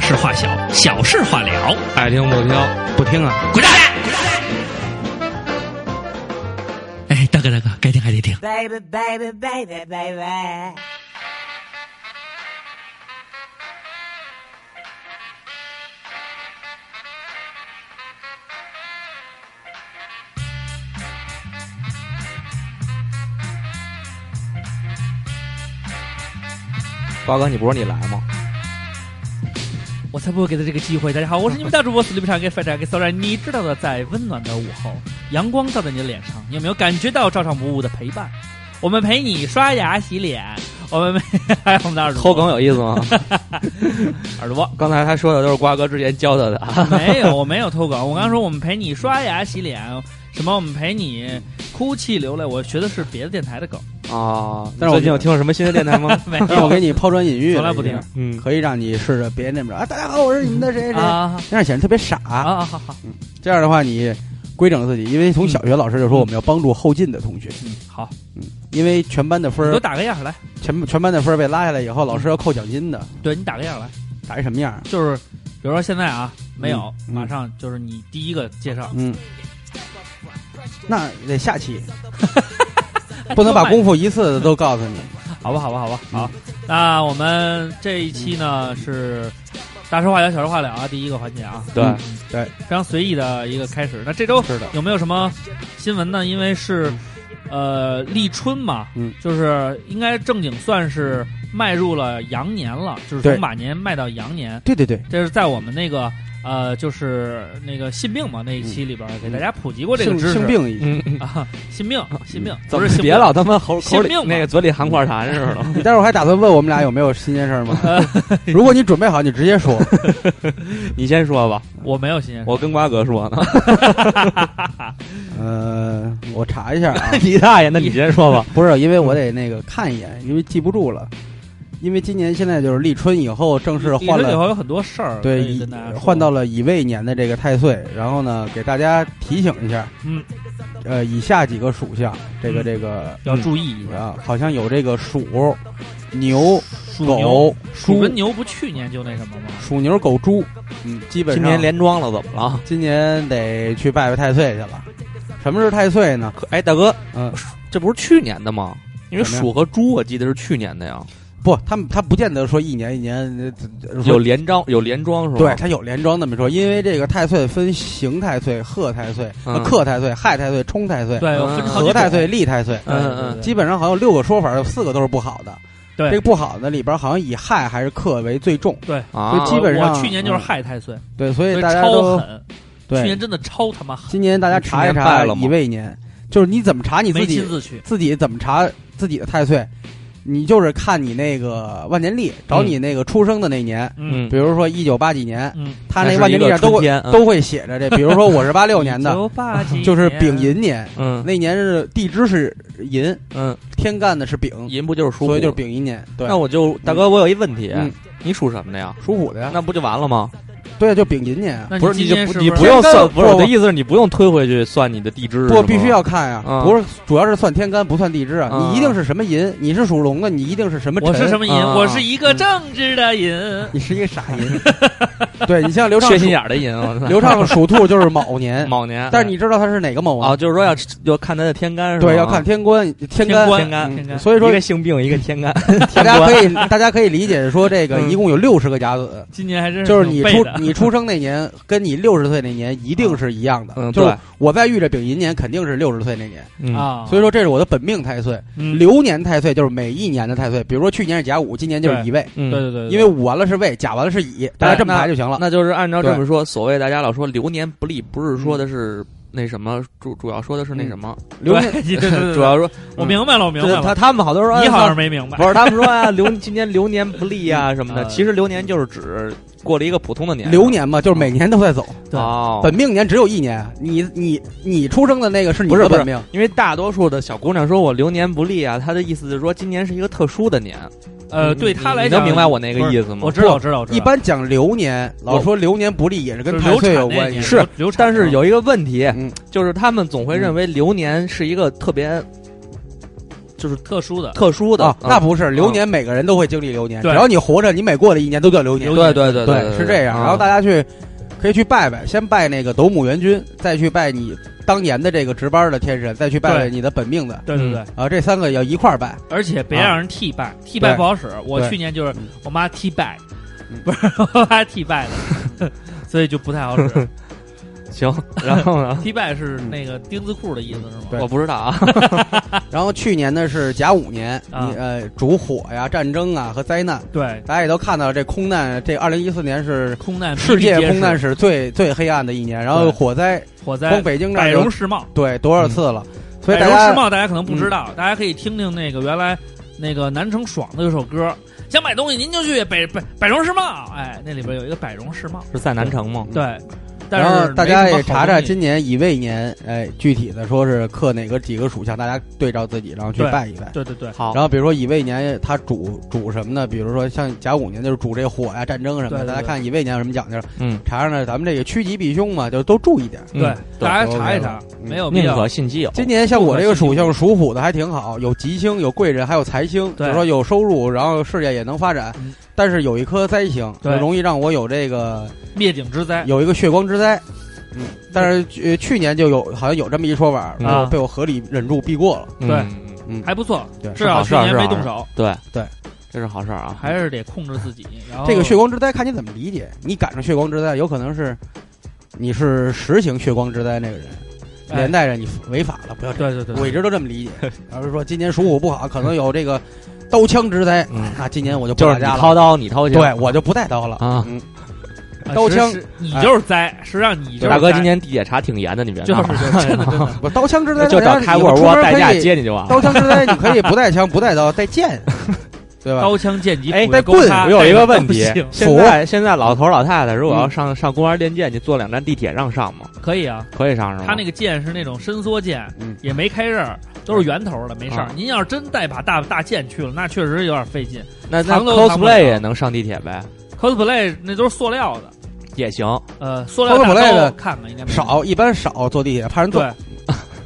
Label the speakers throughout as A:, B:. A: 事化小，小事化了。
B: 爱听不听，不听啊！
A: 滚蛋！哎，大哥大哥，该听还得听。
C: baby, baby, baby, baby.
B: 瓜哥，你不是你来吗？
D: 我才不会给他这个机会。大家好，我是你们大主播死里不长给反长给骚然，你知道的，在温暖的午后，阳光照在你的脸上，你有没有感觉到照常不误的陪伴？我们陪你刷牙洗脸，我们 陪还有我们的耳朵
B: 偷梗有意思吗？
D: 耳 朵。
B: 刚才他说的都是瓜哥之前教他的啊。
D: 没有，我没有偷梗。我刚说我们陪你刷牙洗脸，什么我们陪你哭泣流泪，我学的是别的电台的梗，
B: 啊
E: 但是我
B: 最近有听了什么新的电台吗？
D: 没有，
E: 让我给你抛砖引玉，
D: 从来不听
B: 嗯，
E: 可以让你试着别那么着啊！大家好，我是你们的谁谁，谁，
D: 啊
E: 这样显得特别傻。
D: 啊啊！好好
E: 这样的话，你规整自己，因为从小学老师就说我们要帮助后进的同学，
D: 嗯好，
E: 因为全班的分
D: 你给我
E: 儿，
D: 打个样来，
E: 全全班的分儿被拉下来以后，老师要扣奖金的，
D: 对你打个样来，
E: 打一什么样？
D: 就是比如说现在啊没有，
E: 嗯
D: 马上就是你第一个介绍，
E: 嗯，那得下期， 不能把功夫一次都告 诉你。
D: 好吧好吧好吧好，
E: 嗯
D: 那我们这一期呢是大事化小小事化了啊，第一个环节啊，
B: 对，
E: 嗯对，
D: 非常随意的一个开始。那这周
E: 是的
D: 有没有什么新闻呢？因为是呃立春嘛，
E: 嗯，
D: 就是应该正经算是迈入了羊年了，就是
E: 对
D: 从马年迈到羊年，
E: 对对对，
D: 这是在我们那个。呃，就是那个性病嘛那一期里边儿给大家普及过这个
E: 性
D: 知识，
E: 性 病嗯已经，
B: 嗯，嗯
D: 啊，性病，性病，
B: 怎
D: 不
B: 么
D: 是性
B: 别
D: 病
B: 老他妈 口口
D: 信
B: 里
D: 命嘛
B: 那个嘴里含块痰似的？
E: 你待会儿还打算问我们俩有没有新鲜事 儿吗？如果你准备好，你直接说。
B: 你先说吧，
D: 我没有新鲜事，
B: 我跟瓜哥 说呢。
E: 呃，我查一下啊，
B: 你大爷，那你先说吧。
E: 不是，因为我得那个看一眼，因为记不住了。因为今年现在就是立春以后，正式换
D: 以
E: 了
D: 后有哎很多事儿，
E: 对
D: 可以
E: 乙
D: 跟大家说
E: 换到了乙未年的这个太岁，然后呢，给大家提醒一下，
D: 嗯，
E: 呃，以下几个属相，这个
D: 嗯
E: 这个
D: 要注意一下，
E: 啊，好像有这个鼠、牛、
D: 属牛，
E: 狗、
D: 属
E: 猪
D: 跟、牛不去年就那什么吗？
E: 鼠牛、狗、猪，嗯，基本
B: 今
E: 上
B: 年连庄了，怎么了？
E: 今年得去拜拜太岁去了。什么是太岁呢？
B: 哎，大哥，
E: 嗯，
B: 这不是去年的吗？因为
E: 什么呀
B: 鼠和猪，我记得是去年的呀。
E: 不，他们他不见得说一年一年呃
B: 有连庄，有连庄是吧？
E: 对，，它有连庄那么说，因为这个太岁分刑太岁、贺太岁、
B: 嗯
E: 呃克太岁、亥太岁、冲太岁、
D: 对，
B: 嗯
D: 有分好几
E: 何太岁、厉太岁，呃
D: 种，
B: 嗯嗯
D: 对，
E: 基本上好像有六个说法，有四个都是不好的。
D: 对
E: 这个不好的里边好像以亥还是克为最重。
B: 啊，
E: 就基本上嗯
D: 我去年就是害太岁，
E: 对，所
D: 所
E: 以
D: 以
E: 大家
D: 超
E: 都
D: 狠，去
E: 对
D: 年。真的超他妈狠，
E: 今年大家查一
B: 去年拜
E: 查
B: 了吗
E: 乙未年，就是你怎么查你
D: 没
E: 自
D: 亲
E: 己
D: 自去，
E: 自己怎么查自己的太岁，你就是看你那个万年历，找你那个出生的那年，
D: 嗯
B: 嗯，
E: 比如说一九八几年，
D: 嗯，
E: 他那万年历
B: 那是一
E: 上都
B: 个春
E: 会
B: 天嗯
E: 都会写着这，比如说我是八六年 的，
D: 九八几
E: 就是丙
D: 年，
E: 寅年，
B: 嗯
E: 那年是地支是寅，
B: 嗯，
E: 天干的是丙，
B: 银不就是属虎？
E: 所以就是。丙寅年。对，
B: 那我就大哥，我有一问题
E: 嗯，啊
B: 你属什么的呀？
E: 属虎的呀，
B: 那不就完了吗？
E: 对，就丙寅年啊。
D: 那
B: 不是，
D: 今
B: 你就
D: 年是
B: 你
D: 不
B: 不
D: 是
B: 用
E: 天
B: 算，
E: 干
B: 不是我的
E: 我
B: 意思是你不用推回去算你的地支。
E: 不，
B: 是吗
E: 必须要看呀、
B: 嗯
E: 不是，主要是算天干，不算地支啊。
B: 嗯
E: 你一定是什么寅，你是属龙的，你一定是什么辰，
D: 我是什么银？
B: 啊
D: 我是一个正直的银，
E: 你是一个傻寅。对你像刘畅
B: 缺
E: 属
B: 心眼儿的银，我操
E: 刘畅属兔就是卯年，
B: 卯年。
E: 但是你知道他是哪个卯
B: 啊，
E: 啊？
B: 就是说要要看他的天干是吧？
E: 对，要看天官，
D: 天
E: 天干。
D: 官
B: 天干
D: 天干
E: 嗯，所以说
B: 一，个性病，一个天干。
E: 大家可以大家可以理解说，这个
B: 嗯
E: 一共有六十个甲子，
D: 今年还真
E: 就是
D: 挺
E: 你
D: 背
E: 出
D: 的
E: 你出生那年跟你六十岁那年一定是一样的，
B: 嗯，
E: 就
B: 对
E: 是，我在遇着丙寅年肯定是六十岁那年，
B: 嗯，
D: 啊，
E: 所以说这是我的本命太岁。
D: 嗯
E: 流年太岁就是每一年的太岁，比如说去年是甲午，今年就是乙未，
B: 嗯
D: 对哎对对，对
E: 因为午完了是未，甲完了是乙，大家这么排就行了。
B: 那就是按照这么说，所谓大家老说流年不利，不是说的是那什么，主主要说的是那什么，
E: 流年
D: 对对对对对
B: 主要说
D: 我明白了，我明白
B: 对
D: 了，
B: 他他们好多人说
D: 你好
B: 哎
D: 像
B: 操
D: 没明白
B: 不，是他们说啊，流今年流年不利啊什么的，
D: 呃
B: 其实流年就是指过了一个普通的年，
E: 流年嘛，就是每年都在走，
D: 对
B: 哦，
E: 本命年只有一年。你你你出生的那个是你
B: 不是
E: 的
B: 不是
E: 本命，
B: 因为大多数的小姑娘说我流年不利啊，她的意思就是说今年是一个特殊的年。
D: 呃，
B: 你
D: 对他
B: 你
D: 来
B: 你能
D: 讲，
B: 明白我那个
D: 不是
B: 意思吗？
D: 我知道，我知道，我知道
E: 一般讲流年，老说流年不利也是跟
D: 就是
E: 太
D: 流
E: 岁
D: 产
E: 有
D: 那
E: 关系。
D: 年
B: 是
D: 流流产
B: 但是
D: 时候
B: 有一个问题，
E: 嗯
B: 就是他们总会认为流年是一个特别，就是
D: 特殊的，
B: 特殊的
E: 啊，那不是
B: 嗯
E: 流年，每个人都会经历流年，只
D: 对
E: 要你活着，你每过了一年都叫流年
D: 流。
B: 对对对对，嗯
E: 是这样。然后大
B: 家
E: 家去可以去拜拜，先拜那个斗姆元君，再去拜你当年的这个值班的天神，再去拜拜
D: 对
E: 你的本命的
D: 对对对，
E: 啊，这三个要一块儿拜。
D: 嗯而且别让人替拜，替拜
E: 对
D: 不好使。我
E: 啊对
D: 去年就是
E: 嗯
D: 我妈替拜
E: 嗯，
D: 不是我妈替拜的，所以就不太好 使。？
B: 行，然后呢
D: 替拜是那个钉子裤的意思是吗？
E: 对
B: 我不知道啊，
E: 然后去年呢是甲午年，
D: 啊
E: 你呃主火呀、战争啊和灾难，
D: 对，
E: 大家也都看到了这空难，这二零一四年是。
D: 空难
E: 世
D: 比
E: 界
D: 比皆
E: 空难
D: 是
E: 史最最黑暗的一年，然后
D: 对
E: 火灾，
D: 火
E: 光
D: 灾，
E: 北京这
D: 百
E: 儿
D: 荣
E: 就
D: 世贸，
E: 对多少次了，所以
D: 百
E: 大
D: 荣世
E: 家嗯
D: 贸大家可能不知道，大家可以听听那个原来那个南城爽的有首歌，想买东西您就去百百百荣世贸，哎，那里边有一个百荣世贸，
B: 是在南城吗？
D: 对，但
E: 嗯然后
D: 是
E: 大家
D: 没什么
E: 也查
D: 好东
E: 查
D: 西
E: 今年乙未年，哎，具体的说是克哪个几个属相，大家对照自己，然后去
D: 对
E: 拜一拜。
D: 对对对，
B: 好，
E: 然后比如说乙未年它主主什么呢？比如说像甲午年就是主这火呀、战争什么的。
D: 对对对
E: 大家看乙未年有什么讲究？
B: 嗯，
E: 查查呢，咱们这个趋吉避凶嘛，就都注意点。
B: 嗯
D: 对，大家查一查，
E: 嗯
D: 没有必
B: 宁
D: 要
B: 可。信其有。
E: 今年像我这个属相属虎的还挺好，有吉星，有贵人，还有财星，就
D: 对
E: 是说有收入，然后事业也能发展
D: 嗯。
E: 但是有一颗灾星，就
D: 对
E: 容易让我有这个
D: 灭顶之灾，
E: 有一个血光之灾。嗯，但是去去年就有好像有这么一说法，
B: 嗯
E: 然后被我合理忍住避过了。
B: 嗯
D: 对
B: 嗯嗯
D: 还不错，
E: 对
D: 至少去
B: 是好事
D: 年没
B: 儿
E: 啊
B: 是好事
D: 动
B: 儿
D: 手，
B: 对
E: 对，
B: 这是好事儿啊。
D: 还是得控制自己。然后
E: 这个
B: 哦
E: 血光之灾看你怎么理解。你赶上血光之灾，有可能是你是实行血光之灾那个人，
D: 哎
E: 连带着你违法了，不要这样。
D: 对对对，
E: 我一直都这么 理解。要是说今年属虎不好，可能有这个刀枪之灾，
B: 嗯
E: 那今年我就不
B: 就
E: 打
B: 是你
E: 架了。
B: 掏刀，你掏钱。
E: 对，我就不带刀了
B: 啊
E: 嗯，
D: 啊
E: 刀
D: 实
E: 枪哎
D: 是你就是灾，实际上你就是
B: 大哥
D: 灾
B: 今年地铁查挺严的，你别
D: 就
B: 闹
E: 啊
D: 是就是真的真的，
E: 我刀枪之灾
B: 就找开沃尔沃代驾。接你就完
E: 大家
B: 了。
E: 你们出门可以刀枪之灾，你可以不带枪，不带刀，带 剑，对吧？
D: 刀枪剑戟
B: 哎
D: 斧
B: 带
D: 钺钩
E: 棍
D: 叉
B: 我有一个问题
D: 啊这都，行嗯
B: 现
E: 斧
B: 在现在老头老太太如果要上上公园练剑去，坐两站地铁让上吗？
D: 可以啊，
B: 可以上是吗？
D: 他那个剑是那种伸缩剑
E: 嗯，
D: 也没开刃儿，都是圆头的，没事儿
B: 啊。
D: 您要是真带把大大剑去了，那确实有点费劲。
B: 那那
D: 藏都藏不了
B: cosplay 也能上地铁呗，
D: cosplay 那都是塑料的，
B: 也行。
D: 呃，塑料
E: cosplay
D: 大
E: 的
D: 刀看看应该没问题
E: 少，一般少坐地铁，怕人揍。
D: 对，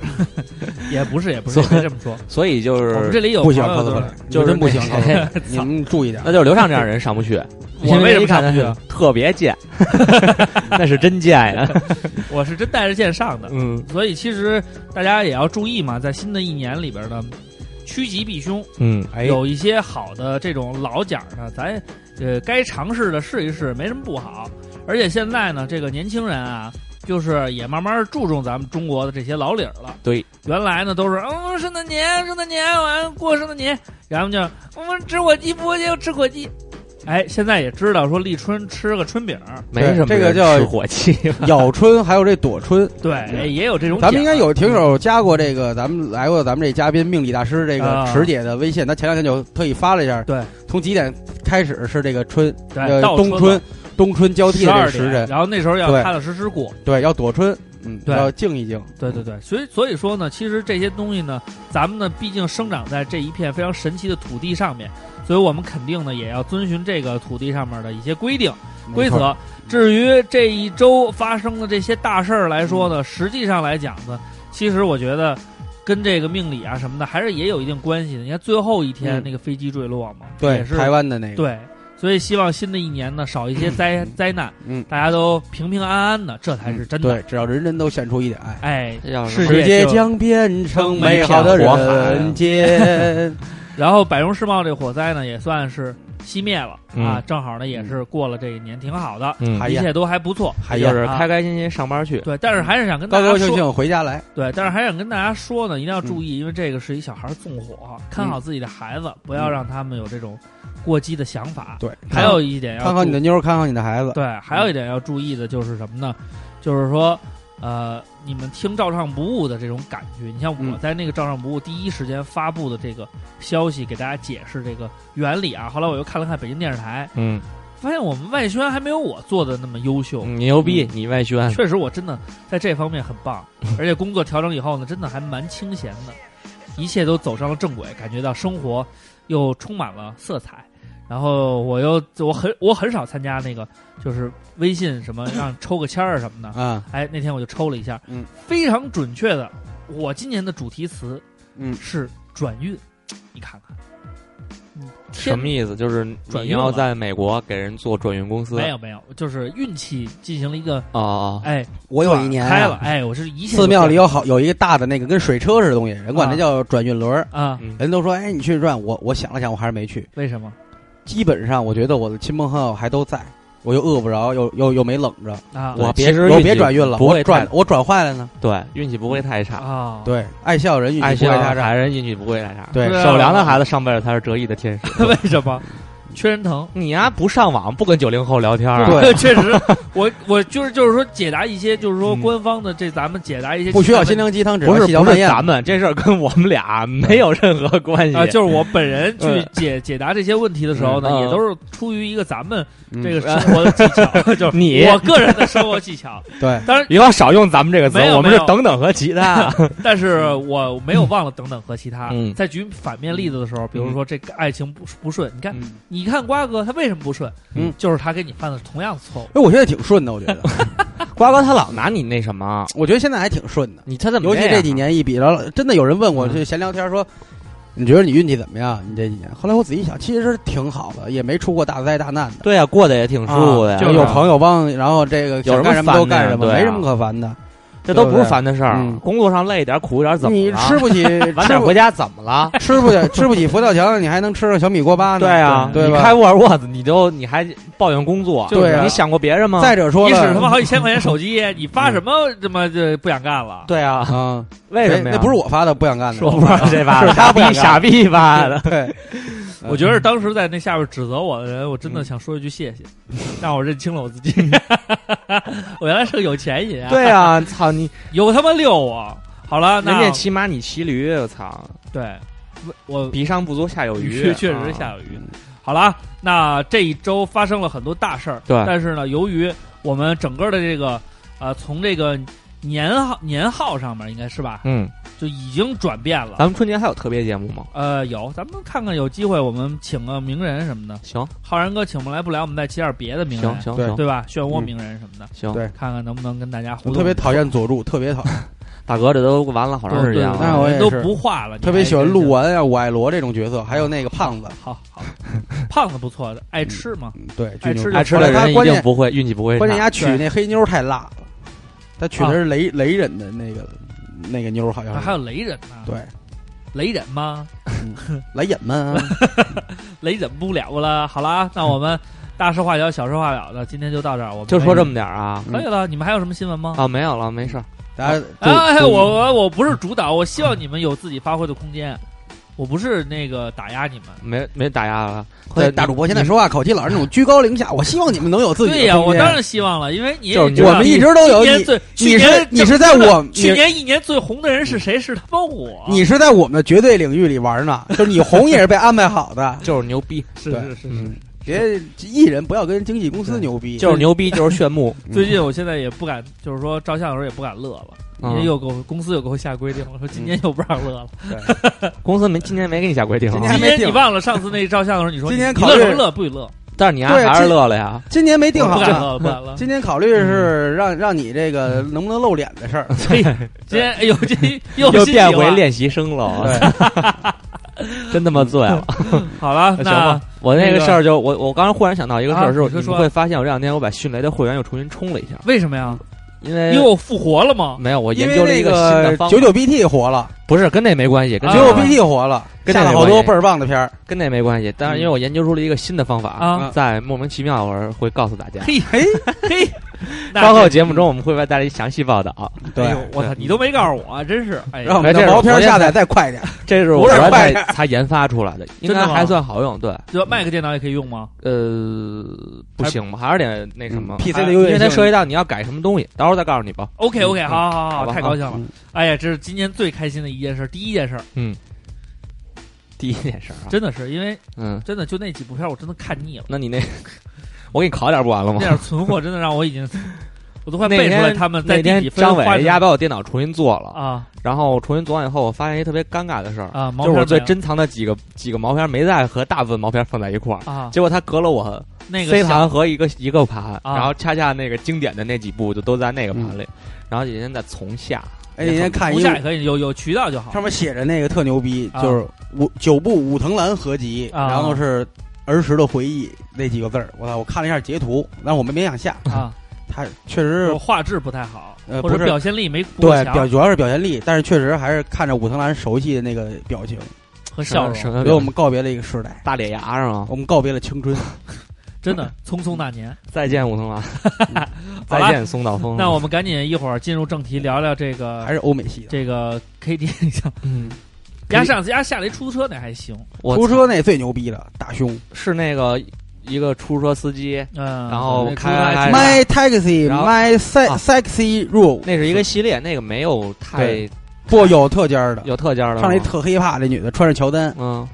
D: 也不是也不是，别这么说。
B: 所以就
D: 我们
B: 是
D: 这里有
E: 不行
D: 朋友都
E: cosplay，
D: 是
E: 你们真不行
B: 就是那
E: cosplay，你们注意点
B: 那。就是刘畅这样人上不去。
D: 我为什么上
B: 看
D: 不去
B: 他
D: 啊？
B: 特别 贱， 那是真贱啊呀。
D: 我是真带着剑上的，
B: 嗯
D: 所以其实大家也要注意嘛，在新的一年里边呢，趋吉避凶，
B: 嗯，
E: 哎，
D: 有一些好的这种老讲呢，咱呃该尝试的试一试，没什么不好。而且现在呢，这个年轻人啊，就是也慢慢注重咱们中国的这些老理儿了。
B: 对，
D: 原来呢都是嗯圣诞节，圣诞节完过圣诞节，然后就我们吃火鸡，过节要吃火鸡。哎，现在也知道说立春吃个春饼儿，
B: 没什么人
E: 这个叫
B: 吃火气。
E: 咬春还有这躲 春，
D: 对，哎也有这种讲。
E: 咱们应该有听友加过这个，咱们来过咱们这嘉宾命理大师这个
D: 啊
E: 池姐的微信，她前两天就特意发了一下，
D: 对，
E: 从几点开始是这个春，
D: 对
E: 呃
D: 倒
E: 冬
D: 春
E: 春，冬春交替
D: 十
E: 的这
D: 二
E: 个时
D: 点，
E: 辰，
D: 然后那时候要
E: 对
D: 踏踏实实过。
E: 对，要躲春，嗯，
D: 对
E: 要静一静，
D: 对对
E: 嗯
D: 对，所以所以说呢，其实这些东西呢，咱们呢毕竟生长在这一片非常神奇的土地上面，所以我们肯定呢也要遵循这个土地上面的一些规定规
E: 没错，
D: 则。至于这一周发生的这些大事儿来说
E: 嗯
D: 呢，实际上来讲呢，其实我觉得跟这个命理啊什么的还是也有一定关系的。你看最后一天
E: 嗯
D: 那个飞机坠落嘛，
E: 对
D: 也，是
E: 台湾的那个，
D: 对，所以希望新的一年呢少一 些灾、灾难，
E: 嗯
D: 大家都平平安安的，这才是真的。
E: 对，只要人人都献出一点爱，
D: 哎，
B: 这叫什
D: 世
B: 么
D: 界
E: 世界
D: 就
E: 将变成美好的
D: 啊
E: 人间。
D: 然后百荣世贸这火灾呢，也算是熄灭了、
B: 嗯
D: 啊，正好呢也是过了这一年，挺好的，
B: 嗯，
E: 还哎
D: 一
E: 呀
D: 切都还啊不错。
E: 还
B: 就
E: 要
B: 是开开心心上班去。
D: 对，但是还是想跟大
E: 高
D: 家
E: 高兴嗯
D: 说，
E: 兴回家来，
D: 对，但是还想跟大家说呢，一定要注意，因为这个是一小孩纵火，
E: 嗯
D: 看好自己的孩子，不要让他们有这种过激的想法。
E: 对，
D: 还有一点要
E: 看好你的
D: 注
E: 妞儿，嗯看好你的孩子，
D: 对，还有一点要注意的就是什么呢？就是说，呃，你们听照唱不误的这种感觉，你像我
E: 嗯
D: 在那个照唱不误第一时间发布的这个消息，给大家解释这个原理啊。后来我又看了看北京电视台，
B: 嗯，
D: 发现我们外宣还没有我做的那么优秀。
B: 你牛逼，你外
E: 嗯
B: 宣。
D: 嗯确实，我真的在这方面很 棒，而且工作调整以后呢，真的还蛮清闲的，一切都走上了正轨，感觉到生活又充满了色彩。然后我又我很我很少参加那个就是微信什么让抽个签儿什么的，
E: 啊，
D: 哎，那天我就抽了一下，
E: 嗯，
D: 非常准确的，我今年的主题词
E: 嗯
D: 是转运，你看嗯看，
B: 什么意思？就是
D: 转
B: 你
D: 运了
B: 要在美国给人做转运公司？
D: 没有没有，就是运气进行了一个
B: 啊啊！
D: 哎，
E: 我有一年啊
D: 开了，哎，我是一下就
E: 寺庙里有好有一个大的那个跟水车似的东西，人管它
D: 啊
E: 叫转运轮儿。
D: 啊，
B: 嗯
E: 人都说，哎，你去转，我我想了想，我还是没去。
D: 为什么
E: 基本上，我觉得我的亲朋好友还都在，我又饿不着，又又又没冷着，
D: 啊？
B: 对
E: 我
B: 其
E: 别
B: 实
E: 我
B: 运
E: 别
B: 气
E: 转运了，
B: 不会
E: 我转
B: 太
E: 我转坏了呢。
B: 对，运气不会太差，
D: 啊，
E: 对，爱笑人运
B: 爱
E: 气不
B: 笑
E: 会太差。
B: 孩人运气不会太差。
E: 对
D: 对啊
B: 守良的孩子上辈子他是折翼的天使。
D: 为什么？缺人疼。
B: 你呀不上网，不跟九零后聊天儿，
E: 对
D: 确实，我我就是就是说解答一些，就是说
B: 嗯
D: 官方的这咱们解答一些
E: 不需要
D: 情
E: 心
D: 感
E: 灵鸡汤，只
B: 不
E: 要
B: 是
E: 细嚼
B: 不
E: 慢
B: 是
E: 咽。
B: 咱们这事儿跟我们俩没有任何关
D: 问
B: 系
D: 题啊，就是我本人去解解答这些问题的时候呢，
B: 嗯
D: 也都是出于一个咱们
E: 嗯
D: 这个生活的技 巧，就是
B: 你
D: 我个人的生活技巧。
E: 对，
D: 当然，
B: 以后少用咱们这个词
D: 没，有
B: 我们
D: 没
B: 是
D: 有
B: 等等和其他。
D: 但是我没有忘了等等和其他
B: 嗯。
D: 在举反面例子的时候，
E: 嗯
D: 比如说这个爱情不不顺，你看
B: 嗯
D: 你看瓜哥他为什么不顺？
E: 嗯，
D: 就是他跟你犯的同样的错误。
E: 哎，我现在挺顺的，我觉得，
B: 瓜哥他老拿你那什么，
E: 我觉得现在还挺顺的。
B: 你他怎么
E: 尤其
B: 样啊
E: 这几年一比着，真的有人问我
B: 嗯
E: 这闲聊天说，你觉得你运气怎么样？你这几年？后来我仔细想，其实挺好的，也没出过大灾大难的，
B: 对呀、过得也挺舒服的呀、
E: 啊
D: 就
E: 就是有朋友帮，然后这个
B: 有什
E: 想
B: 么
E: 干什么都干什么，
B: 烦的呀对啊
E: 没什么可烦的。
B: 这都不是烦的事儿、
E: 对不对嗯
B: 工作上累一点、苦一点怎么了？
E: 你吃不起，
B: 晚
E: 吃
B: 点
E: 不
B: 回家怎么了？
E: 吃不起，吃不起佛跳墙，你还能吃个小米锅巴呢？
B: 对啊，
E: 对
B: 你
E: 吧
B: 开沃尔沃子，你都你还抱怨工作，
E: 对啊
B: 你想过别人吗？
E: 再者说
D: 你使他妈
E: 了，
D: 好几千块钱手机，你
B: 嗯
D: 发什么他妈就不想干了？
B: 对啊，
E: 啊，
B: 为什么呀？
E: 那不是我发的，不想干的。
B: 我不知道谁发
E: 是
B: 的，
E: 他
B: 傻
E: 不想
B: 逼
E: 干
B: 傻逼发的。
E: 对，
B: 嗯
D: 我觉得当时在那下边指责我的人，我真的想说一句谢 谢，让我认清了我自己。 我原来是个有钱人啊，
B: 嗯对啊，操你！
D: 有他妈溜啊！好了，
B: 人
D: 那
B: 家骑马，你骑驴，我操！
D: 对，我
B: 比上不足，下有余
D: 确，确实是
B: 啊
D: 下有余。好了，那这一周发生了很多大事儿，
B: 对
D: 但是呢，由于我们整个的这个呃，从这个年号年号上面应该是吧，
B: 嗯，
D: 就已经转变了
B: 咱。们春节还有特别节目吗？
D: 呃，有，咱们看看有机会我们请个名人什么的。
B: 行
D: 浩然哥请不来不来，我们再请点别的名人
B: 行，行
E: 对
B: 行
D: 哎对吧？漩涡名人什么的，
B: 行，
E: 对
D: 看看能不能跟大家互
E: 我
D: 动。
E: 特别讨厌佐助，特 别讨，
B: 大哥，这都完了好长时间
E: 对对那
B: 了
E: 我，也
D: 都
E: 是
D: 不画了，
E: 特别
B: 哎
E: 喜欢鹿
D: 录啊。
E: 丸啊、我爱罗这种角色，还有那个胖子，
D: 好好，胖子不错，爱吃嘛。
E: 嗯对，
D: 爱吃
E: 巨牛
D: 就
B: 爱吃的人一
E: 关
B: 定
E: 键
B: 不会运气不会
E: 关键
B: 差。
E: 家娶那黑妞太辣了，他娶的是雷雷人的那个那个妞，好像
D: 啊
E: 是
D: 还有雷人呢，
E: 对
D: 雷人吗？
E: 来引 们啊，
D: 雷忍不了了。好啦，那我们大事化小，小事化了的，今天就到这儿。我们
B: 就说这么点儿啊
D: 嗯可以了。你们还有什么新闻吗？
B: 啊，没有了，没事儿。
E: 大家
D: 哎，
E: 注
D: 我
E: 注
D: 我我不是主导，我希望你们有自己发挥的空间，我不是那个打压你们。
B: 没没打压了。
E: 对大主播现在说话口气老是那种居高临下，我希望你们能有自己的
D: 对呀、
E: 空
D: 我
E: 间
D: 当然希望了，因为你也
B: 就是，
D: 知道
E: 我们一直都有
D: 去年
E: 你
D: 最去
E: 你是
D: 年
E: 你是在我
D: 去
E: 你
D: 年一年最红的人是谁？是他妈我。
E: 你是在我们的绝对领域里 玩呢，就是你红也是被安排好的
B: 就是牛逼，
D: 是
E: 对
D: 是是是。
B: 嗯，
E: 别艺人不要跟经纪公司牛逼，
B: 就是牛逼，就是炫目。
D: 最
E: 嗯
D: 近我现在也不敢，就是说照相的时候也不敢乐了，因
B: 嗯
D: 为又给我公司又给我下规定了，说今
E: 嗯
D: 年又不让乐了。
B: 公司没今年没给你下规定啊，
E: 今年
D: 今
E: 还没
D: 年
E: 定
D: 你忘了上次那照相的时候，你说
E: 今年
D: 你
E: 考
D: 乐
E: 虑
D: 什么乐不许乐，
B: 但是你丫
E: 对
B: 还是
E: 这
B: 乐了呀。
E: 嗯今年没定
D: 不嗯
E: 好嗯
D: 敢
E: 呢。
D: 乐，不敢乐。
E: 今年考虑是让让你这个
D: 嗯
E: 能不能露脸的事儿，
D: 嘿，今天哎呦，这 又
B: 又
D: 新
B: 变
D: 奇
B: 回
D: 了。
B: 练习生了， 真他妈醉了。
D: 好
E: 啊
D: 了，
B: 啊行
D: 那
B: 吧，我那
D: 那
B: 个
D: 个
B: 事儿就我我刚才忽然想到一个事
D: 啊
B: 儿，是我
D: 你说
B: 你
D: 说
B: 们会发现我这两天我把迅雷的会员又重新充了一下，
D: 为什么呀？
B: 因
D: 因
E: 嗯
B: 为
D: 为我复活了吗？
B: 没有我
E: 因
B: 研
E: 为
B: 究了
E: 那
B: 一新的方法
E: 九九 BT 火了，
B: 不是跟那没关系，跟
D: 啊
E: 九
B: 那
E: 九
B: 没关系
E: BT 火了，
B: 跟
E: 下
B: 那
E: 了
B: 没
E: 好
B: 关
E: 多
B: 系
E: 倍儿棒的片儿。
B: 跟那没关系。但是因为我研究出了一个新的方法，
D: 啊，
B: 在莫名其妙我是会告诉大家。
D: 嘿
E: 哎
D: 嘿嘿，那
B: 稍后节目中我们会为大家一详细报 道。
E: 对
D: 哎，呦我操，你都没告诉我，真是哎呀，
E: 让我们
B: 哎这
E: 的
B: 是
E: 毛
B: 我
E: 片
B: 昨天
E: 下载再快点。
B: 这是我
E: 不是
B: 昨天
E: 坏
B: 才
E: 人
B: 才研发出 来的，应
D: 真的
B: 该
D: 吗
B: 还算好用。对，
D: 就麦克电脑也可以用吗？
B: 呃，不行吧，还是得那什么。
E: 嗯 PC
D: 哎
E: 的
B: 因
E: 优越
B: 为它
E: 性
B: 涉及到你要改什么东西，到时候再告诉你吧。
D: OK OK，
B: 嗯
D: 好好
B: 好吧
D: 太高兴了
E: 嗯！
D: 哎呀，这是今年最开心的一件事，第一件事，
B: 第一件事啊，
D: 真的是因为
B: 嗯，
D: 真的就那几部片儿我真的看 腻了，
B: 那你那我给你烤点不完了吗
D: 那？ 点存货真的让我已经，我都快
B: 那
D: 背出来
B: 天
D: 他们在地
B: 那天
D: 底分
B: 张
D: 花
B: 伟压把我电脑重新做了，
D: 啊
B: 然后重新做完以后，我发现一特别尴尬的事儿，
D: 啊，毛
B: 就是
D: 片
B: 我
D: 儿
B: 最
D: 没
B: 珍藏的几个几个毛片没在和大部分毛片放在一块儿
D: 有，啊，
B: 结果他隔了我
D: 那个
B: C
D: 小
B: 盘和一个一个盘，
D: 啊嗯
B: 然后恰恰那个经典的那几部就都在那个盘里，然后也现在从下
E: 哎，人家看
D: 不
E: 一
D: 下也可以，有有渠道就好。
E: 上面写着那个特牛逼，
D: 啊
E: 就是武九部武藤兰合集，
D: 啊
E: 然后是儿时的回忆那几个字儿。我操，我看了一下截图，但我们没想下，
D: 啊，
E: 他确实
D: 我画质不太好，
E: 呃
D: 或者
E: 不是
D: 表现力没多
E: 对表
D: 强
E: 主要是表现力，但是确实还是看着武藤兰熟悉的那个表情，
D: 和笑
B: 什
D: 容，嗯
B: 么
E: 给我们告别了一个时代，
B: 大脸牙是吗？
E: 我们告别了青春。
D: 真的匆匆那年。
B: 再见武藤兰，再
D: 好了
B: 见松岛枫。
D: 那我们赶紧一会儿进入正题，聊聊这个
E: 还是欧美系的。
D: 这个 K D。
B: 嗯，
D: 压上次压下来一出租车那还行，
B: 我
E: 出租车那最牛逼了，大胸
B: 是那个一个出租车司机，
D: 嗯，
B: 然后
D: 那出
B: 开
D: 租车还
B: 哎
D: 挺
B: 呀
E: My Taxi
B: 然后
E: My Se
B: 啊
E: Sexy Rule，
B: 那是一个系列，那个没有太
E: 对不有特尖儿的，
B: 有特尖的。
E: 上来一，特黑怕那女的穿着乔丹，
B: 嗯，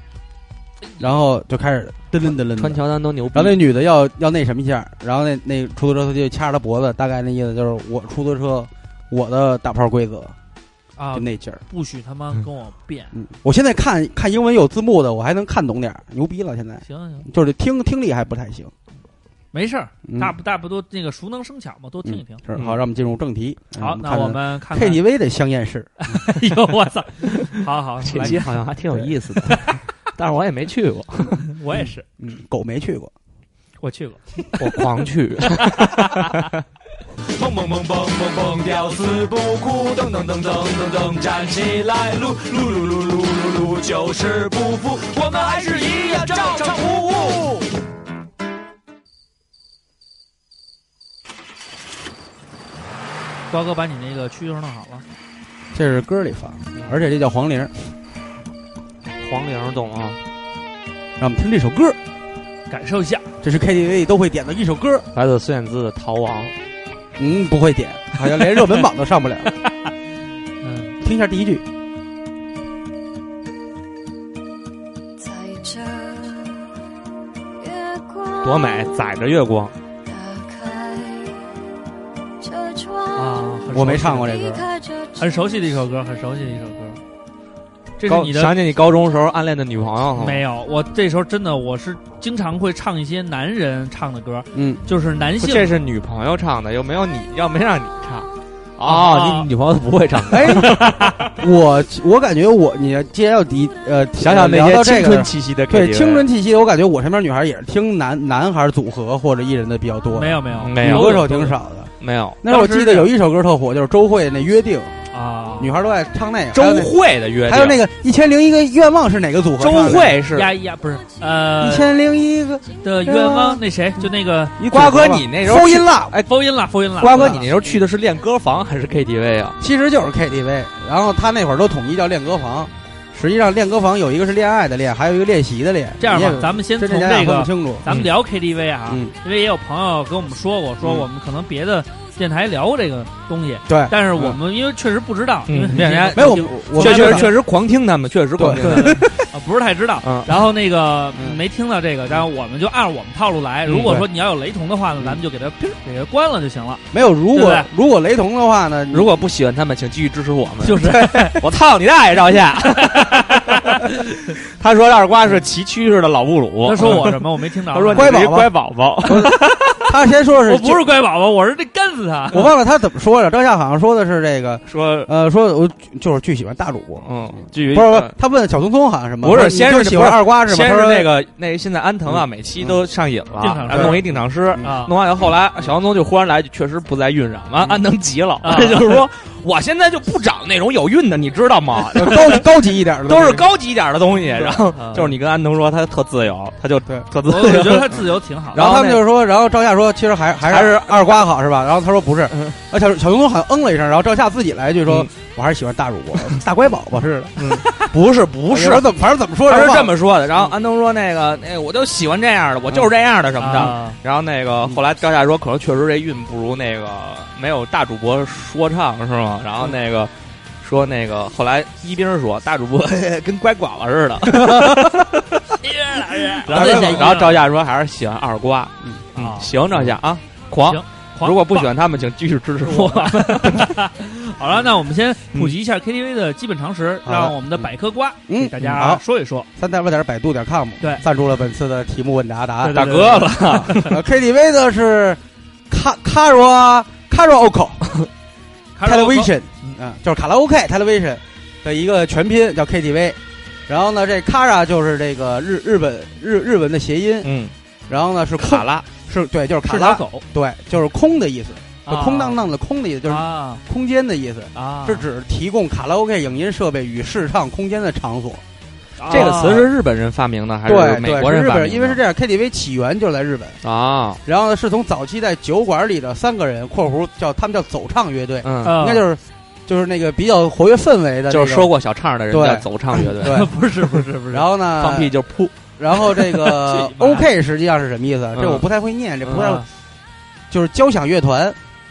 E: 然后就开始噔噔噔噔
B: 穿
E: 的。
B: 乔丹都牛逼
E: 然 后。那女的要要那什么一下，然后那那出租车司机就掐着她脖子，大概那意思就是我出租车我的打炮规则
D: 啊
E: 就，那劲儿。
D: 不许他妈跟我变。
E: 嗯，我现在看看英文有字幕的，我还能看懂点儿，牛逼了。现在
D: 行行，
E: 就是听听力还不太行，
D: 没事儿，
E: 嗯
D: 大不大不多那个熟能生巧嘛，多听一听
E: 嗯。是好，让我们进入正题。
D: 好，
E: 嗯
D: 那我们看看
E: 看看。KTV 的香艳事，
D: 哎呦，我操！好好，
B: 这
D: 来
B: 期，好像还挺有意思的，但是我也没去过，
D: 我也是，
E: 嗯，狗没去过。
D: 我去过。
B: 我狂去。
F: 蹦蹦蹦蹦蹦蹦，屌丝不哭，噔噔噔噔噔噔，站起来，撸撸撸撸撸撸撸，就是不服，我们还是一样照常服务。
D: 瓜哥把你那个蛐蛐弄好了，
E: 这是歌里放的，而且这叫黄龄。
B: 黄龄懂啊吗？
E: 让我们听这首歌，
D: 感受一下。
E: 这是 KTV 里都会点的一首歌。
B: 来自孙燕姿的《逃亡》。
E: 嗯，不会点， 好像连热门榜都上不 了。
D: 嗯，
E: 听一下第一句，
G: 在这月光
B: 多美，
D: 啊
B: 载着月光
G: 打开车窗
D: 啊，很熟
E: 我没唱过这
G: 离
E: 歌。
G: 开这城
D: 很熟悉的一首歌，很熟悉的一首歌。这是
B: 高
D: 你的
B: 想起你高中时候暗恋的女朋友了吗？
D: 没有？我这时候真的我是经常会唱一些男人唱的歌，
E: 嗯，
D: 就是男
B: 不
D: 性。
B: 这是女朋友唱的，又没有你，要没让你唱。
D: 啊
B: 哦，你女朋友不会唱歌。
E: 哎， 我我感觉我你既然要提呃，
B: 想想那
E: 聊
B: 些
E: 到这
B: 青
E: 个
B: 春气息的 KTV，
E: 对青春气息，我感觉我身边女孩也是听男男孩组合或者艺人的比较多，
D: 没有没有
B: 没
E: 女
B: 有
E: 歌手挺少的。
B: 没有
E: 那会儿我记得有一首歌特火，就是周慧那《约定
D: 啊》，。
E: 女孩都爱唱那个。
B: 周
E: 还有那
B: 慧的约定，
E: 还有那个《一千零一个愿望》是哪个组合
B: 周
E: 唱的？
B: 慧是
D: 呀呀，不是呃
E: 一千零一个
D: 的冤枉，那谁就那个
E: 一
B: 瓜
E: 组合
B: 哥，
E: 吧
B: 你那时候
E: 收
B: 去
E: 音了，
B: 哎，
D: 封印了，封印了。
B: 瓜哥，你那时候去的是练歌房还是 KTV 啊？
E: 其实就是 KTV。然后他那会儿都统一叫练歌房，实际上练歌房有一个是恋爱的练，还有一个练习的练。
D: 这样
E: 你也
D: 吧，咱们先从
E: 真真假假
D: 这
E: 分
D: 个
E: 不清楚。
D: 咱们聊 KTV 啊，
E: 嗯
D: 因为也有朋友跟我们说过，说
E: 嗯
D: 我们可能别的电台聊过这个东西，
E: 对，
D: 但是我
B: 嗯
D: 们因为确实不知道，因为
B: 人家
E: 没有我我
B: 确
E: 我
B: 确实确实狂听他们，确实狂听他们。
D: 啊不是太知道。
B: 嗯，
D: 然后那个
E: 嗯
D: 没听到这个，然后我们就按我们套路来。如
B: 嗯
D: 果说你要有雷同的话呢，咱们就给它砰给它关了就行了。
E: 没有。如
D: 对不
E: 果
D: 对
E: 如果雷同的话呢？
B: 嗯如果不喜欢他们，请继续支持我们。
D: 就是
B: 我操你大爷，赵 夏！他说二瓜是骑蛐蛐的老布鲁，
D: 他说我什么我没听到， 啊
B: 他说你
E: 乖
B: 是一
E: 宝宝
B: 乖宝 宝，
E: 他先说是，
D: 我不是乖宝宝，我是这干死他。
E: 我忘了他怎么说了。张夏好像说的是这个，
B: 说
E: 呃，说我就是巨喜欢大主播，
B: 嗯，至于
E: 不是不是，他问小聪聪好像什么？
B: 不是
E: 说你
B: 先是
E: 就喜欢
B: 不是
E: 二瓜是吗？
B: 先
E: 他
B: 是
E: 说
B: 那个那现在安藤啊，每期都上瘾了
D: 定场，诗
B: 然后弄一定场诗。嗯
D: 啊
B: 弄完以后，后来小杨宗就忽然来句，确实不再韵上。完，安藤急了，
D: 啊
B: 就是说，我现在就不找那种有韵的，你知道 吗？
E: 高高级一点的，
B: 都是。高级一点的东西。然后
D: 啊
B: 就是你跟安藤说，他特自由，他就
E: 对
B: 特自
D: 我我觉得
B: 由。
D: 他自由挺好的。啊
E: 然后他们
B: 然后那
E: 就是说，然后赵夏说，其实还还是还是二瓜好是吧？然后他说不是，
B: 嗯
E: 啊，小小聪聪好像嗯了一声，然后赵夏自己来一句说，
B: 嗯
E: 我还是喜欢大主播，大乖宝宝似的。
B: 不是不是
E: 我，怎么反正怎么说
B: 他
E: 是
B: 是这么说的。然后安藤说，那个那个我就喜欢这样的，我就是这样的什么
E: 嗯
B: 的。
D: 啊
B: 然后那个后来赵夏说，可能确实这韵不如那个没有大主播说唱是吗？然
E: 嗯
B: 后那个。说那个，后来一兵说大主播 跟乖寡了似的，
E: 嗯
B: 然后然后赵夏说还是喜欢二瓜，嗯，
D: 啊
B: 行，赵夏啊，狂
D: 行，
B: 如果不喜欢他们，请继续支持我。
D: 好了，那我们先普及一下 KTV 的基本常识，
E: 好的
D: 让我们的百科瓜
E: 嗯
D: 给大家
E: 好
D: 说一说。
E: 三 w 点百度点 com
D: 对
E: 赞助了本次的题目问答答案。
D: 对
B: 大哥了，
E: 呃 KTV 的是卡卡罗卡罗 Oco，
D: 卡拉
E: television 啊，就是卡拉 OK television 的一个全拼叫 KTV。然后呢，这 Kara 就是这个日日本日日文的谐音，
B: 嗯，
E: 然后呢是空
B: 卡拉，
E: 是对，就是卡
D: 是打
E: 拉，
D: 狗，
E: 对，就是空的意思，就
D: 啊
E: 空荡荡的空的意思，就是
D: 啊
E: 空间的意思。
D: 啊，
E: 是指提供卡拉 OK 影音设备与视唱空间的场所。
B: 这个词
D: 啊
B: 是日本人发明的还
E: 啊对
B: 是
E: 对
B: 美，国
E: 是
B: 人
E: 日
B: 发明
E: 本人，
B: 的？
E: 因为是这样，KTV 起源就是在日本，
B: 啊，
E: 然后呢是从早期在酒馆里的三个人（括弧叫他们叫走唱乐队），
B: 嗯，
D: 啊。
E: 应该就是就是那个比较活跃氛呃围的那个，
B: 就是说过小唱的人
E: 对
B: 叫走唱乐队，
E: 对呃
D: 不是不是 不是，
E: 然后呢，
B: 放屁就噗，
E: 然后 这个
D: 这一把
E: OK 实际上是什么意思？这
B: 嗯
E: 我不太会念，这不太
D: 啊
E: 就是交响乐团、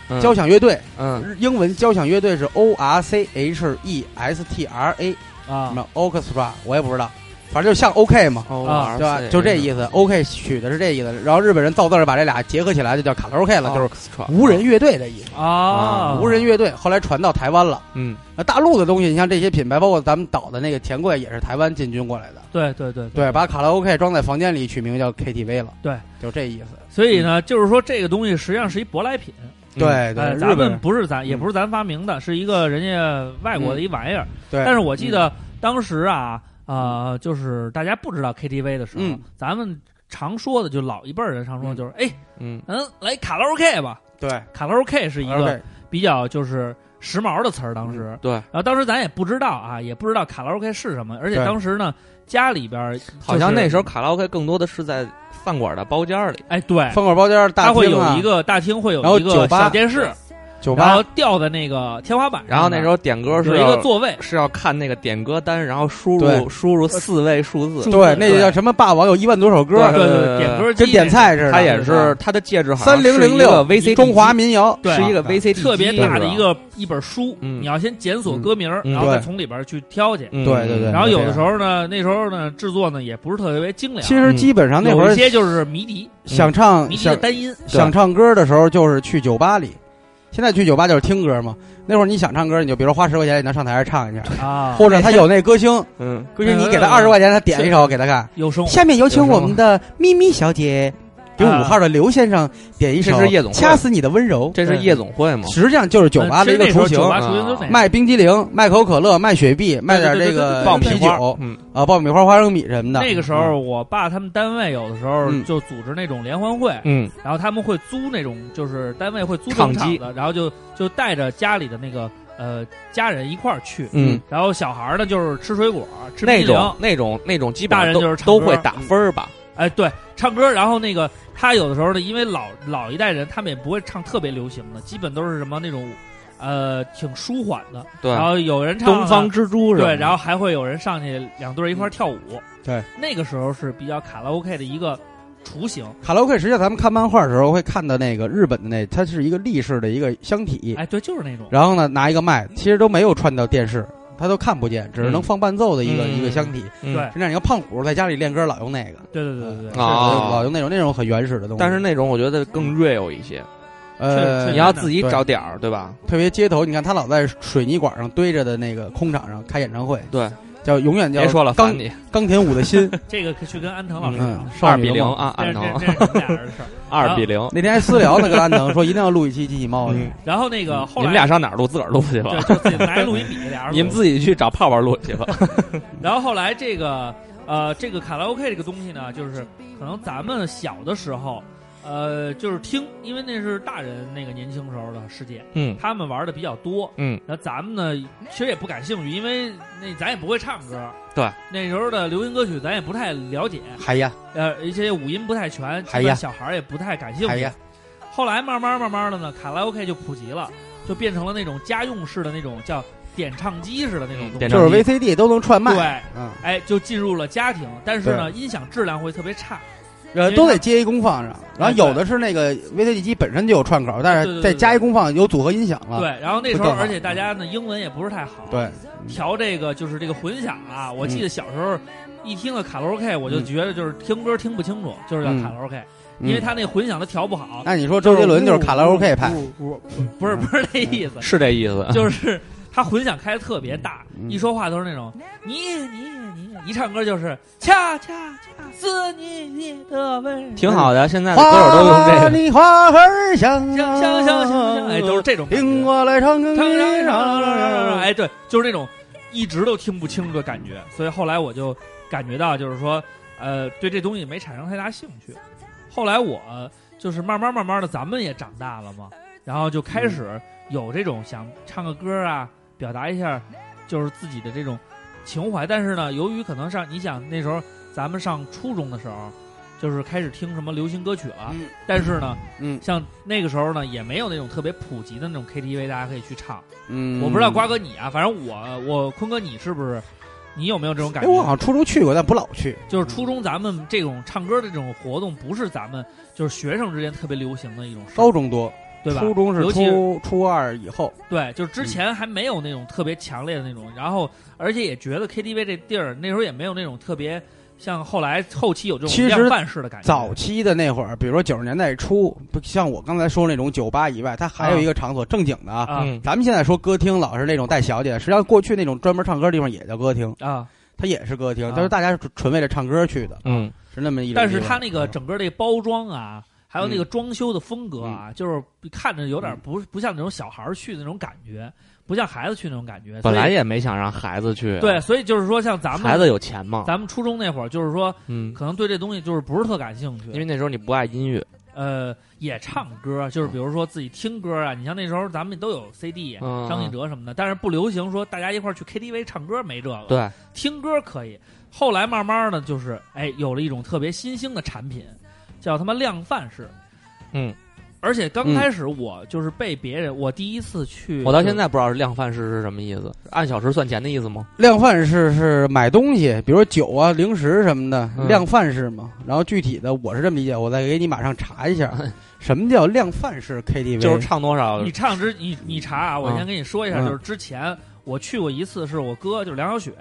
B: 嗯
E: 交响乐队，
B: 嗯
E: 英文交响乐队是 O R C H E S T R A，什
D: 啊
E: 么 orchestra 我也不知道，反正就像 OK 嘛，
D: 啊
E: 对吧？就这意
B: 思
E: 思。OK 取的是这意思，然后日本人造字儿把这俩结合起来就叫卡拉 OK 了，就是无人乐队的意思。
D: 啊，
E: 无人乐队后来传到台湾了。
B: 嗯
E: 那大陆的东西，你像这些品牌，包括咱们岛的那个钱柜，也是台湾进军过来的。
D: 啊对对对
E: 对，把卡拉 OK 装在房间里，取名叫 KTV 了。
D: 对，
E: 就这意思。
D: 所以呢，就是说这个东西实际上是一舶来品，
E: 对对，
D: 哎，
E: 日
D: 咱
E: 本
D: 们
E: 人
D: 不是咱，也不是咱发明的，是一个人家外国的一玩意儿。
E: 对，
D: 但是我记得当时啊，啊，就是大家不知道 KTV 的时候
E: 嗯，
D: 咱们常说的，就老一辈儿人常说，
E: 嗯
D: 就是哎，
B: 嗯
D: 嗯，来卡拉 OK 吧，
E: 对
D: 卡拉 OK 是一
E: 卡拉 OK
D: 个比较就是时髦的词儿，当时。
B: 对，
D: 然后当时咱也不知道啊，也不知道卡拉 OK 是什么，而且
E: 对
D: 当时呢，家里边儿就是
B: 好像那时候卡拉 OK 更多的是在饭馆的包间里，
D: 哎对，
E: 风口包间儿
D: 它
E: 大
D: 会
E: 厅啊
D: 有一，个大厅，会有
E: 然后
D: 一个
E: 酒吧
D: 小电视，
E: 酒
D: 然后
E: 吧，
D: 吊在那个天花板上的。
B: 然后那时候点歌
D: 嗯有
B: 是
D: 一个
B: 要
D: 座位，
B: 是要看那个点歌单，然后输
E: 对
B: 入输入四位数字，
E: 对，那叫什么霸王有一万多首歌
D: 对
E: 儿，
D: 对对，
B: 呃
D: 点歌机
E: 跟点菜似的。
B: 它也是它的介质好像
E: 三零
B: 是
E: 零
B: 一个
E: 六
B: VCD
E: 中华民谣，
D: 对
B: 是一个 VCD
D: 特别大的
B: 机
D: 一个一本书，
B: 嗯
D: 你要先检索歌名，
B: 嗯
D: 然后再
E: 对
D: 从里边去挑去。
B: 嗯
E: 对对对
D: 然后有的时
E: 候，
D: 候呢，那时候呢，制作呢也不是特别精良，
E: 其实基本上那会
D: 有一
E: 儿
D: 些就是迷笛，
E: 想唱
D: 迷笛的
E: 想
D: 单音，
E: 想唱歌的时候，就是去酒吧里。现在去酒吧就是听歌嘛。那会儿你想唱歌，你就比如花十块钱，你能上台上唱一下，
D: 啊，
E: 或者他有那歌星，
B: 嗯，
E: 歌星你
D: 嗯
E: 给他
D: 嗯
E: 二十块钱，他点一首给他看。
D: 有生活
E: 下面有请
B: 有
E: 我们的咪咪小姐，给
D: 啊
E: 五号的刘先生点一首
B: 这是夜总
E: 《
B: 会
E: 掐死你的温柔》。
B: 这是夜总会嘛？
E: 实际上就是酒吧的一个
D: 呃其实那时
E: 雏
D: 候
E: 形，
D: 酒吧雏形都是那样
E: 卖冰激凌，卖可口可乐，卖雪碧，卖点这个
D: 对
B: 爆
D: 对对对对
B: 米
E: 啤
B: 花
E: 酒，
B: 嗯
E: 啊，爆米花、花生米什么的。
D: 那个时候，我爸他们单位有的时候
E: 嗯
D: 就组织那种联欢会，
B: 嗯，
D: 然后他们会租那种，就是单位会租这种
B: 唱
D: 场
B: 机
D: 子，然后就就带着家里的那个呃家人一块儿去，
B: 嗯，
D: 然后小孩儿呢就是吃水果、吃
B: 那
D: 冰激凌
B: 种，那种那种基本
D: 大人
B: 上都
D: 就是唱
B: 都
D: 歌
B: 会打分儿吧？
D: 哎，对，唱歌。然后那个他有的时候呢，因为老老一代人他们也不会唱特别流行的，基本都是什么那种呃挺舒缓的，
B: 对，
D: 然后有人唱啊
B: 东方之珠是吧？
D: 对，然后还会有人上去两对儿一块儿跳舞、
B: 嗯
E: 对，
D: 那个时候是比较卡拉 OK 的一个雏形。
E: 卡拉 OK 实际上咱们看漫画的时候会看到那个日本的那，它是一个立式的一个箱
B: 嗯
E: 体，
D: 哎，对，就是那种。
E: 然后呢拿一个麦，其实都没有串到电视，它都看不见，只是能放伴奏的一个、
B: 嗯
E: 一个箱体。实
B: 嗯
D: 对
E: 际上你要胖虎在家里练歌老用那个，嗯
D: 对对对对对，
B: 啊哦
E: 老用那种那种很原始的东西。
B: 但是那种我觉得更 real 一些，
E: 呃，
D: 是
B: 你要自己找点儿，对吧？
E: 特别街头，你看他老在水泥管上堆着的那个空场上开演唱会，
B: 对，
E: 叫永远叫
B: 别说了，
E: 钢
B: 烦你。
E: 钢铁舞 的心，
D: 这个可以去跟安藤老师
E: 嗯
D: 讲，，
E: 少
B: 二
E: 女
B: 比
E: 的
B: 零
E: 梦
B: 啊，
D: 这
B: 安
D: 是
B: 藤
D: 这是这是你们俩人的事儿。
B: 二比零。
E: 那天还私聊呢，跟安藤说一定要录一期机器猫去。
D: 然后那个后
B: 嗯
D: 来
B: 你们俩上哪儿录？自个儿录去吧
D: 对，。就自己拿一录音笔，俩人
B: 你们
D: 录
B: 自己去找泡泡录 去吧。
D: 然后后来这个呃，这个卡拉 OK 这个东西呢，就是可能咱们小的时候，呃，就是听，因为那是大人那个年轻时候的世界，
B: 嗯
D: 他们玩的比较多，
B: 嗯，
D: 然后咱们呢其实也不感兴趣，因为那咱也不会唱歌，
B: 对，
D: 那时候的流行歌曲咱也不太了解，
E: 嗨呀，
D: 呃，而且五音不太全，
E: 哎
D: 基
E: 呀
D: 本小孩儿也不太感兴
E: 哎
D: 趣
E: 呀。
D: 后来慢慢慢慢的呢，卡拉 OK 就普及了，就变成了那种家用式的那种叫点唱机似的那种
B: 嗯
D: 东西，
B: 点
E: 就是 VCD 都能串麦，
D: 对，
E: 嗯，
D: 哎，就进入了家庭，但是呢，音响质量会特别差。
E: 呃，都得接一功放上。然后有的是那个 VCD 机本身就有串口，但
D: 对
E: 是
D: 对
E: 再
D: 对
E: 加一功放有组合音响了。
D: 对，然后那时
E: 会
D: 候，
E: 更好
D: 而且大家呢，英文也不是太好，，
E: 对
D: 调这个就是这个混响啊。我记得小时候一听了卡拉 OK，我就
E: 嗯
D: 觉得就是听歌听不清楚，就是叫卡拉 OK，
E: 嗯哎
D: 因为他那混响他调不好，
E: 那你说周杰伦就是卡拉 OK 派，
D: 不
E: 嗯
D: 是不是那意思，
B: 是这意思。
D: 就是他混响开的特别大，
E: 嗯
D: 一说话都是那种你你你，一唱歌就是恰恰恰思你的温柔，
B: 挺好的，现在的歌手都用这
E: 花
B: 个。
E: 里花儿香
D: 香香香香香亮，哎，都是这种感觉
E: 听我来唱歌，
D: 唱唱唱唱唱唱唱，哎，对，就是那种一直都听不清楚的感觉。所以后来我就感觉到，就是说，呃，对这东西没产生太大兴趣。后来我呃就是慢慢慢慢的，咱们也长大了嘛，然后就开始有这种想唱个歌啊，表达一下就是自己的这种情怀。但是呢，由于可能上你想那时候咱们上初中的时候，就是开始听什么流行歌曲了，
E: 嗯
D: 但是呢，
E: 嗯
D: 像那个时候呢，也没有那种特别普及的那种 KTV，大家可以去唱。
E: 嗯，
D: 我不知道瓜哥你啊，反正我我坤哥你是不是，你有没有这种感
E: 哎，我
D: 觉？
E: 好像初中去过，但不老去。
D: 就是初中咱们这种唱歌的这种活动，不是咱们就是学生之间特别流行的一种事儿，
E: 高中多，
D: 对吧？
E: 初中
D: 尤
E: 是
D: 其
E: 初嗯初二以后，
D: 对，就是之前还没有那种特别强烈的那种，然后而且也觉得 KTV 这地儿那时候也没有那种特别像后来后期有这
E: 其
D: 种
E: 实
D: 量贩式的感觉。啊
E: 早期的那会儿，比如说九十年代初，不像我刚才说那种酒吧以外，它还有一个场所正经的啊。
D: 啊
B: 嗯
E: 咱们现在说歌厅老是那种带小姐的，实际上过去那种专门唱歌的地方也叫歌厅，
D: 啊，
E: 它也是歌厅
D: 啊，
E: 但是大家是纯为了唱歌去的，
B: 嗯，
E: 是那么一种
D: 但
E: 地方。
D: 是它那
B: 啊
D: 个整个这包装啊。还有那
B: 嗯
D: 个装修的风格啊，就是看着有点不不像那种小孩儿去的那种感觉，不像孩子去那种感觉。
B: 本
D: 所以
B: 来也没想让孩子去，啊
D: 对，，所以就是说，像咱们
B: 孩子有钱嘛，
D: 咱们初中那会儿，就是说，
B: 嗯，
D: 可能对这东西就是不是特感兴趣，
B: 因为那时候你不爱音乐，
D: 呃，也唱歌，啊就是比如说自己听歌啊。你像那时候咱们都有 CD，、
B: 嗯
D: 张信哲什么的，但是不流行说大家一块儿去 KTV 唱歌，没这个。，
B: 对，
D: 听歌可以。后来慢慢的就是，哎，有了一种特别新兴的产品，叫他妈量贩式。
B: 嗯，
D: 而且刚开始我就是被别人，我第一次去，
B: 我到现在不知道量贩式是什么意思，按小时算钱的意思吗？
E: 量贩式是买东西，比如说酒啊、零食什么的，
B: 嗯
E: 量贩式嘛。然后具体的我是这么理解，我再给你马上查一下，
D: 嗯
E: 什么叫量贩式 KTV？
B: 就是唱多少
D: 你唱之你你查啊，我
B: 嗯
D: 先跟你说一下，
E: 嗯
D: 就是之前我去过一次，是我哥就是梁小雪，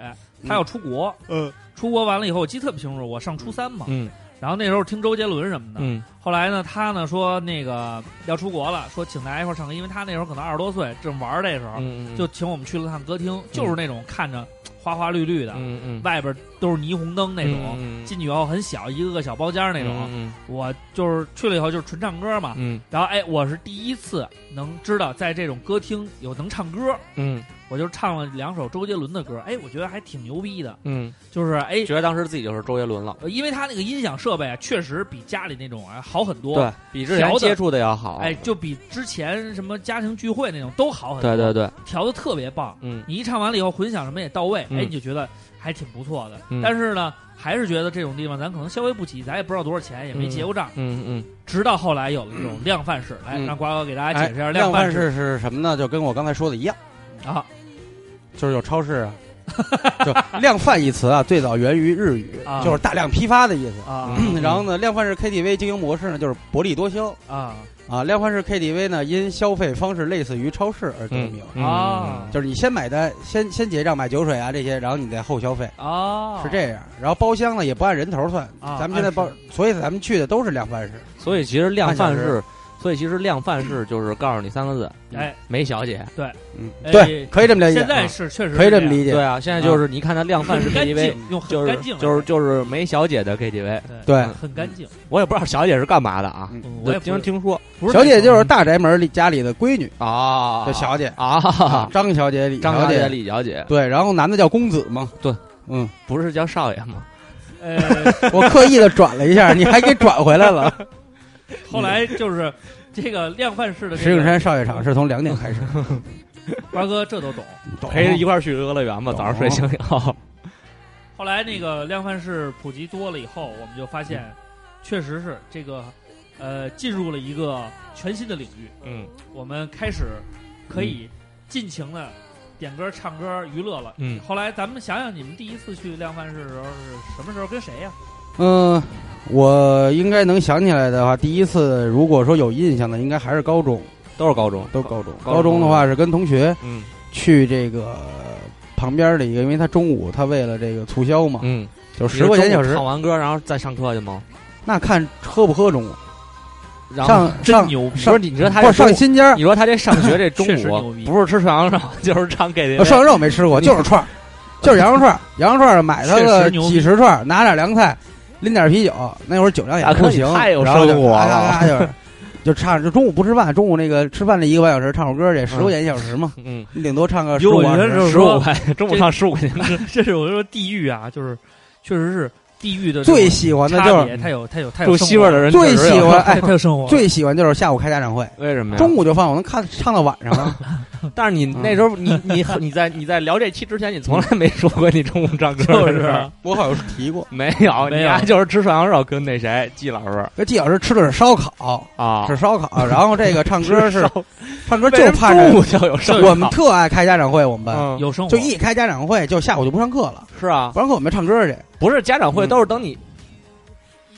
E: 嗯
D: 他要出国，
E: 嗯，
D: 出国完了以后，我记得特别清楚，我上初三嘛，
B: 嗯
D: 然后那时候听周杰伦什么的，
B: 嗯
D: 后来呢，他呢说那个要出国了，说请大家一块儿唱歌，因为他那时候可能二十多岁，正玩儿这时候，
B: 嗯，
D: 就请我们去了趟歌厅，就是那种看着花花绿绿的，
B: 嗯嗯
D: 外边都是霓虹灯那种，
B: 嗯
D: 进去以后很小，一个个小包间儿那种，
B: 嗯
D: 我就是去了以后就是纯唱歌嘛，
B: 嗯
D: 然后哎，我是第一次能知道在这种歌厅有能唱歌，
B: 嗯
D: 我就唱了两首周杰伦的歌，哎，我觉得还挺牛逼的，
B: 嗯，
D: 就是哎，
B: 觉得当时自己就是周杰伦了，
D: 呃因为他那个音响设备啊，确实比家里那种啊好很多，
B: 对，比之前
D: 调的
B: 接触的要好，
D: 哎，就比之前什么家庭聚会那种都好很多，
B: 对对对，
D: 调的特别棒，
B: 嗯
D: 你一唱完了以后混响什么也到位，
B: 嗯
D: 哎，你就觉得还挺不错的，
B: 嗯
D: 但是呢。还是觉得这种地方咱可能消费不起，咱也不知道多少钱，也没结过账。
B: 嗯嗯。
D: 直到后来有了这种量贩式，来、
E: 嗯
D: 让瓜哥给大家
E: 哎
D: 解释一下
E: 量
D: 贩
E: 贩式是什么呢？就跟我刚才说的一样，
D: 啊。
E: 就是有超市啊。 就量贩一词啊，最早源于日语，
D: 啊
E: 就是大量批发的意思。
D: 啊
B: 嗯
E: 然后呢，量贩式 KTV 经营模式呢，就是薄利多销
D: 啊
E: 啊。量贩式 KTV 呢，因消费方式类似于超市而得名，
B: 嗯
D: 啊
E: 就是你先买单，先先结账买酒水啊这些，然后你再后消费。
D: 啊！
E: 是这样，然后包厢呢也不按人头算，
D: 啊
E: 咱们现在包
D: 按，
E: 所以咱们去的都是量贩式。
B: 所以其实量贩
E: 半小
B: 式，所以其实量贩式就是告诉你三个字，
D: 哎，
B: 没小姐。
E: 嗯，
D: 哎
E: 对，可以这么理解
D: 现在
E: 啊，
D: 是确实
E: 可以这么理
D: 解，
E: 解。
B: 对啊，现在就是你看它量贩式
D: 干
B: KTV，
D: 净，用
B: 就
D: 很干
B: 是
D: 净，
B: 就是就是没小姐的 KTV，
D: 对，
E: 对，
D: 很干净。
B: 我也不知道小姐是干嘛的啊，
E: 嗯
D: 嗯我
B: 我
D: 也不
B: 经常听说
D: 不是
E: 小姐就是
D: 是
E: 大宅门里家里的闺女，
B: 啊
E: 叫小姐，
B: 啊，
E: 张小姐、李
B: 张小姐、
E: 姐，
B: 李小姐，
E: 对，然后男的叫公子嘛，
B: 对，
E: 嗯，
B: 不是叫少爷吗？
D: 呃，
E: 我刻意的转了一下，你还给转回来 了。
D: 后来就是这个量贩式的
E: 石景山少爷场是从两点 开始，
D: 瓜哥这都懂。
E: 懂
B: 陪着一
E: 吗
B: 块儿去游乐园吧，
E: 懂
B: 早上睡醒以后，
D: 后来那个量贩式普及多了以后，我们就发现，确实是这个呃进入了一个全新的领域，
B: 嗯
D: 我们开始可以尽情的点歌、唱歌、娱乐了。
B: 嗯，
D: 后来咱们想想，你们第一次去量贩式的时候是什么时候？跟谁呀？
E: 嗯，我应该能想起来的话，第一次如果说有印象的，应该还是高中，
B: 都是高中，
E: 都是高中。
B: 高
E: 高中的话是跟同学
B: 嗯
E: 去这个旁边的一个，因为他中午他为了这个促销嘛，
B: 嗯，
E: 就
B: 你
E: 十块钱小
B: 中午
E: 时
B: 唱，完歌然后再上课去 吗？
E: 那看喝不喝中午。
B: 然后
E: 上上
D: 牛
B: 你
E: 上
B: 说你说他
E: 或者
B: 这
E: 上
B: 中午
E: 新街儿
B: 你，说他这上学这中
D: 确实牛
B: 午啊
D: 逼
B: 不是吃涮羊肉就是唱 KTV，
E: 呃涮羊肉没吃过，就是 串儿，就是羊肉串儿，羊肉串儿买它
D: 确实
E: 个
D: 牛逼
E: 几十串儿，拿点凉菜，拎点啤酒，那会儿酒量也不行，
B: 啊大哥你太有
E: 然后就
B: 生活了
E: 咔咔咔就是就唱就中午不吃饭，中午那个吃饭那一个半小时唱首歌去，十
B: 嗯
E: 块钱一小时嘛，
B: 嗯，
E: 你顶多唱个十
D: 有
E: 五
D: 我觉
E: 小
D: 得
E: 时。
D: 是
B: 十五
D: 说，
B: 块，中午上十五块钱。
D: 这是我说地狱啊，就是确实是地狱的这种
E: 最喜欢的就
D: 差
E: 是
D: 别，他有他有他有
B: 住
D: 生
B: 西边
D: 活
B: 的人
E: 最喜欢
D: 他
E: 哎，
D: 他有生活，
E: 最喜欢就是下午开家长会，
B: 为什么呀？
E: 中午就放，我能看唱到晚上 啊。
B: 但是你那时候你你你在你在聊这期之前，你从来没说过你中午唱歌
D: 就
B: 的
D: 是
B: 事儿
E: 我好像提过，
B: 没有，
D: 没有
B: 你丫就是吃涮羊肉跟那谁季老师
E: 那季老师吃的是烧烤，
B: 啊，
E: 吃烧烤，然后这个唱歌是
B: 烧
E: 唱歌
B: 为
E: 就
B: 什么
E: 盼
B: 中
E: 着
B: 午就有烧烤
E: 我们特爱开家长会，我们班
B: 嗯
D: 有生活，
E: 就一开家长会就下午就不上课了，
B: 是啊，
E: 不上课我们唱歌去。
B: 不是家长
E: 嗯
B: 会都是等你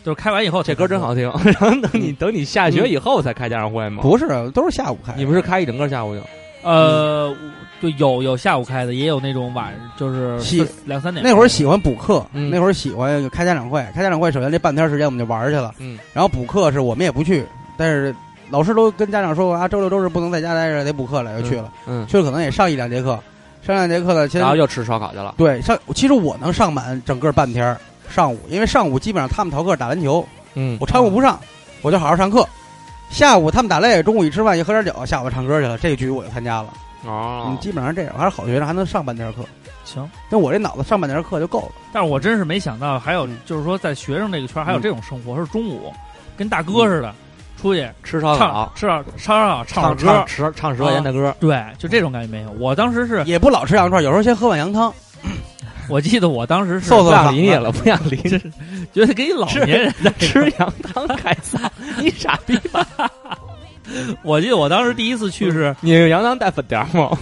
D: 就是开完以后
B: 这歌真好听，然后等你等你下学以后才开家长会吗？
E: 嗯不是，都是下午开。
B: 你不是开一整个下午就
D: 呃，就有有下午开的，也有那种晚，就是
E: 喜
D: 四两三点
E: 那会儿喜欢补课，
B: 嗯
E: 那会儿喜欢开家长会。开家长会，首先这半天时间我们就玩儿去了，
B: 嗯，
E: 然后补课是我们也不去，但是老师都跟家长说啊，周六周日不能在家待着，得补课了，就去了。
B: 嗯，
E: 去了可能也上一两节课，上两节课呢，其实
B: 然后又吃烧烤去了。
E: 对上，其实我能上满整个半天儿上午，因为上午基本上他们逃课打篮球，
B: 嗯
E: 我掺和不上，我就好好上课。下午他们打累，中午一吃饭一喝点酒，下午唱歌去了，这个局我就参加了。
B: 哦
E: 嗯，，基本上这样，我还是好学生，还能上半天课。
D: 行。
E: 但我这脑子上半天课就够了。
D: 但是我真是没想到，还
B: 嗯
D: 有就是说，在学生这个圈儿还有这种生活，是中午跟大哥似的出去
B: 吃烧
D: 唱
B: 烤，
D: 吃烧烤，唱
B: 嗯啊唱啊
D: 会儿歌，
B: 唱十唱十块钱的歌，
D: 对，就这种感觉没有。我当时是
E: 也不老吃羊肉串，有时候先喝碗羊汤，
D: 我记得我当时是
E: 瘦
B: 不
E: 瘦
B: 想理你
E: 嗓子。
B: 了，不想理 你，
D: 觉得跟一老年人在
B: 吃羊汤开 撒，你傻逼！
D: 我记得我当时第一次
B: 嗯
D: 去是
B: 你是羊汤带粉条吗？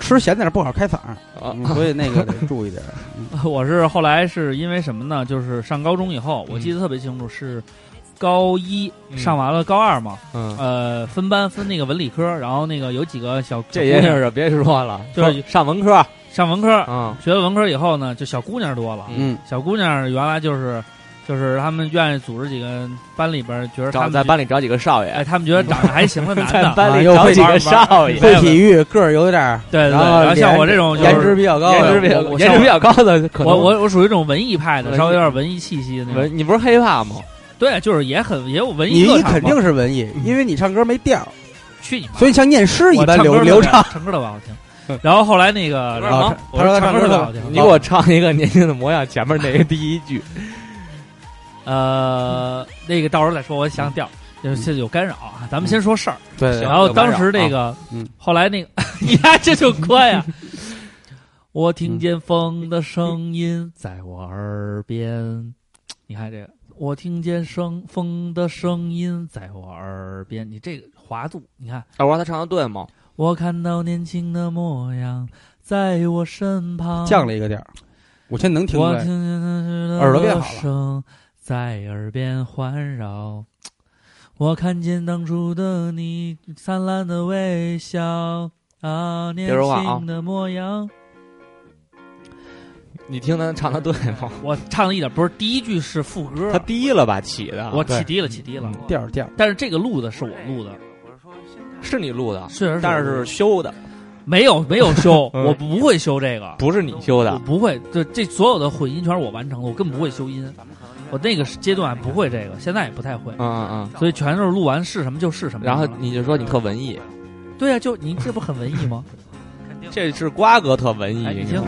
E: 吃咸点不好开嗓，
B: 啊
E: 嗯所以那个得注意点。
D: 我是后来是因为什么呢？就是上高中以后，我
B: 嗯
D: 记得特别清楚，是高一
B: 嗯
D: 上完了高二嘛，
B: 嗯，
D: 呃，分班分那个文理科，然后那个有几个小
B: 这
D: 小姑
B: 些事
D: 娘
B: 儿就别说了，
D: 就是
B: 上文科，
D: 上文科，
B: 嗯
D: 学了文科以后呢，就小姑娘多了。
B: 嗯
E: 嗯，
D: 小姑娘原来就是就是他们愿意组织几个班里边，觉得他
B: 找
D: 们
B: 在班里找几个少
D: 哎，
B: 爷，
D: 他们觉得长得还 行的男
B: 在
D: 的，
B: 班
E: 啊
B: 里
E: 又
B: 找
E: 会
B: 几
E: 玩
B: 个
E: 儿
B: 少爷，
E: 会体育，个儿有点儿，
D: 对对对。
E: 然后
D: 呃然后像我这种就
E: 颜值
D: 是
E: 比较高
B: 颜值
E: 的，
B: 比较
D: 我我
B: 颜值比较高的，可能
D: 我我我属于这种文艺派
B: 文
D: 的，
B: 艺
D: 稍微有点文艺气息的那种。
B: 文，你不是黑怕吗？
D: 对，就是也很也有文艺
E: 你
D: 特
E: 你
D: 长嘛。
E: 肯定是文艺，因为你唱歌没调，
D: 去你妈！
E: 所以像念诗一
D: 我
E: 般
D: 唱歌特
E: 流
D: 别
E: 流畅。，
D: 唱歌特别好听。然后后来那个，然后
E: 啊
D: 我
E: 他说他
D: 唱歌
E: 唱歌
D: 特别好
E: 特
D: 听。
B: 你给我唱一个年轻的模样，前面那个第一 句，
D: 呃，那个到时候再说，我想调，
E: 嗯
D: 就是现在有干扰啊。咱们先说事儿。
E: 对
B: 行
D: 然后当时
B: 啊
D: 那个
E: 嗯，
D: 后来那个， 你看这就快 呀！我听见风的
E: 嗯
D: 声音在我耳边，你看这个，我听见声风的声音在我耳边，你这个滑度，你看。
B: 我说他唱的对吗？
D: 我看到年轻的模样在我身旁，
E: 降了一个调儿，我现在能听出
D: 我嗯
E: 来
D: 听。见
E: 耳朵变好了
D: 声在耳边环绕。我看见当初的你灿烂的微笑啊，年
B: 说话啊
D: 轻的模样。
B: 你听他唱的对吗？
D: 我唱的一点不是，第一句是副歌
B: 他，低了吧起的，
D: 我起低了，起低了。
E: 调儿调儿，
D: 但是这个录的是我录的，
B: 是你录的，
D: 确实，
B: 但是修的，
D: 没有没有修，
B: 嗯
D: 我不会修这个，
B: 不是你修
D: 我
B: 的。
D: 不会，这这所有的混音全是我完成的，我根本不会修音，我那个阶段不会这个，现在也不太会，
B: 嗯嗯
D: 所以全都是录完是什么就是什
B: 嗯，
D: 么。
B: 然后你就说你特文艺，
D: 对啊，就您这不很文艺吗？
B: 这是瓜哥特文艺。
D: 哎，你
B: 你
D: 听，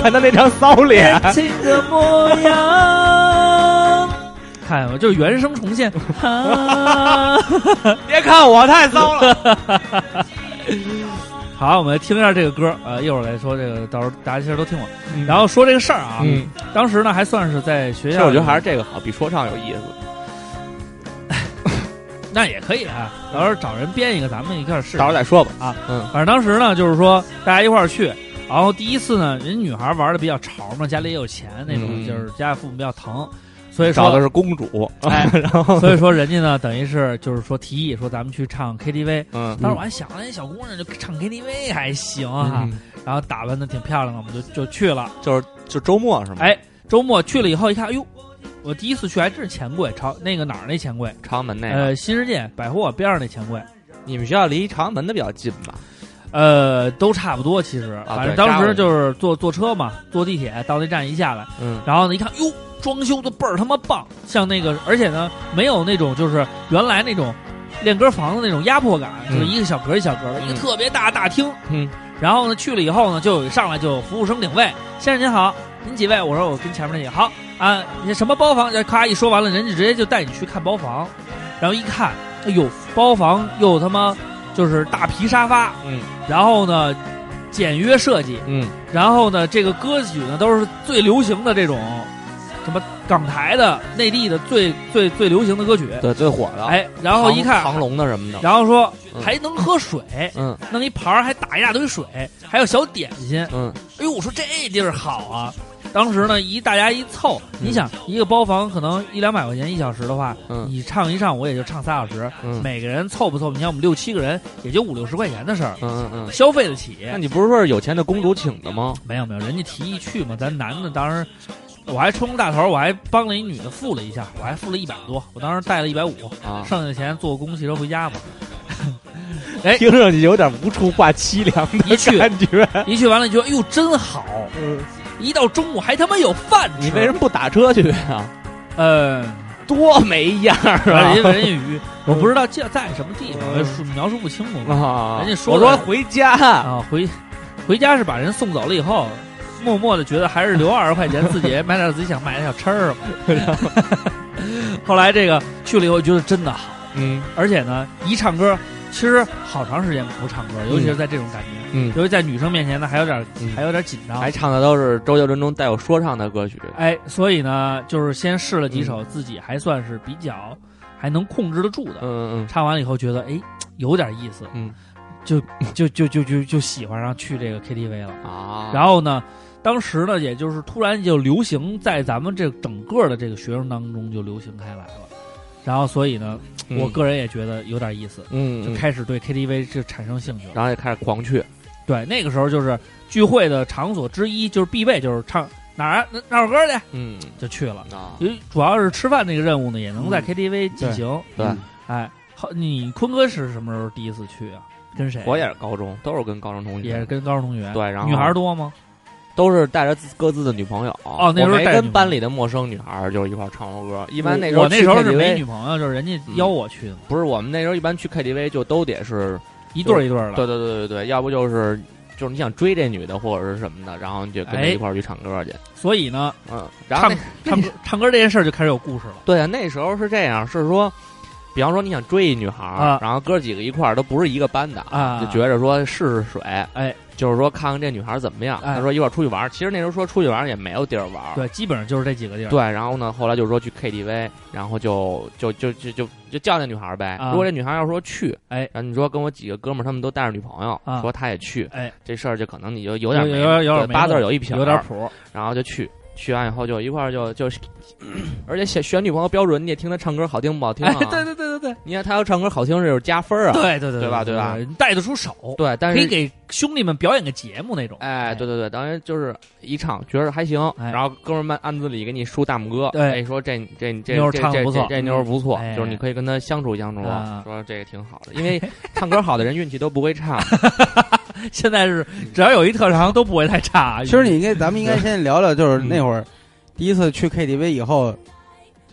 B: 看他那张骚脸，
D: 这个模样， 看见吗？就是原声重现。 啊
B: 别看我太骚了。
D: 好，我们听一下这个歌，呃，一会儿来说这个，到时候大家其实都听过。
B: 嗯
D: 然后说这个事儿啊，
B: 嗯，
D: 当时呢还算是在学
B: 其
D: 校里，
B: 实我觉得还是这个好，比说唱有意思。
D: 那也可以啊，到时候找人编一个，咱们一块儿试试。
B: 到时候再说吧。
D: 反正当时呢，就是说大家一块儿去，然后第一次呢，人女孩玩的比较潮嘛，家里也有钱那种，
B: 嗯
D: 就是家里父母比较疼，所以
B: 找 的
D: 说，
B: 是公主，
D: 哎，
B: 然后
D: 所以说人家呢，等于是就是说提议说咱们去唱 KTV。
B: 嗯
D: 当时我还想，那小姑娘就唱 KTV 还行
B: 嗯
D: 啊，然后打扮的挺漂亮的，我们就就去了。
B: 就是就周末是吗？
D: 哎，周末去了以后一看，哎呦，我第一次去还真是钱柜，朝那个哪儿那钱柜，
B: 朝阳门那个，
D: 呃，新世界百货边上那钱柜，
B: 你们学校离朝阳门的比较近吧？
D: 呃，都差不多，其实，
B: 啊
D: 反正
B: 对
D: 当
B: 扎过
D: 时
B: 去
D: 就是坐坐车嘛，坐地铁到那站一下来，
B: 嗯
D: 然后呢一看，哟，装修的倍儿他妈棒，像那个，而且呢，没有那种就是原来那种练歌房的那种压迫感，
B: 嗯
D: 就是一个小格一小格的，一个
B: 嗯
D: 特别大的大厅。
B: 嗯，
D: 然后呢，去了以后呢，就有上来就服务生领位，先生您好，您几位？我说我跟前面那几好啊，你什么包房？这咔一说完了，人家直接就带你去看包房，然后一看，哎呦，包房又他妈就是大皮沙发，
B: 嗯，
D: 然后呢，简约设计，
B: 嗯，
D: 然后呢，这个歌曲呢都是最流行的这种，什么港台的、内地的最最最流行的歌曲。
B: 对，最火的。，
D: 哎，然后一看，
B: 长龙的什么的，
D: 然后说
B: 嗯
D: 还能喝水，
B: 嗯
D: 弄一盘儿还打一大堆水，还有小点心。
B: 嗯
D: 哎呦，我说这地儿好啊！当时呢，一大家一凑，
B: 嗯
D: 你想一个包房可能一两百块钱一小时的话，
B: 嗯
D: 你唱一唱午我也就唱仨小时，
B: 嗯
D: 每个人凑不凑？你看我们六七个人，也就五六十块钱的事儿，
B: 嗯嗯嗯。
D: 消费得起。
B: 那你不是说是有钱的公主请的吗？
D: 没有没有，人家提议去嘛，咱男的当时我还冲大头，我还帮了一女的付了一下，我还付了一百多，我当时带了一百五，
B: 啊，
D: 剩下的钱坐公共汽车回家 嘛。哎，
F: 听上去有点无处话凄凉
D: 一去
F: 的感觉。
D: 一去完了就哎呦真好，一到中午还他妈有饭吃。
B: 嗯你为什么不打车去啊？
D: 呃，
B: 多没样儿啊！
D: 人家人家鱼，我不知道叫在什么地方，我述描述不清楚。
B: 嗯啊，
D: 人家说
B: 我
D: 的
B: 说回家，
D: 啊，回回家是把人送走了以后，默默的觉得还是留二十块钱，自 己买点自己想买的小吃儿吧。 后来这个去了以后，觉得真的好，
B: 嗯
D: 而且呢，一唱歌，其实好长时间不唱歌，尤其是在这种感觉，
B: 嗯，
D: 尤其在女生面前呢，还有点
B: 嗯
D: 还有点紧张
B: 还。唱的都是周杰伦中带有说唱的歌曲，
D: 哎，所以呢，就是先试了几
B: 嗯
D: 首自己还算是比较还能控制得住的，
B: 嗯嗯
D: 唱完了以后觉得哎有点意思，
B: 嗯，
D: 就就就就就就喜欢上去这个 KTV 了。
B: 嗯啊，
D: 然后呢，当时呢，也就是突然就流行在咱们这整个的这个学生当中就流行开来了。然后，所以呢，
B: 嗯
D: 我个人也觉得有点意思，
B: 嗯啊
D: 就
B: 嗯，
D: 开始对 KTV 就产生兴趣了。
B: 然后也开始狂去，
D: 对，那个时候就是聚会的场所之一，就是必备，就是唱哪儿啊哪哪首歌去
B: 嗯
D: 就去了。
B: 啊，
D: 因为主要是吃饭那个任务呢，也能在 KTV 进行。
B: 嗯对，
D: 哎，好，你坤哥是什么时候第一次去啊？跟谁啊？
B: 我也是高中，都是跟高中同学，
D: 也是跟高中同学。
B: 对然后
D: 女孩儿多吗？
B: 都是带着自各自的女朋友。
D: 哦那时候
B: 我没
D: 带着女朋友
B: 跟班里的陌生女孩儿就是一块儿唱过歌。一般那时
D: 我
B: 候
D: 我那时候是没
B: 去 KTV
D: 女朋友，就是人家
B: 嗯
D: 邀我去的，
B: 不是我们那时候一般去 KTV 就都得是，
D: 一对儿一对儿的。
B: 对对对对对，要不就是就是你想追这女的或者是什么的，然后你就跟她
D: 哎
B: 一块儿去唱歌去。
D: 所以呢，
B: 嗯，然后
D: 唱
B: 那
D: 唱歌唱歌这件事儿就开始有故事了。
B: 对啊，那时候是这样，是说。比方说你想追一女孩儿，
D: 啊
B: 然后哥几个一块儿都不是一个班的
D: 啊
B: 就觉着说试试水，
D: 哎，
B: 就是说看看这女孩儿怎么样。
D: 哎
B: 他说一块儿出去玩儿，其实那时候说出去玩儿也没有地儿玩儿，
D: 对，基本上就是这几个地儿。
B: 啊对，然后呢，后来就说去 KTV，然后就就就就就就叫那女孩儿呗。
D: 啊
B: 如果这女孩儿要说去，
D: 哎，
B: 然后你说跟我几个哥们儿他们都带着女朋友，
D: 啊
B: 说她也去，
D: 哎，
B: 这事儿就可能你就
D: 有
B: 有点
D: 有
B: 没
D: 有有点
B: 对
D: 没
B: 八字儿
D: 弄
B: 有一撇，
D: 有点，谱。
B: 然后就去。去完以后就一块儿就 就，而且选选女朋友标准你也听她唱歌好听不好听
D: 哎
B: 啊？，
D: 对对对对对
B: 你看她要唱歌好听这就是加分儿啊，
D: 对对对
B: 对吧对吧？
D: 带得出手，
B: 对，但
D: 可以
B: 是
D: 给兄弟们表演个节目那种。
B: 哎，对对对，当然就是一唱觉得还行，
D: 哎
B: 然后哥们儿暗自里给你竖大拇哥，
D: 对
B: 哎，说这这这
D: 妞儿
B: 这
D: 唱得
B: 这
D: 不错
B: 这这妞儿不错
D: 嗯哎，
B: 就是你可以跟他相处相处
D: 啊，
B: 说这个挺好的，因为唱歌好的人运气都不会差，
D: 现在是
B: 嗯
D: 只要有一特长都不会太差。啊
E: 其实你应该，咱们应该先 聊聊，就是
B: 嗯
E: 那会儿第一次去 KTV 以后，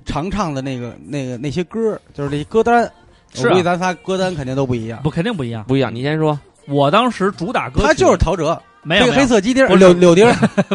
E: 常唱的那个、那个、那些歌，就是这些歌单。
D: 是啊
E: 我估计咱仨歌单肯定都不一样。
D: 不肯定不一样。
B: 不一样。你先说，
D: 我当时主打歌曲，
E: 他就是陶喆，
D: 没有
E: 黑
D: 没有
E: 黑色鸡丁儿，
D: 不是
E: 柳 柳丁儿，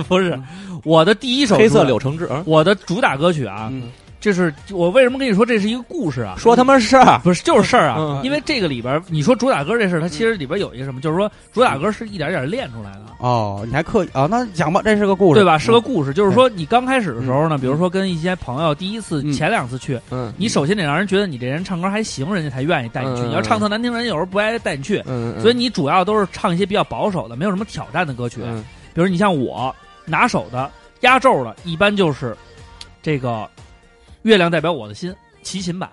D: 不是我的第一首
B: 黑色
D: 主打
B: 柳橙汁，嗯
D: 我的主打歌曲啊，
E: 嗯
D: 这是我为什么跟你说这是一个故事啊？
B: 说他妈事儿，
D: 不是就是事儿啊，
B: 嗯
D: 因为这个里边儿你说主打歌这事儿，它其实里边有一个什么，就是说主打歌是一点点练出来的。
E: 哦，你还刻意啊？那讲吧，这是个故事，
D: 对吧？是
B: 嗯
D: 个故事，就是说你刚开始的时候呢，比如说跟一些朋友第一次、
E: 嗯
D: 前两次去，
B: 嗯
D: 你首先得让人觉得你这人唱歌还行，人家才愿意带你去。
B: 嗯嗯
D: 你要唱特难听，人家有时候不爱带你去。
B: 嗯，嗯
D: 所以你主要都是唱一些比较保守的，没有什么挑战的歌曲。
B: 嗯
D: 比如你像我拿手的压轴的，一般就是这个《月亮代表我的心》齐秦版，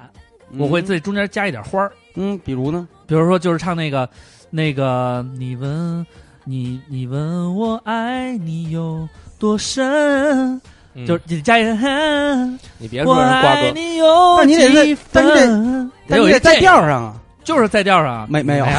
E: 嗯
D: 我会在中间加一点花儿。
E: 嗯，比如呢，
D: 比如说就是唱那个那个你问你你问我爱你有多深，
B: 嗯
D: 就是你加一个哼
B: 你别
D: 我
B: 说人瓜
D: 爱
B: 哥，
D: 你有
E: 但你得在
D: 几
E: 但你得
D: 分，
E: 但你
D: 有一
E: 得在
D: 这
E: 调上啊，
D: 就是在调上啊，
E: 没没有
D: 有，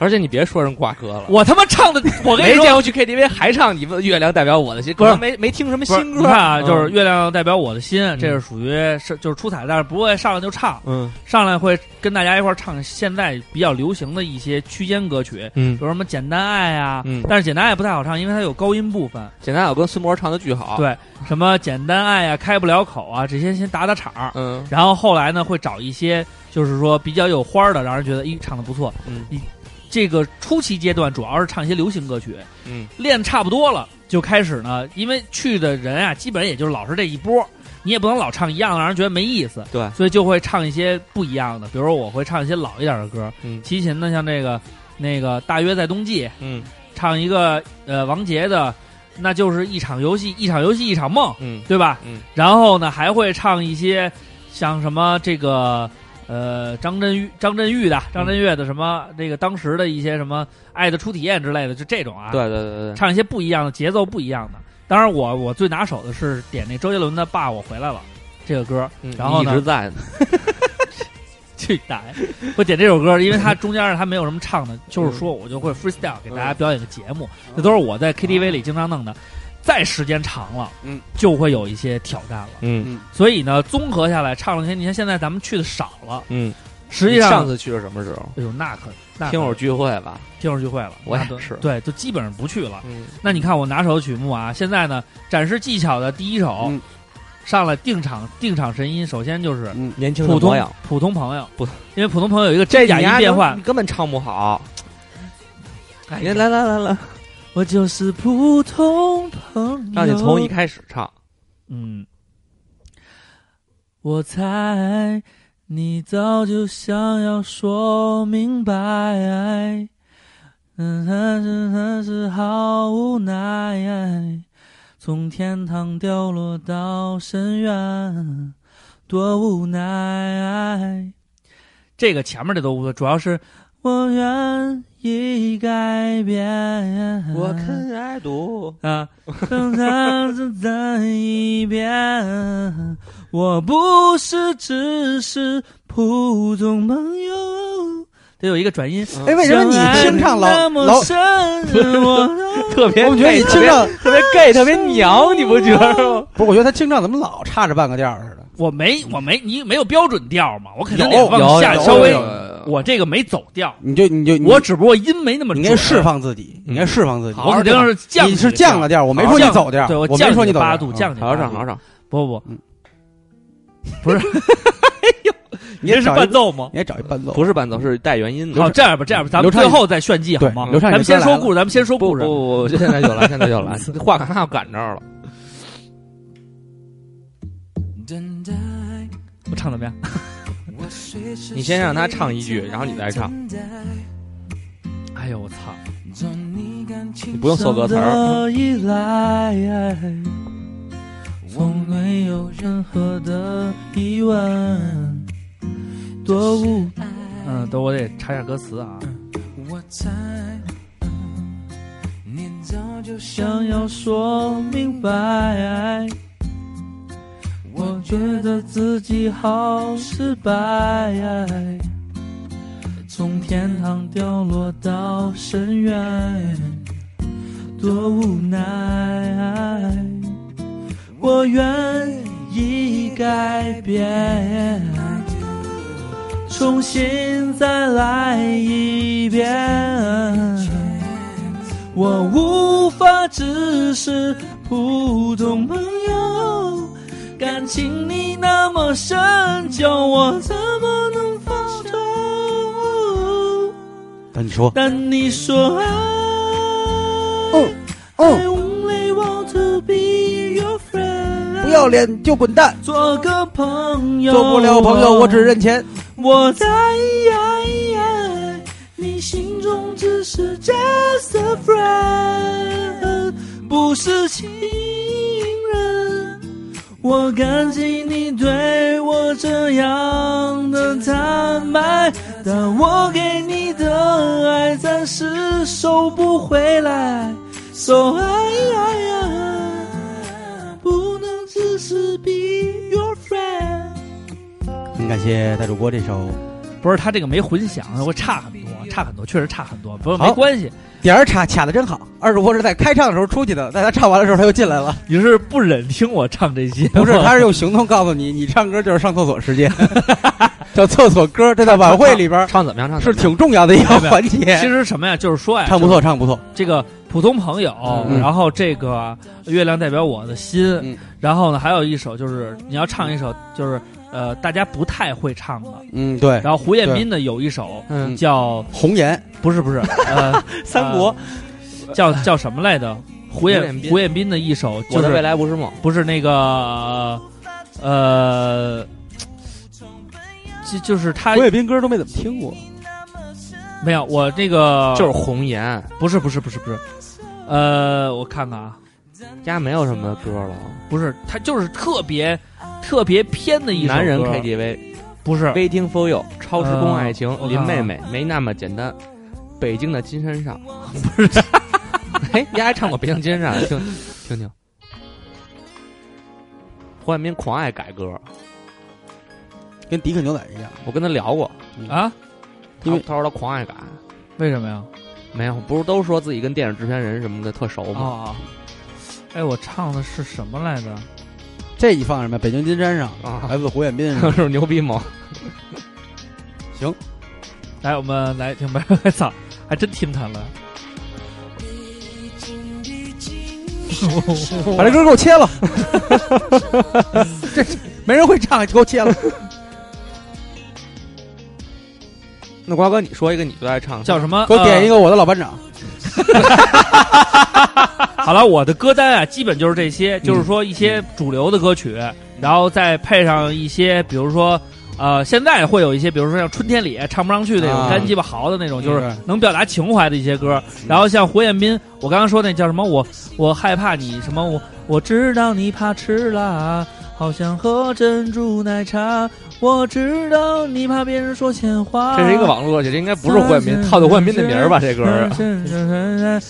B: 而且你别说人挂科了，
D: 我他妈 唱的，我跟你
B: 没
D: 说
B: 见，过去 KTV 还唱你问月亮代表我的心，
D: 不是
B: 可能没没听什
D: 不
B: 么
D: 是
B: 新
D: 你
B: 歌。
D: 看啊，就是《
B: 嗯
D: 月亮代表我的心》，这是属于是就是出彩，但是不会上来就唱，
B: 嗯
D: 上来会跟大家一块儿唱现在比较流行的一些区间歌曲，
B: 嗯
D: 比，如什么《简单爱》啊，
B: 嗯
D: 但是《简单爱》不太好唱，因为它有高音部分，
B: 简单，我跟孙博唱的巨好。
D: 对什么《简单爱》啊，《开不了口》啊，这些先打打场儿，
B: 嗯，
D: 然后后来呢会找一些就是说比较有花儿的，让人觉得咦唱的不错，
B: 嗯
D: 一，这个初期阶段主要是唱一些流行歌曲，
B: 嗯，
D: 练差不多了就开始呢，因为去的人啊，基本也就是老是这一波，你也不能老唱一样的，让人觉得没意思。
B: 对
D: 所以就会唱一些不一样的，比如说我会唱一些老一点的歌，
B: 嗯
D: 齐秦的像这个那个大约在冬季，
B: 嗯
D: 唱一个呃王杰的，那就是一场游戏，一场游戏一场梦，
B: 嗯
D: 对吧？
B: 嗯。
D: 然后呢，还会唱一些像什么这个呃张震岳张震岳
B: 嗯
D: 的张震岳的什么、这个当时的一些什么爱的初体验之类的，就这种啊。
B: 对对对对，
D: 唱一些不一样的节奏不一样的。当然我，我最拿手的是点那周杰伦的《爸，我回来了》这个歌，
B: 嗯
D: 然后
B: 一
D: 呢
B: 直在呢，
D: 去打我点这首歌，因为它中间它没有什么唱的，就是
B: 嗯
D: 说我就会 freestyle 给大家表演个节目，这都是我在 KTV 里经常弄的。再时间长了，
E: 嗯，
D: 就会有一些挑战了。
B: 嗯
D: 所以呢，综合下来，唱了些，你看现在咱们去的少了，
B: 嗯。
D: 实际
B: 你
D: 上，
B: 上次去是什么时候？
D: 哎呦，那可那可
B: 听友聚会吧。
D: 听友聚会了，
B: 我也
D: 那都
B: 是
D: 对，就基本上不去了。
B: 嗯
D: 那你看我拿手曲目啊，现在呢展示技巧的第一首，
E: 嗯
D: 上来定场定场神音，首先就是
B: 年轻的
D: 普
B: 模
D: 通
B: 样，
D: 普通朋友，
B: 普
D: 因为普通朋友有一个真假
B: 你丫
D: 音变
B: 根
D: 换
B: 你，根本唱不好。
D: 哎
B: 你来来来来，
D: 我就是普通朋友，
B: 让你从一开始唱。
D: 嗯，我猜你早就想要说明白，哎嗯，但是但是好无奈，从天堂掉落到深渊，多无哎奈。哎这个前面这都无所谓，主要是我愿意改变。
B: 爱读，
D: 啊，让它只在一边。我不是只是普通朋友，得有一个转音。
E: 哎，为什么你听唱老
D: 那
E: 老
D: 么，深，我都
B: 特别
E: 我觉得你听唱
B: 特别 gay，特别娘，你不觉得吗？
E: 不是？我觉得他清唱怎么老差着半个调儿似的？
D: 我没我没你没有标准调嘛，我肯定得
E: 有
D: 往下
E: 有
D: 稍微
E: 有，
D: 我这个没走调，
E: 你就你就你
D: 我嗯只不过音没那么
E: 你
D: 准。
E: 应该释，放自己，你应该释放自己。
D: 我肯定是降，
E: 你是降了，调儿，我没说你走调儿，
D: 啊对
E: 我
D: 降
E: 没说你走调儿
D: 八度，降
E: 嗯
D: 你
B: 好好
D: 八
B: 唱，
D: 度
B: 好好唱。
D: 不不不
E: 嗯，
D: 不是，
E: 你
D: 这
E: 也
D: 是
E: 找一
D: 伴奏吗？
E: 你也找一伴奏，
B: 不是伴奏，是带原音的。
D: 嗯好，这样吧，这样吧，咱们
E: 刘畅
D: 最后再炫技好
E: 对
D: 吗？
E: 刘畅
D: 咱们
E: 你先
D: 先说
E: 来了
D: 故事，咱们先说
B: 不
D: 故
B: 不
D: 事。
B: 不，现在就来，现在就 来，话赶上赶这儿了。
F: 等待，
D: 我唱怎啊么样？
B: 你先让他唱一句，然后你再唱，
D: 哎呦我操！
B: 你不用搜歌词儿。
D: 的依赖，
E: 嗯
D: 我没有任何的疑问，多无。嗯，等我得查一下歌词啊。
F: 我猜，你早就
D: 想要说明白，我觉得自己好失败，从天堂掉落到深渊，多无奈。我愿意改变，重新再来一遍。我无法只是普通朋友，感情你那么深，叫我怎么能放手？
E: 但你说，
D: 但你说爱、
E: 嗯
D: I
E: 嗯，
D: only want to be your friend，
E: 不要脸就滚蛋，
D: 做个朋友，
E: 做不了朋友我只认钱。
D: 我在你心中只是 just a friend，不是情人。我感激你对我这样的坦白，但我给你的爱暂时收不回来。So I 不能只是 be your friend。
E: 很感谢大主播这首，
D: 不是他这个没混响，我差很多，差很多，确实差很多，不过
E: 好
D: 没关系。
E: 点儿卡卡的真好。二主播是在开唱的时候出去的，在他唱完的时候他又进来了。
D: 你是不忍听我唱这些吗？
E: 不是， 他是用行动告诉你，你唱歌就是上厕所时间， 叫厕所歌。这在晚会里边
B: 唱怎么样？唱
E: 是挺重要的一个环
D: 其
E: 节。
D: 实什么呀？就是说呀，
E: 唱不错，唱不错。
D: 这个普通朋友，
E: 嗯
D: 然后这个月亮代表我的心，
E: 嗯
D: 然后呢还有一首就是你要唱一首就是呃大家不太会唱的，
E: 嗯，对，
D: 然后胡彦斌呢有一首
E: 嗯
D: 叫
E: 红颜
D: 不是不是呃
B: 三国，
D: 叫叫什么来着？胡
B: 胡
D: 彦
B: 彦斌
D: 胡彦斌的一首
B: 我
D: 就
B: 的未
D: 是
B: 来不是梦。
D: 不是那个呃。就就是他
E: 郭岳斌歌都没怎么听过。
D: 没有我这个
B: 就是红颜，
D: 不是不是不是不是，呃，我看看啊，
B: 家没有什么歌了。
D: 不是，他就是特别特别偏的一首
B: 男人
D: 歌
B: KTV，
D: 不 是
B: Waiting for You，超时空爱情
D: 嗯，我看
B: 林
D: 看啊
B: 妹妹，没那么简单。北京的金山上， 不是？哎，你还唱过《北京金山上》？听听听。胡彦斌狂爱改歌，
E: 跟迪克牛仔一样，
B: 我跟他聊过，
D: 啊？
B: 他
E: 因为
B: 他说他狂爱改，
D: 为什么呀？
B: 没有，不是都说自己跟电影制片人什么的特熟
D: 哦
B: 吗？
D: 哦，哎，我唱的是什么来着？
E: 这一放什么？北京金山上，
B: 啊，
E: 来自胡彦斌。
B: 是牛逼吗？
D: 来，我们来听吧。 操，还真听他了。
E: 把这歌给我切了， 这没人会唱，给我切了。
B: 那瓜哥，你说一个你最爱唱的
D: 叫什么？
E: 给我点一
D: 个。
E: 个我的老班长。
D: 好了，我的歌单啊，基本就是这些，
B: 嗯
D: 就是说一些主流的歌曲，然后再配上一些，比如说。呃，现在会有一些，比如说像春天里唱不上去那种
E: 啊
D: 干鸡巴嚎的那种，就是
E: 嗯
D: 能表达情怀的一些歌。
B: 嗯
D: 然后像胡彦斌，我刚刚说那叫什么？我我害怕你什么？我我知道你怕吃辣，好想喝珍珠奶茶。我知道你怕别人说闲话。
B: 这是一个网络歌曲，这应该不是胡彦斌，套的胡彦斌的名儿吧？这歌儿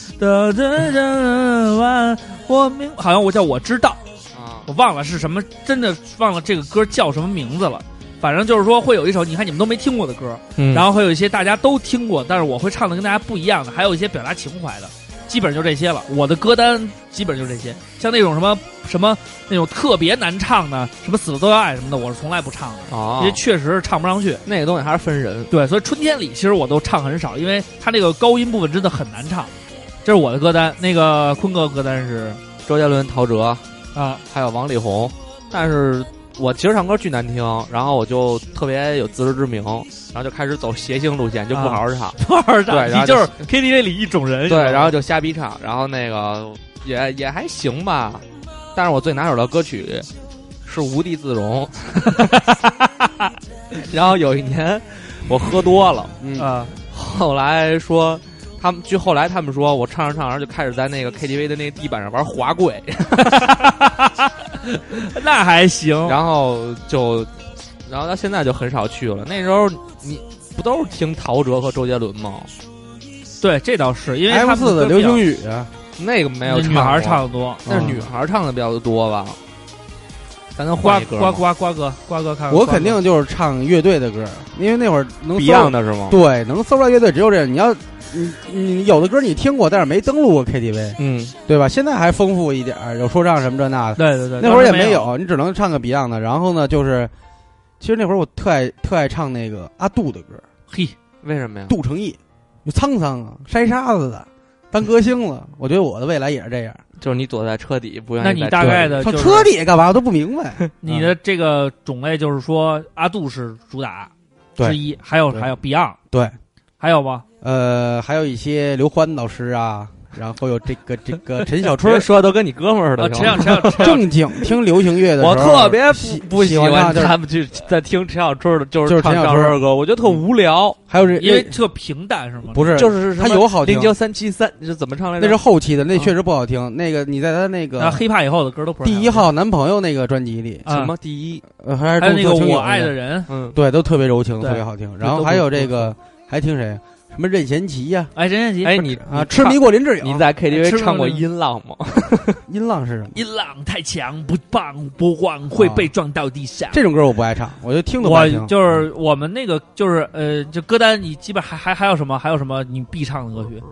D: 我明好像我叫我知道，
B: 啊，
D: 我忘了是什么，真的忘了这个歌叫什么名字了。反正就是说会有一首，你看你们都没听过的歌，
B: 嗯
D: 然后会有一些大家都听过，但是我会唱的跟大家不一样的，还有一些表达情怀的，基本就这些了。我的歌单基本就这些，像那种什么什么那种特别难唱的，什么死了都要爱什么的，我是从来不唱的，
B: 啊
D: 因为，确实是唱不上去。
B: 那个东西还是分人。
D: 对，所以春天里其实我都唱很少，因为它那个高音部分真的很难唱。这是我的歌单，那个坤哥歌单是
B: 周杰伦、陶喆，
D: 啊，
B: 还有王力宏，但是我其实唱歌巨难听，然后我就特别有自知之明，然后就开始走谐星路线，就不好好唱，
D: 二
B: 对然后
D: 你就是 KTV 里一种人。
B: 对，
D: 你知道
B: 然
D: 吗
B: 后就瞎逼唱，然后那个也也还行吧，但是我最拿手的歌曲是《无地自容》， 然后有一年我喝多了，
E: 嗯，
D: 啊，
B: 后来说。他们据后来他们说，我唱着唱着就开始在那个 KTV 的那个地板上玩滑跪，
D: 那还行。
B: 然后就，然后到现在就很少去了。那时候你不都是听陶喆和周杰伦吗？
D: 对，这倒是因为他
E: F
D: 们
E: 四的
D: 歌比
E: 流
D: 较
E: 行语啊，
B: 那个没有
D: 那女孩
B: 过嗯
D: 儿唱，的多。
B: 但是女孩儿唱的比较多吧。咱能
D: 瓜
B: 换一歌
D: 瓜瓜瓜哥，瓜哥看看
E: 我
D: 瓜哥
E: 肯定就是唱乐队的歌，因为那会儿能搜
B: ，Beyond 的是吗？
E: 对，能搜出来乐队只有这个。你要你你有的歌你听过，但是没登录过 KTV，
B: 嗯，
E: 对吧？现在还丰富一点儿，有说唱什么这那的。
D: 对对对，
E: 那会儿也
D: 当时
E: 没
D: 没
E: 有，你只能唱个 Beyond 的。然后呢，就是其实那会儿我特爱特爱唱那个阿杜的歌，
D: 嘿，
B: 为什么呀？
E: 杜成义，有沧桑啊，筛沙子的，当歌星了。我觉得我的未来也是这样。
B: 就是你躲在车底，不愿意
D: 那
B: 在
D: 你
B: 车
D: 大概
B: 里
D: 的
E: 唱
D: 呃就是
E: 车底干嘛？我都不明白。
D: 你的这个种类就是说，阿杜是主打
E: 对
D: 之一，还有
E: 对
D: 还有 Beyond，
E: 对，
D: 还有吗？
E: 呃，还有一些刘欢老师啊，然后有这个这个陈小
B: 别
E: 春，
B: 说的都跟你哥们儿似
D: 啊，
B: 的。
D: 陈
B: 行吗
D: 小陈小陈小
E: 正经听流行乐的时
B: 我
E: 候，
B: 特别
E: 喜
B: 不不
E: 喜欢
B: 欢
E: 唱就是
B: 他们去在听陈小春的，就
E: 就是是
B: 唱
E: 陈小
B: 小
E: 春
B: 春的歌，我觉得特无聊。
E: 还有这
D: 因为特平淡是吗？
E: 不是
B: 就是
E: 他有好听
B: 零，九三七三，这怎么唱来着？
E: 那是后期的，那
D: 啊
E: 确实不好听。那个你在他那
D: 那
E: 个
D: 黑怕以后的歌都不是
E: 啊第一号男朋友那个专辑里，
D: 啊
B: 什么第一？
E: 呃还是
D: 还有那个
E: 中国
D: 我
E: 情
D: 爱
E: 友
D: 的人，
B: 嗯，
E: 对，都特别柔情，
D: 对
E: 特别好听。
D: 这
E: 然
D: 都
E: 后
D: 不
E: 还有这个还听谁？什么任贤齐呀
D: 哎，任贤齐，
B: 哎，你哎
E: 啊，
B: 你
E: 痴迷过林志颖，
B: 你在
D: 吃
B: KTV
D: 过
B: 唱过
D: 那个
B: 音浪吗？
E: 音浪是什么？
D: 音浪太强，不棒不旺，会被撞到地上。
E: 啊这种歌我不爱唱，我就听都不
D: 我
E: 爱听。
D: 就是我们那个就是呃，就歌单你基本还还还有什么还有什么你必唱的歌曲？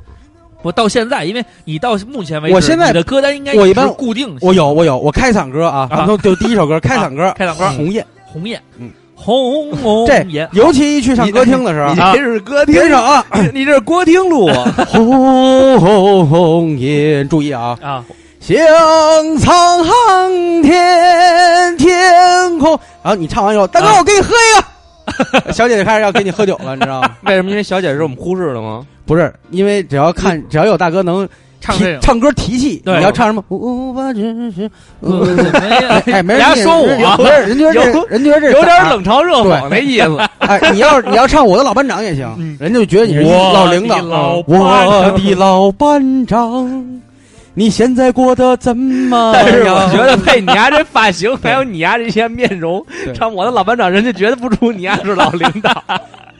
D: 我到现在，因为你到目前为止，
E: 我现在
D: 你的歌单应该
E: 我一般
D: 是固定性
E: 我有我有，我开嗓歌啊，咱们都就第一首歌开嗓歌，
D: 开嗓歌
E: 红叶。
D: 红叶，
E: 嗯
D: 红红
E: 这
D: 叶，
E: 尤其一去上歌厅的时候
B: 你
E: 啊，
B: 这是歌厅
E: 别，上啊，
B: 你这是歌厅录 啊！
E: 红红红叶，注意啊，
D: 啊，
E: 像苍苍天天空。然后你唱完以后，大哥，
D: 啊
E: 我给你喝一个。小姐姐开始要给你喝酒了，你知道吗？
B: 为什么？因为小姐是我们忽视的吗？
E: 不是，因为只要看，只要有大哥能
D: 唱
E: 提
D: 这个。
E: 唱歌提气，
D: 对嗯
E: 你要唱什么？我把只是，哎，没
D: 人
E: 人
D: 家
E: 听
D: 说我
E: 不是人觉得这
B: 有
E: 人觉得这
B: 有点
E: 冷。
B: 冷嘲热讽那意思。
E: 哎，你要你要唱我的老班长也行
D: 嗯，
E: 人家就觉得你是老领导。嗯
D: 老
E: 我的老班长，你现在过得怎 么
B: 但是我
E: 样？
B: 觉得配你家这发 型，还有你家这些面容
E: 对，
B: 唱我的老班长，人家觉得不出你家是 老领导。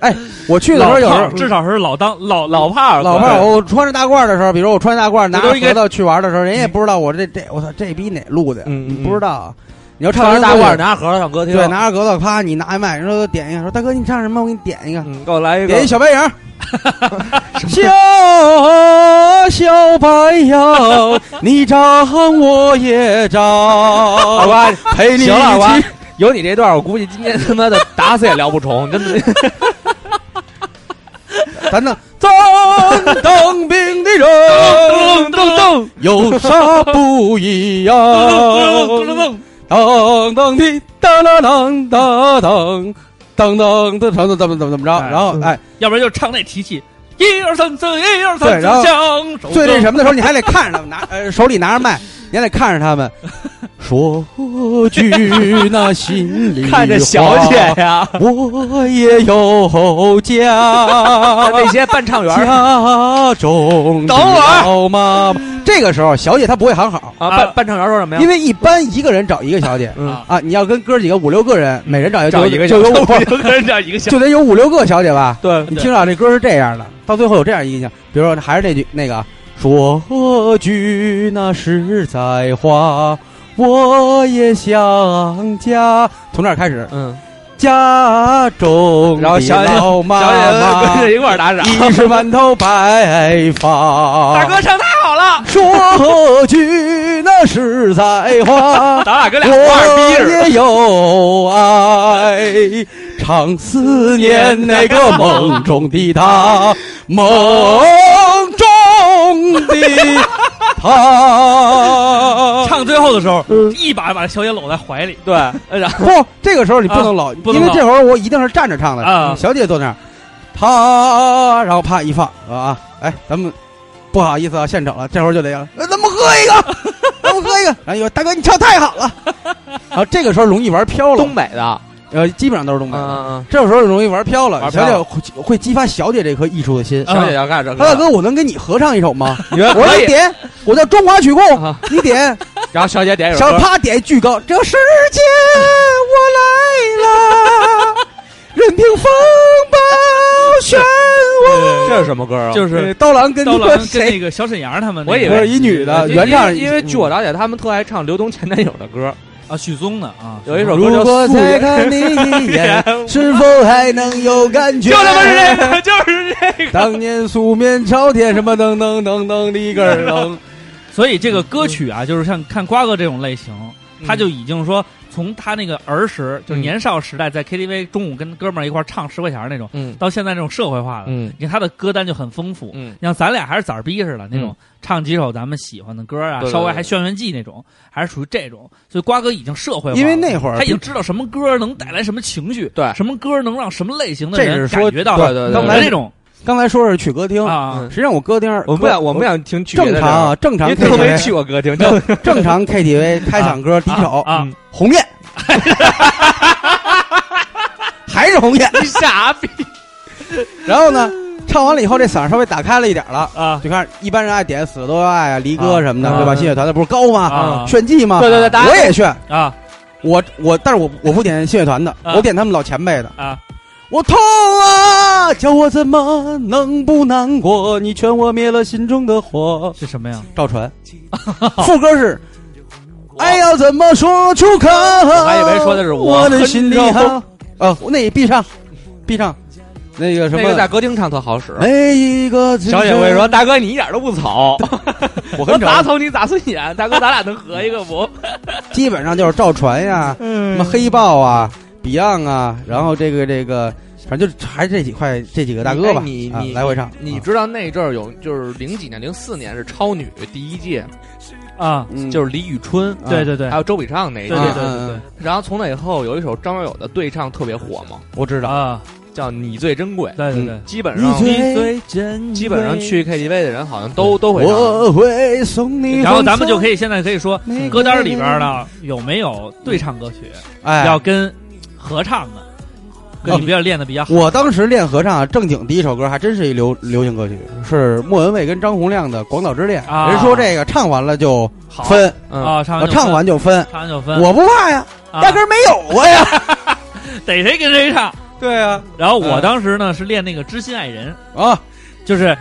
E: 哎我去的时候有时候
D: 至少是老当老
B: 老炮儿，
E: 老炮儿，我穿着大褂的时候，比如我穿着大褂拿
B: 啊这都应该
E: 盒子去玩的时候，人家也不知道我这这我操这逼哪路的，
B: 嗯嗯嗯
E: 不知道啊。你要
F: 穿
E: 唱
F: 着大褂
E: 呢，
F: 拿盒子上歌厅，
E: 对，拿着格子，啪，你拿一麦，说点一个，说大哥你唱什么？我给你点一个，
B: 嗯，给我来一
E: 点
B: 个
E: 一。小 白杨，小啊小白杨，你长我
B: 好
E: 也长，
B: 吧，
E: 陪你一
B: 行了好吧
E: 起。
B: 有你这段，我估计今天他妈的打死也聊不成，真 的。
E: 咱那咱当兵的人
D: 噔噔
E: 有啥不一样？
D: 噔噔
E: 当当的当当当当当当当当当怎么怎么怎么着？然后哎，
D: 要不然就唱那提气，一二三四，一二三
E: 对然后
D: 四，向手
E: 最那
D: 么
E: 什么的时候，你还得看着他们拿呃手里拿着麦，你还得看着他们说句那心里
B: 看着小姐呀，
E: 话，我也有家。
B: 那些伴唱员儿
E: 家中
B: 等会儿
E: 儿妈妈，这个时候小姐她不会喊好，
B: 啊，伴伴唱员儿说什么呀
E: 因？为一般一个人找一个小姐
B: 嗯
D: 啊
E: 啊，你要跟哥几个五六个人，每人找一个，
B: 找一个
E: 就有就有
B: 小姐
E: 五
D: 有个人这样一个小
E: 就得有五六个小姐吧。
B: 对
E: 你听着，这歌是这样的，到最后有这样一个印象，比如说还是那句那个啊说句那实在话，我也想家。从这儿开始，
B: 嗯，
E: 家中
B: 然后
E: 的
B: 小姐
E: 老妈
B: 小姐
E: 妈
B: 们跟着一块儿打赏。
E: 一是馒头白发。
D: 大哥唱太好了，
E: 说句那实在 话，
D: 咱俩跟俩花儿逼
E: 我
D: 似的。
E: 也有爱，常思念那个梦中的 他，梦中的他。
D: 唱最后的时候，一把把小野搂在怀里，
B: 对，然后
E: 不，这个时候你不能
B: 啊
E: 老，
D: 不能
E: 因为
D: 老
E: 这会儿我一定是站着唱的。
D: 啊
E: 小姐坐那儿，他，然后啪一放啊，哎，咱们不好意思啊，献丑了，这会儿就得要，呃咱们喝一 个，咱们喝一个。然后一会儿大哥你唱太好了，然后这个时候容易玩飘了
B: 东，北的，
E: 呃，基本上都是东北的。
B: 嗯，
E: 这个时候容易玩飘了，
B: 玩
E: 小
B: 飘
E: 姐
B: 了啊
E: 会会激发小姐这颗艺术的心。
B: 小姐要干什么？
E: 大哥，我能跟你合唱一 首吗？
B: 嗯你们
E: 我说
B: 可
E: 你
B: 以。
E: 点，我叫中华曲库，
B: 啊
E: 你点，
B: 然后小姐点一首
E: 小
B: 歌，
E: 啪点巨高，这世界我来了，任凭风暴漩涡。
B: 这是什么歌啊？
D: 就是
E: 刀郎跟
D: 刀郎跟
E: 谁？
D: 那个小沈阳他们那个，
B: 我以
E: 不
B: 为
E: 是一女的
B: 因为
E: 原唱，
B: 因为据我了解，他们特爱唱刘东前男友的歌，
D: 啊，许嵩呢啊，
B: 有一首歌
E: 如
B: 叫
E: 果
B: 《素
E: 再
B: 颜》，
E: 看你一眼，是否还能有感觉？
D: 就他妈是这个，就是这个。
E: 当年素面朝天，什么噔噔噔噔的一根儿 噔。
D: 所以这个歌曲啊，就是像看瓜哥这种类型，
B: 嗯
D: 他就已经说从他那个儿时，就是年少时代在 KTV 中午跟哥们儿一块儿唱十块钱儿那种，
B: 嗯
D: 到现在这种社会化的，
B: 嗯
D: 你看他的歌单就很丰富。
B: 嗯，
D: 像咱俩还是崽儿逼似的那种
B: 嗯，
D: 唱几首咱们喜欢的歌啊，
B: 对对对
D: 稍微还炫炫技那种，还是属于这种。所以瓜哥已经社会化了，
E: 因为那会儿
D: 他已经知道什么歌能带来什么情绪，
B: 对
D: 什么歌能让什么类型的
E: 这
D: 人
E: 是说
D: 感觉到，
B: 对对对
D: 我们
E: 对
D: 这种
E: 刚才说是去歌厅，
D: 啊
B: 嗯
E: 实际上我歌厅，
B: 我们不想，我们不想听剧
E: 正常啊，，正
B: 因
E: 常
B: 为都没
E: KTV，
B: 去过歌厅，就
E: 正 正常 KTV 开嗓歌第一首
D: 啊，
E: 《鸿雁》， 还是《鸿雁》。
D: 傻逼
E: 然后呢，唱完了以后，这嗓儿稍微打开了一点儿了，
D: 啊
E: 就看一般人爱点《死都爱》啊、《离歌》什么的，
D: 啊
E: 对吧？信乐团的不是高吗
D: 啊？
E: 炫技吗？
B: 对对对大家
E: 我也炫。
D: 啊
E: 我我，但是我我不点信乐团的，
D: 啊
E: 我点他们老前辈的。
D: 啊
E: 我痛啊，叫我怎么能不难过？你劝我灭了心中的火。
D: 是什么呀？
E: 赵传，副歌是。
B: 哎
E: 爱要怎么说出口？我
B: 还以为说的是我
E: 我的心里
B: 哼着
E: 好。啊，那你闭上，闭上，那个什
B: 那个在
E: 么，
B: 歌厅唱特好使。
E: 每一个
B: 小
E: 姐
B: 姐会说：“，大哥，你一点都不草，
E: 我
B: 我
E: 跟
B: 咋
E: 赵，
B: 草你咋顺眼？大哥，咱俩能合一个不
E: 基本上就是赵传呀，
B: 嗯
E: 什么黑豹啊，Beyond 啊，然后这个这个，反正就还是这几块这几个大哥吧，
B: 哎你
E: 啊
B: 你
E: 来回唱？”，
B: 你
E: 啊
B: 知道那阵儿有，就是零几年、零四年是超女第一届，
D: 啊，
E: 嗯
B: 就是李宇春，
E: 啊
D: 对对对
B: 还，有周嗯笔畅那一
D: 对
B: 届。
D: 对对
E: 啊
D: 对对
B: 然后从那以后，有一首张学友的对唱特别火嘛，
E: 我知
D: 对
E: 道，
D: 啊，
B: 叫《你最珍贵》，
D: 对对对，
B: 基本上
E: 最真
B: 基本上去 KTV 的人好像都都会唱。
E: 我会送你。
D: 然后咱们就可以现在可以说
E: 那个，
D: 歌单里边呢有没有对唱歌曲
E: 哎，哦
D: 要跟合唱的，跟你比较练的比较好
E: 我当时练合唱，正经第一首歌还真是一流流行歌曲，是莫文蔚跟张洪量的《广岛之恋》。
D: 啊
E: 人说这个唱完了就
D: 好
E: 分，
B: 嗯，
D: 啊？唱
E: 我唱完就分，
D: 唱完就分，
E: 我不怕呀，
D: 啊
E: 压根儿没有过呀。
D: 逮谁跟谁唱。
E: 对啊，
D: 然后我
E: 嗯
D: 当时呢是练那个《知心爱人
E: 啊，》，
D: 就是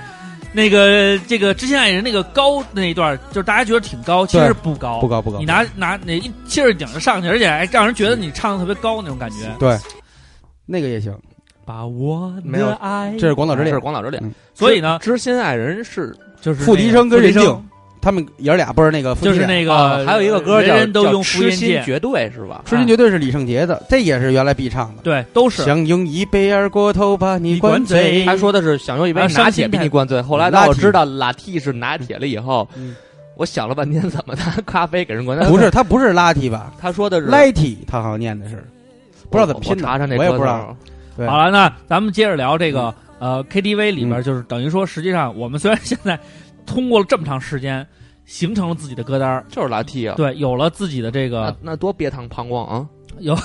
D: 那个这个《知心爱人》那个高那一段，就是大家觉得挺高，其
E: 对
D: 实不高，
E: 不高不高
D: 你，拿拿那一气儿顶着上去，而且还让人觉得你唱的特别高那种感觉。
E: 对，那个也行。
D: 把我
B: 没有
D: 的爱，
E: 这是《广岛之
B: 这
E: 恋
B: 是《广岛之恋》
E: 嗯
D: 所以呢
B: 知心爱人是
D: 就是
E: 付
D: 那
E: 笛
D: 个
E: 声跟
D: 付笛
E: 任静，他们爷儿俩不是那个夫妻
D: 就
E: 俩，
D: 是那
B: 啊
D: 个
B: 还有一个歌叫
D: 人人都
B: 叫
D: 用福音
B: 痴心
D: 戒，
B: 绝对是吧？
E: 痴心绝对是李圣杰的，这也是原来必唱的。
D: 对，都是
E: 想用一杯二锅头把你
D: 你灌
E: 灌醉
D: 醉，
B: 他说的是想用一杯
D: 啊
B: 拿
D: 伤
B: 铁
D: 心
B: 逼
D: 态
B: 你灌醉。后来当我知道拉 T 是拿铁了以后
E: 嗯，
B: 我想了半天怎么拿咖啡给人灌醉。
E: 不是，他不是拉提吧？
B: 他说的是
E: l i t y 他好像念的是，不知道怎
B: 我
E: 么拼的，
B: 查查那
E: 我也
B: 歌
E: 不
B: 词啊
E: 知
B: 儿
E: 道。。对嗯
D: 好了，那咱们接着聊这个、呃 KTV 里边，就是等于说，实际上我们虽然现在通过了这么长时间，形成了自己的歌单儿，
B: 就是拉 T 啊。
D: 对，有了自己的这
B: 那
E: 啊
D: 个
B: 那多憋堂膀胱啊！
D: 有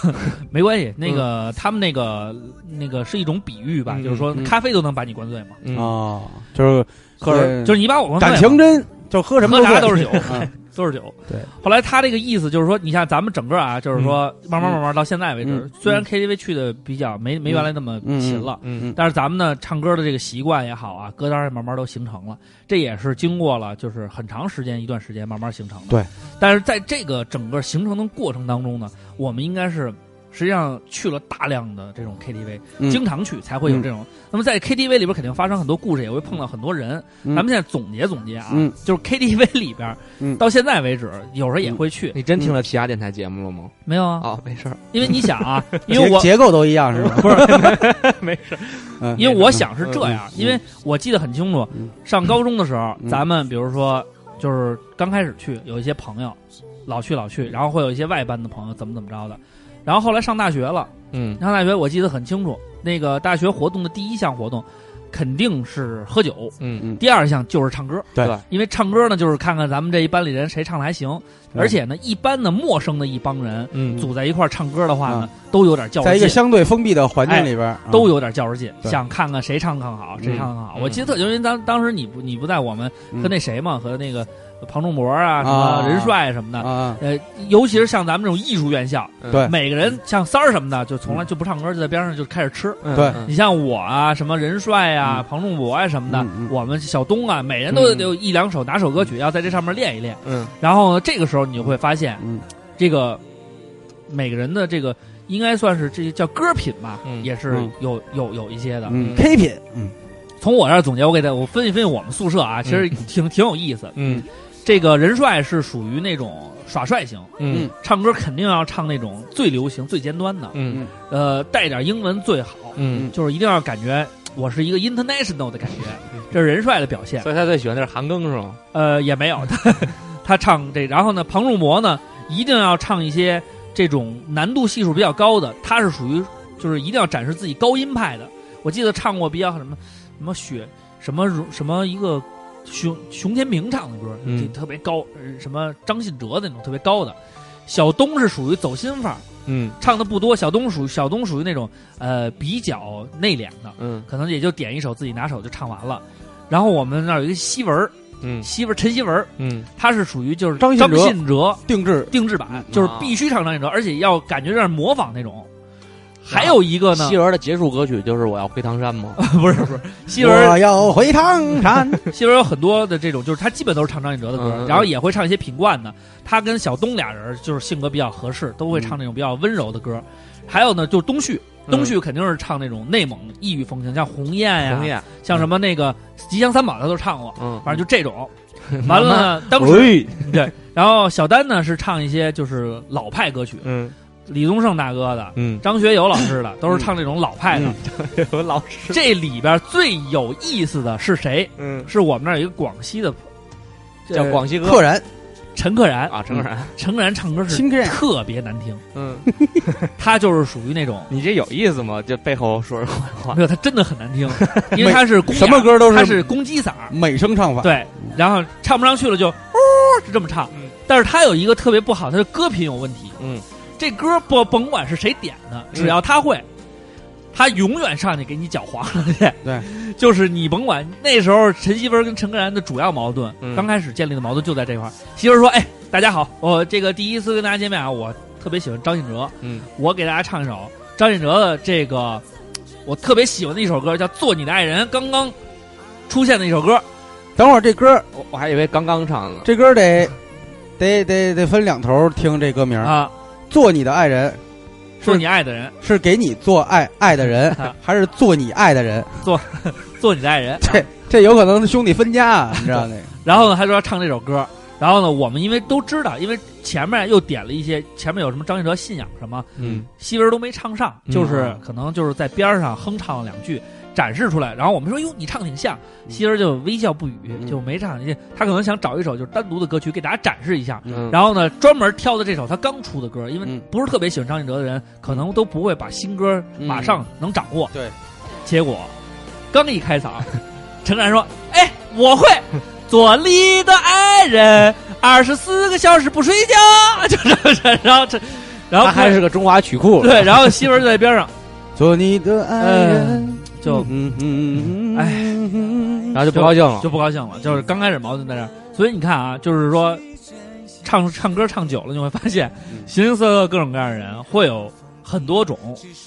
D: 没关系，那
E: 嗯
D: 个、他们那个那个是一种比喻吧，
B: 嗯
D: 就是说
B: 嗯
D: 咖啡都能把你灌醉嘛，
B: 嗯，
E: 哦，就是
D: 可是
E: 对
D: 就是你把我灌醉了
E: 感情真，就喝什么
D: 喝啥
E: 都
D: 都是
E: 醉
D: 酒
E: 嗯
D: 都是酒。
E: 对，
D: 后来他这个意思就是说，你像咱们整个啊，就是说慢慢慢慢到现在为止，
E: 嗯
D: 虽然 KTV 去的比较没没原来那么勤了，
B: 嗯
E: 嗯
D: 但是咱们呢唱歌的这个习惯也好啊，歌单也慢慢都形成了，这也是经过了就是很长时间一段时间慢慢形成的。
E: 对，
D: 但是在这个整个形成的过程当中呢，我们应该是。实际上去了大量的这种 KTV，、
E: 嗯
D: 经常去才会有这种。那么在 KTV 里边肯定发生很多故事，也会碰到很多人。
E: 嗯
D: 咱们现在总结总结啊，
E: 嗯
D: 就是 KTV 里边，
E: 嗯
D: 到现在为止，有时候也会去。
B: 你真听了其他电台节目了吗？
D: 没有啊，
B: 啊，没事儿，
D: 因为你想 啊，因为
E: 结
D: 我
E: 结构都一样是吧？
D: 不是，
B: 没事。
E: 嗯
D: 因为我想是这样，因为我记得很清楚
E: 嗯，
D: 上高中的时候，
E: 嗯
D: 咱们比如说就是刚开始去，有一些朋友老去老去，然后会有一些外班的朋友怎么怎么着的，然后后来上大学了，
B: 嗯，
D: 上大学我记得很清楚，那个大学活动的第一项活动肯定是喝酒，
B: 嗯
D: 第二项就是唱歌。
E: 对
B: 对
D: 因为唱歌呢，就是看看咱们这一班里人谁唱的还行，
E: 对
D: 而且呢，一般的陌生的一帮人
B: 嗯
D: 组在一块儿唱歌的话呢，都有点较
E: 嗯在一
D: 着
E: 个
D: 劲，
E: 相对封闭的环境里边儿，
D: 哎都
E: 有
D: 有点较着劲，
E: 嗯对
D: 想看看谁唱更好，谁唱更好。
B: 嗯
D: 我记得特清楚，因为当当时你不你不在，我们
E: 嗯
D: 和那谁嘛，和那个庞仲博啊，什
E: 啊
D: 么任帅什么的，
E: 啊，
D: 呃，尤其是像咱们这种艺术院校，
E: 对嗯
D: 每个人像三儿什么的，就从来就不唱歌，就在边上就开始吃。
B: 嗯
E: 对
B: 嗯
D: 你像我啊，什么任帅啊、庞仲博啊什么的，
E: 嗯嗯
D: 我们小东啊，每人都
B: 嗯
D: 有一两首拿手歌曲，要在这上面练一练。
B: 嗯，
D: 然后呢，这个时候你就会发现，
E: 嗯
D: 这个每个人的这个应该算是这叫歌品吧，
B: 嗯
D: 也是
E: 嗯
D: 有有有一些的。
E: 嗯，K 品，嗯
D: 从我这儿总结，我给大家我分析分析我们宿舍啊，其实挺、挺有意思。
B: 嗯
D: 这个任帅是属于那种耍帅型，
B: 嗯
D: 唱歌肯定要唱那种最流行、最尖端的，
B: 嗯
D: 呃，带点英文最好，
B: 嗯，
D: 就是一定要感觉我是一个 international 的感觉，
B: 嗯
D: 这是任帅的表现。
B: 所以他最喜欢的是韩庚是吗？
D: 呃，也没有， 他他唱这，然后呢，庞仲博呢，一定要唱一些这种难度系数比较高的，他是属于就是一定要展示自己高音派的。我记得唱过比较什么什么雪什么如什么一个熊熊天明唱的歌，
B: 嗯
D: 就特别高，呃什么张信哲那种特别高的。小东是属于走心范儿，
B: 嗯
D: 唱的不多。小东属小东属于那种呃比较内敛的，
B: 嗯
D: 可能也就点一首自己拿手就唱完了。然后我们那儿有一个西文儿，
B: 嗯
D: 西文儿陈希文儿，
B: 嗯
D: 他是属于就是
E: 张信
D: 信
E: 哲
D: 哲
E: 定制
D: 定制版，就是必须唱张信哲，而且要感觉有点模仿那种。还有一个呢
B: 希，儿的结束歌曲就是我要回唐山吗？
D: 不是不是， 希
E: 我
D: 文
E: 要 回唐山，
D: 希文有很多的这种，就是他基本都是唱张信哲的歌
B: 嗯，嗯
D: 然后也会唱一些品冠的。他跟小东俩人就是性格比较合适，都会唱那种比较温柔的歌。还有呢，就是东旭，东旭肯定是唱那种内蒙异域风情，像鸿雁呀，
B: 红叶，
D: 像什么那个吉祥三宝他都唱过，
B: 嗯，
D: 反正就这种。完了，当
F: 哎
D: 时
E: 喂，
D: 对，然后小丹呢是唱一些就是老派歌曲，
B: 嗯
D: 李宗盛大哥的、
B: 嗯，
D: 张学友老师的，都是唱这种老派的。
B: 有老师，
D: 这里边最有意思的是谁？
B: 嗯，
D: 是我们那儿有一个广西的呃
B: 叫广西歌
E: 客人，
D: 陈克然，
B: 啊，诚然，
D: 陈克然唱歌是
E: 亲客人，
D: 特别难听，
B: 嗯，
D: 他就是属于那种。
B: 你这有意思吗？就背后说人坏话
D: 没，有，他真的很难 听，因为他是公
E: 什么歌都
D: 他
E: 是
D: 是公鸡嗓儿，
E: 美声唱法，
D: 对，然后唱不上去了就呜是这么唱
B: 嗯，
D: 但是他有一个特别不好，他的歌品有问题。
B: 嗯，
D: 这歌不甭管是谁点的，只要他会，他永远上去给你搅黄了去。
E: 对，
D: 就是你甭管那时候陈希文跟陈格然的主要矛盾，
B: 嗯
D: 刚开始建立的矛盾就在这块儿。希文说：“哎，大家好，我这个第一次跟大家见面啊，我特别喜欢张信哲，
B: 嗯，
D: 我给大家唱一首张信哲的这个我特别喜欢的一首歌，叫《做你的爱人》，刚刚出现的一首歌。”
E: 等会儿这歌
B: 我我还以为刚刚唱呢，
E: 这歌得得得得分两头听这歌名
B: 嗯
E: 儿，
D: 啊，
E: 做你的爱人
D: 做你爱的人，
E: 是给你做爱爱的人
D: 啊，
E: 还是做你爱的人？
D: 做你的爱人。
E: 这这有可能是兄弟分家啊，你知道那个？
D: 然后呢，他说要唱这首歌。然后呢，我们因为都知道，因为前面又点了一些，前面有什么张信哲信仰什么，
B: 嗯
D: 西文都没唱上，
B: 嗯
D: 就是可能就是在边上哼唱了两句，展示出来。然后我们说，哟，你唱挺像，西文就微笑不语，
B: 嗯
D: 就没唱。他可能想找一首就是单独的歌曲给大家展示一下。
B: 嗯，
D: 然后呢，专门挑的这首他刚出的歌，因为
E: 嗯
D: 不是特别喜欢张信哲的人，可能都不会把新歌
B: 嗯
D: 马上能掌握。
E: 对，
D: 结果刚一开嗓， 陈然说：“哎，我会左立的爱人，二十四个小时不睡觉。”就是，然后这，然后
B: 他还是个中华曲库，
D: 对，然后媳妇儿就在边上
E: 做你的爱人，
D: 就
E: 嗯嗯嗯，
D: 哎
E: 哎，
B: 然后就不高兴了，
D: 就不高兴了，就是刚开始矛盾在这儿。所以你看啊，就是说。唱唱歌唱久了，你会发现
E: 嗯
D: 形形色色、各种各样的人会有很多种。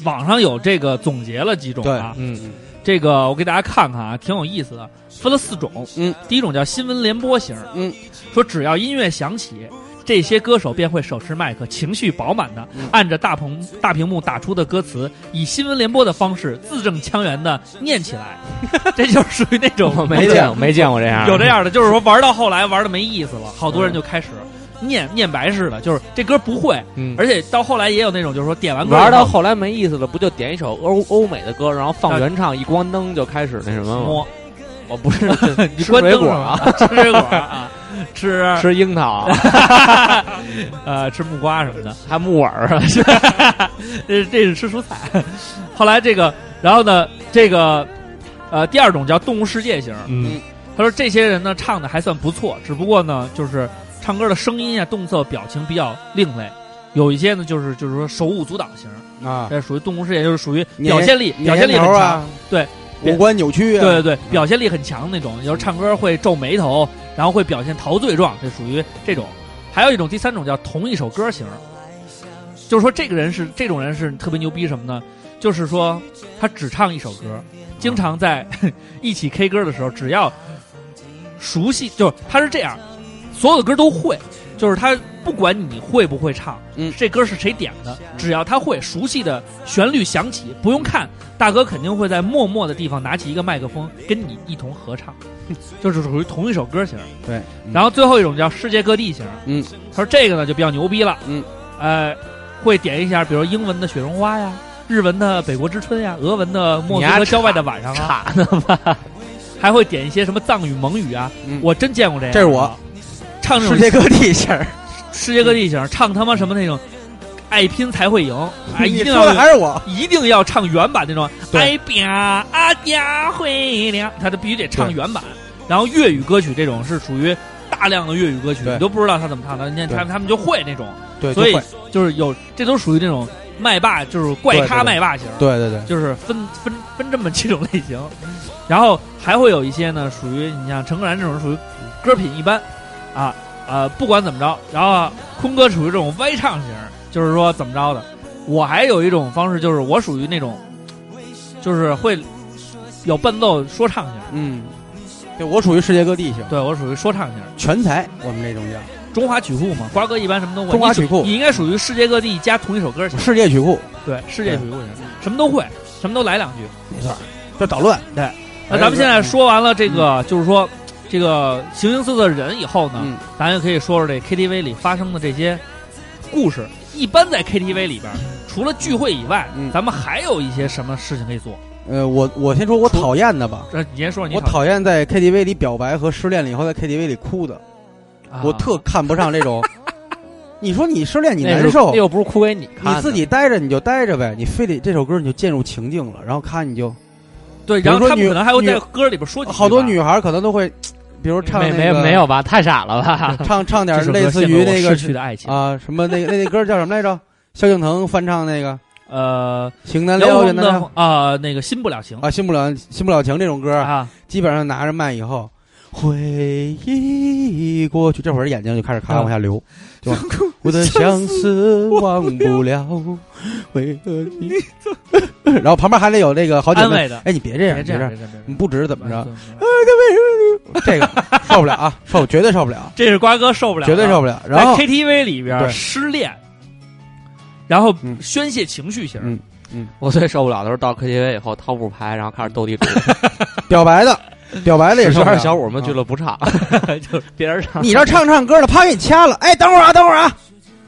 D: 网上有这个总结了几种
E: 对
D: 啊，
B: 嗯
D: 这个我给大家看看啊，挺有意思的，分了四种。
E: 嗯，
D: 第一种叫新闻联播型。
E: 嗯，
D: 说只要音乐响起，这些歌手便会手持麦克，情绪饱满的按着大屏大屏幕打出的歌词，以新闻联播的方式字正腔圆的念起来。这就是属于那种
B: 我没见没见过这样，
D: 有这样的，就是说玩到后来玩的没意思了，好多人就开始念念白似的，就是这歌不会，
B: 嗯，
D: 而且到后来也有那种就是说点完歌以后
B: 玩到后来没意思了，不就点一首欧欧美的歌，然后放原唱，一关灯就开始那什么吗？
D: 摸，
B: 我不 是
D: 你
B: 吃
D: 关
B: 水
D: 灯
B: 果
D: 是吗
B: 啊，
D: 吃水果啊，吃
B: 吃樱桃啊，
D: 呃，吃木瓜什么的，
B: 还木耳啊，
D: 这呃这是吃蔬菜。后来这个，然后呢，这个呃，第二种叫动物世界型。
B: 嗯
D: 他说这些人呢唱的还算不错，只不过呢就是唱歌的声音啊、动作、表情比较另类，有一些呢就是就是说手舞足蹈型，
E: 啊，
D: 这属于动物世界，就是属于表现力表
E: 捻
D: 现力
E: 烟
D: 很
E: 头
D: 强。
E: 啊，
D: 对，
E: 五官扭曲啊，
D: 对对对，表现力很强那种，就是唱歌会皱眉头，然后会表现陶醉状，这属于这种。还有一种第三种叫同一首歌型，就是说这个人是这种人是特别牛逼什么呢？就是说他只唱一首歌，经常在 一起 K 歌的时候，只要熟悉，就是他是这样，所有的歌都会，就是他不管你会不会唱，
E: 嗯
D: 这歌是谁点的，只要他会，熟悉的旋律响起，不用看，大哥肯定会在默默的地方拿起一个麦克风跟你一同合 唱，就是属于同一首歌型。
E: 对，
D: 然后最后一种叫世界各地型，
E: 嗯，
D: 他说这个呢就比较牛逼了，
E: 嗯，
D: 呃，会点一下，比如英文的《雪绒花》呀，日文的《北国之春》呀，俄文的《莫斯科郊外的晚上》啊，
B: 卡呢吧？
D: 还会点一些什么藏语、蒙语啊，
E: 嗯
D: 我真见过这样的，
E: 这是我
D: 唱这
E: 世
D: 种
E: 界各地型儿，
D: 世界各地型，唱他妈什么那种，爱拼才 会赢，哎，一
E: 你
D: 定
E: 说的
D: 要
E: 还是我，
D: 一定要唱原版那种，
E: 对
D: 哎呀啊呀会了，他就必须得唱原版。然后粤语歌曲这种是属于大量的粤语歌曲，
E: 对
D: 你都不知道他怎么唱的，你看
E: 对
D: 他们他们就会那种，
E: 对，
D: 所以
E: 就会
D: 就是有这都属于这种麦霸，就是怪咖
E: 对对对
D: 麦霸型，
E: 对对对，
D: 就是分分分这么几种类型。然后还会有一些呢，属于你像陈格然这种属于歌品一般啊呃，不管怎么着，然后啊坤哥属于这种歪唱型，就是说怎么着的。我还有一种方式，就是我属于那种，就是会有伴奏说唱型儿，
E: 嗯，对我属于世界各地型，
D: 对我属于说唱型儿，
E: 全才，我们这种叫
D: 中华曲库嘛。瓜哥一般什么都会，
E: 中华
D: 你属
E: 曲库
D: 你应该属于世界各地加同一首歌型儿，
E: 世界曲库，
D: 对，世界曲库型儿，什么都会，什么都来两句。
E: 没错，就捣乱。哎嗯对，
D: 那咱们现在说完了这个，就是说这个形形色色的人以后呢，
E: 嗯
D: 咱也可以说说这 KTV 里发生的这些故事。一般在 KTV 里边儿，除了聚会以外，
E: 嗯
D: 咱们还有一些什么事情可以做？
E: 呃，我我先说我讨厌的吧，
D: 这你先说，你
E: 我讨厌在 KTV 里表白和失恋了以后在 KTV 里哭的，
D: 啊
E: 我特看不上 这种。你说你失恋你
B: 那
E: 难
B: 是
E: 受
B: 那，又不是哭给你看
E: 你
B: 的，
E: 自己待着你就待着呗，你非得这首歌你就渐入情境了，然后咔你就
D: 对，
E: 比如
D: 然后
E: 说
D: 他们
E: 女
D: 可能还会在
E: 女
D: 歌里边说几句吧
E: 好多女孩儿可能都会，比如唱
B: 没
E: 那
B: 没
E: 个
B: 没有吧？太傻了吧？
E: 唱唱点
D: 这
E: 儿
D: 首歌
E: 类似
D: 献给
E: 于
D: 我
E: 那个
D: 逝去的爱情，
E: 啊什么那个那那歌叫什么来着？萧敬腾翻唱那个
D: 呃，
E: 《情难
D: 辽
E: 了
D: 红
E: 情难了
D: 的啊，那个新不了情
E: 啊，新不了新不了情这种歌，
D: 啊，
E: 基本上拿着麦以后，回忆过去，这会儿眼睛就开
D: 嗯
E: 始咔咔往 下流，就往我的相思忘不了，为了你。 然后旁边还得有那个好姐
D: 安
E: 妹，
D: 慰的，
E: 哎，你别这样，
D: 别这样，
E: 别样，
D: 别这样，
E: 你不嗯值
D: 怎
E: 怎么着？？ 这个受不了啊，受绝对受不了，
D: 这是瓜哥受不了，啊
E: 绝对受
D: 不了。
E: 不了。然
D: 在
E: 后
D: KTV 里边
E: 对
D: 失恋，然后
E: 嗯
D: 宣泄情绪型，
E: 嗯
B: 我最受不了的是到 KTV 以后掏副牌，然后开始斗地主，
E: 表白的，表白的也受不
B: 是
E: 了。
B: 小五们
E: 啊
B: 俱乐部唱，
D: 哎就是
B: 别人唱
E: 你这唱唱歌的，啪给你掐了。哎，等会儿啊，等会儿啊，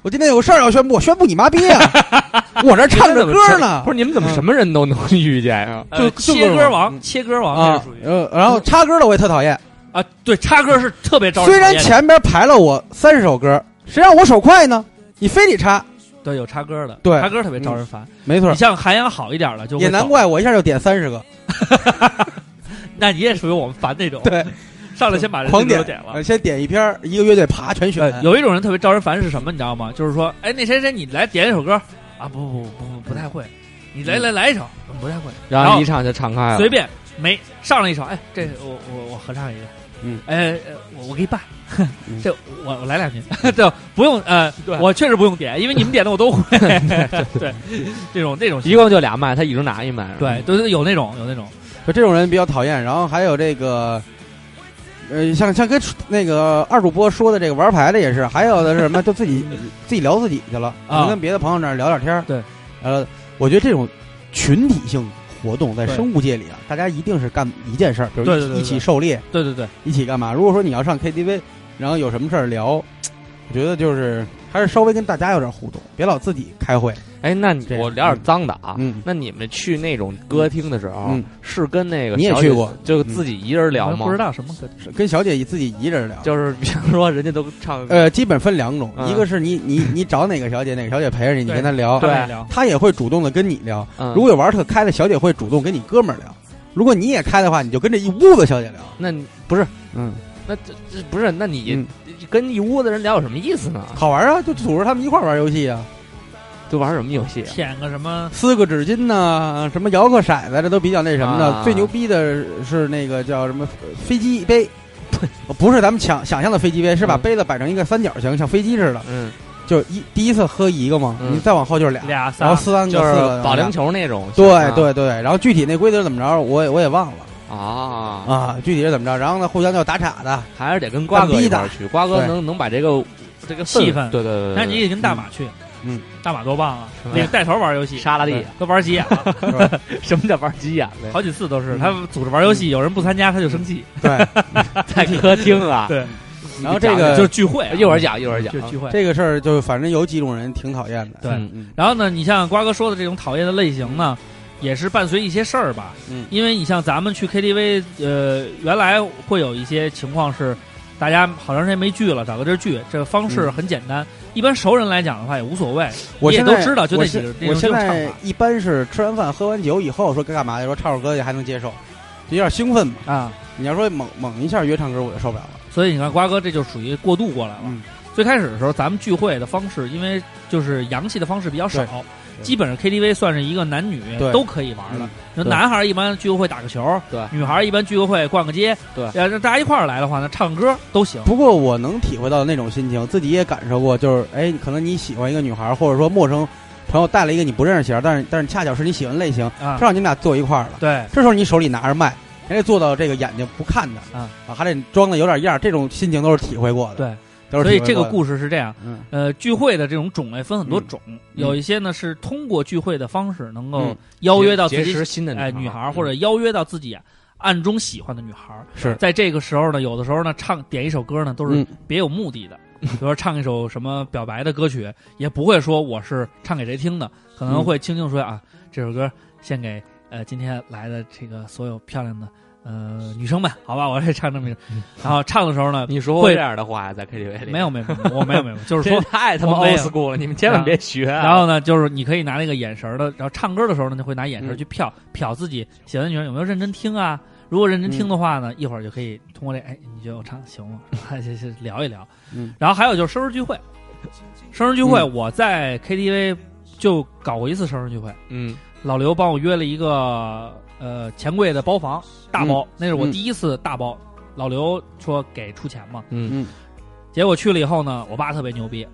E: 我今天有个事儿要宣布，我宣布你妈逼啊！我这唱着歌呢，
B: 不是你们怎么
E: 嗯
B: 什么人都能遇见啊？
D: 呃
E: 就就
D: 切
E: 各
D: 歌
E: 种
D: 王，
E: 嗯
D: 切歌王这
E: 啊
D: 是属于，
E: 呃，然后插歌的我也特讨厌。
D: 啊，对，插歌是特别招人
E: 虽
D: 讨厌
E: 然
D: 的。
E: 前边排了我三十首歌，谁让我手快呢？你非得插，
D: 对有插歌的，
E: 对
D: 插歌特别招人烦。
E: 没
D: 你
E: 错，
D: 像涵养好一点了，就会
E: 也难
D: 走，
E: 怪我一下就点三十个，
D: 那你也属于我们烦那种，
E: 对，
D: 上来先把人
E: 狂
D: 家
E: 点
D: 都点了，
E: 呃先点一篇儿，一个乐队啪全选。
D: 呃，有一种人特别招人烦是什么？你知道吗？就是说，哎，那谁谁，你来点一首歌啊？不不不不不太会，你来来来一首，嗯不太会，
B: 然
D: 然后
B: 后一唱就唱开了，
D: 随便没上了一首，哎，这
B: 嗯
D: 我我我合唱一个，
E: 嗯，
D: 哎，呃我我给你办
E: 嗯，
D: 这我我来两句， 对，不用呃，我确实不用点，因为你们点的我都 会， 对，这种那种
B: 一共就俩麦，他一直拿一麦，
D: 对，都是有那种有那种，
E: 就这种人比较讨厌。然后还有这个，呃，像像跟那个二主播说的这个玩牌的也是，还有的是什么，就自己 自己聊自己去了，可能跟别的朋友那儿聊点天儿
D: 啊对，
E: 呃，我觉得这种群体性活动在
D: 对
E: 生物界里啊，大家一定是干一件事儿，比如一
D: 对对对对
E: 一起狩猎，
D: 对对对，
E: 一起干嘛。如果说你要上 KTV，然后有什么事儿聊，我觉得就是还是稍微跟大家有点互动，别老自己开会。
B: 哎，那你
E: 这样
B: 我聊点脏的啊。
E: 嗯，
B: 那你们去那种歌厅的时候，
E: 嗯
B: 是跟那个
E: 你也
B: 小
E: 去
B: 姐
E: 过，嗯
B: 就自己一人聊
D: 我
B: 吗？
D: 不知，道什么歌，
E: 是跟小姐自己一人聊。
B: 就是比方说人家都唱，
E: 呃，基本分两种，
B: 嗯
E: 一个是你你你找哪个 小姐，哪个小姐陪着你，你
D: 对
E: 跟她
B: 哦
E: 聊，
D: 对聊
E: 她也会主动的跟你聊。
B: 嗯
E: 如果有玩特开的小姐会主动跟你哥们儿聊，如果你也开的话，你就跟这一屋子小姐聊。
B: 那你不是，
E: 嗯，
B: 那这这不是，那你、
E: 嗯
B: 跟一屋子人聊有什么意思呢？
E: 好玩啊，就组织他们一块儿玩游戏啊，
B: 都玩什么游戏啊？
D: 舔个什么
E: 撕个纸巾呐、什么摇个骰子，这都比较那什么的。
B: 啊
E: 最牛逼的是那个叫什么呃飞机杯。 不是咱们想想象的飞机杯，是把
B: 嗯
E: 杯子摆成一个三角形，像飞机似的。
B: 嗯，
E: 就一第一次喝一个嘛，
B: 嗯
E: 你再往后就是俩，
D: 俩
E: 然
D: 仨
B: 哦
E: 后三个、
B: 就
E: 四
B: 是
E: 个
B: 保
E: 然后
B: 龄球那种。
E: 对
B: 啊
E: 对对，然后具体那规则怎么着，我也我也忘了
B: 啊，
E: 啊，具体是怎么着，然后呢，互相就打岔的，
B: 还是得跟瓜哥一块儿去，瓜哥
E: 对
B: 能能把这个这个
D: 气氛
B: 氛，对对对对，
D: 那你得跟大马去，
E: 嗯，
D: 大马多棒啊
B: 是！吧
D: 那个带头玩游戏，
B: 沙拉地
D: 都玩急眼了，
E: 是吧
B: 什么叫玩急眼 了？
D: 好几次都是
E: 嗯
D: 他组织玩游戏，有人不参加他就生气，
E: 对，
B: 在客厅啊，
D: 对，
E: 然后这个
D: 就是聚会啊，
B: 一会儿讲一会儿讲啊
D: 就是，聚会。啊
E: 这个事儿就反正有几种人挺讨厌的，
D: 对
B: 嗯
E: 嗯
D: 然后呢，你像瓜哥说的这种讨厌的类型呢，也是伴随一些事儿吧。
E: 嗯
D: 因为你像咱们去 KTV，呃，原来会有一些情况是，大家好长时间没聚了，找个地儿聚，这个方式
E: 嗯
D: 很简单。一般熟人来讲的话也无所谓，
E: 我
D: 你也
E: 现在
D: 都知道就那
E: 我
D: 几
E: 现
D: 个那
E: 我
D: 种
E: 现
D: 唱
E: 在
D: 法
E: 一般是吃完饭喝完酒以后说该干嘛去，说唱首歌去还能接受，就有点兴奋嘛。
D: 啊。
E: 你要说猛猛一下约唱歌，我就受不了了。
D: 所以你看，瓜哥这就属于过渡过来了。
E: 嗯
D: 最开始的时候，咱们聚会的方式，因为就是洋气的方式比较少
E: 对，对
D: 基本上 KTV 算是一个男女
E: 对
D: 都可以玩的
E: 嗯。
D: 就
E: 对
D: 男孩儿一般聚个会打个球，
B: 对
D: 女孩儿一般聚个会逛个街，
B: 对
D: 呃，让大家一块儿来的话呢，唱歌都行。
E: 不过我能体会到那种心情，自己也感受过，就是哎，可能你喜欢一个女孩，或者说陌生朋友带了一个你不认识型，但是但是恰巧是你喜欢类
B: 嗯
E: 型，
D: 啊
E: 正，好你们俩坐一块儿了。
D: 对，
E: 这时候你手里拿着麦，人家做到这个眼睛不看的
D: 啊
E: 还得装的有点样儿，这种心情都是体会过的。
D: 对，
E: 都是
D: 所以
E: 体会
D: 这个
E: 过的
D: 故事是这样，
E: 嗯
D: 呃，聚会的这种种类分很
B: 嗯
D: 多种，有一些呢是通过聚会的方式能够
B: 嗯
D: 邀约到自
B: 结
D: 己
B: 识新的
D: 哎女孩
B: 孩儿嗯
D: 儿，或者邀约到自己暗中喜欢的女孩儿。
E: 是
D: 在这个时候呢，有的时候呢，唱点一首歌呢，都是
E: 嗯
D: 别有目的的，比如说唱一首什么表白的歌曲，也不会说我是唱给谁听的，可能会轻轻说啊，这首歌献给呃今天来的这个所有漂亮的呃女生们，好吧，我也唱这么一首。然后唱的时候呢，
B: 你说过
D: 会
B: 这样的话在 KTV 里
D: 没有没有，没有我没有没有，就是
B: 这
D: 说
B: 太他妈
D: 我没
B: old
D: 有
B: school 了，你们千万别学 啊。
D: 然后呢，就是你可以拿那个眼神儿的，然后唱歌的时候呢，就会拿眼神儿去瞟瞟自己喜欢的女生有没有认真听啊。如果认真听的话呢，一会儿就可以通过这，哎，你觉得我唱得行吗？还是是聊一聊。
E: 嗯
D: 然后还有就是生日聚会，生日聚会
E: 嗯
D: 我在 KTV 就搞过一次生日聚会，
B: 嗯，
D: 老刘帮我约了一个呃钱柜的包房大包，那是我第一次大包。老刘说给出钱嘛，
B: 嗯
E: 嗯，
D: 结果去了以后呢，我爸特别牛逼，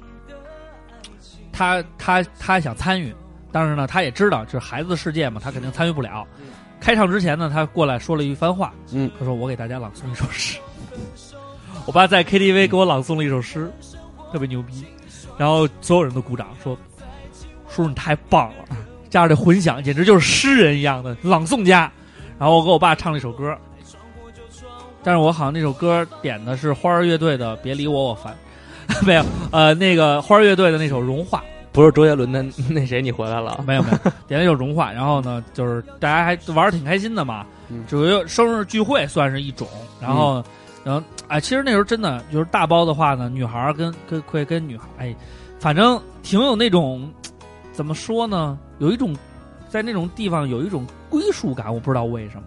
D: 他他他想参与，但是呢，他也知道这孩子的世界嘛，他肯定参与不了。开唱之前呢，他过来说了一番话，
E: 嗯，
D: 他说我给大家朗诵一首诗。 我爸在 KTV 给我朗诵了一首诗，特别牛逼，然后所有人都鼓掌说：“叔叔你太棒了！”加上这混响，简直就是诗人一样的朗诵家。然后我给我爸唱了一首歌，但是我好像那首歌点的是花儿乐队的《别理我我烦》， 没有，呃，那个花儿乐队的那首《融化
B: 不是周杰伦的那谁，你回来 了》，？
D: 没有没有，点了一首《融化》，然后呢，就是大家还玩的挺开心的嘛
E: 嗯，
D: 主要生日聚会算是一种，然后，然后，哎，其实那时候真的就是大包的话呢，女孩儿跟跟会跟女孩，哎，反正挺有那种，怎么说呢，有一种在那种地方有一种归属感，我不知道为什么。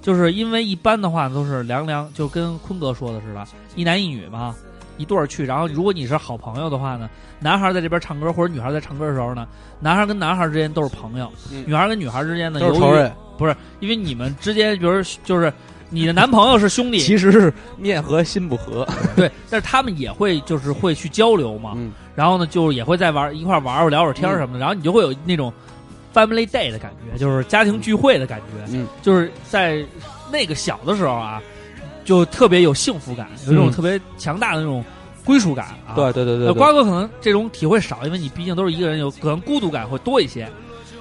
D: 就是因为一般的话都是凉凉，就跟坤哥说的似的，一男一女嘛，一对儿去。然后如果你是好朋友的话呢，男孩在这边唱歌或者女孩在唱歌的时候呢，男孩跟男孩之间都是朋友，
E: 嗯
D: 女孩跟女孩之间呢，
E: 都
D: 由
E: 是仇
D: 于
E: 人，
D: 因为你们之间，比如就是你的男朋友是兄弟，
B: 其实是面和心不和。
D: 对，但是他们也会就是会去交流嘛，
E: 嗯
D: 然后呢，就是也会在玩一块玩玩聊会儿天儿什么的，然后你就会有那种 family day 的感觉，就是家庭聚会的感觉，
E: 嗯
D: 就是在那个小的时候啊，就特别有幸福感，有一种
B: 嗯
D: 特别强大的那种归属感啊。
B: 对对对对
D: 呃，
B: 对，
D: 瓜哥可能这种体会少，因为你毕竟都是一个人，有可能孤独感会多一些。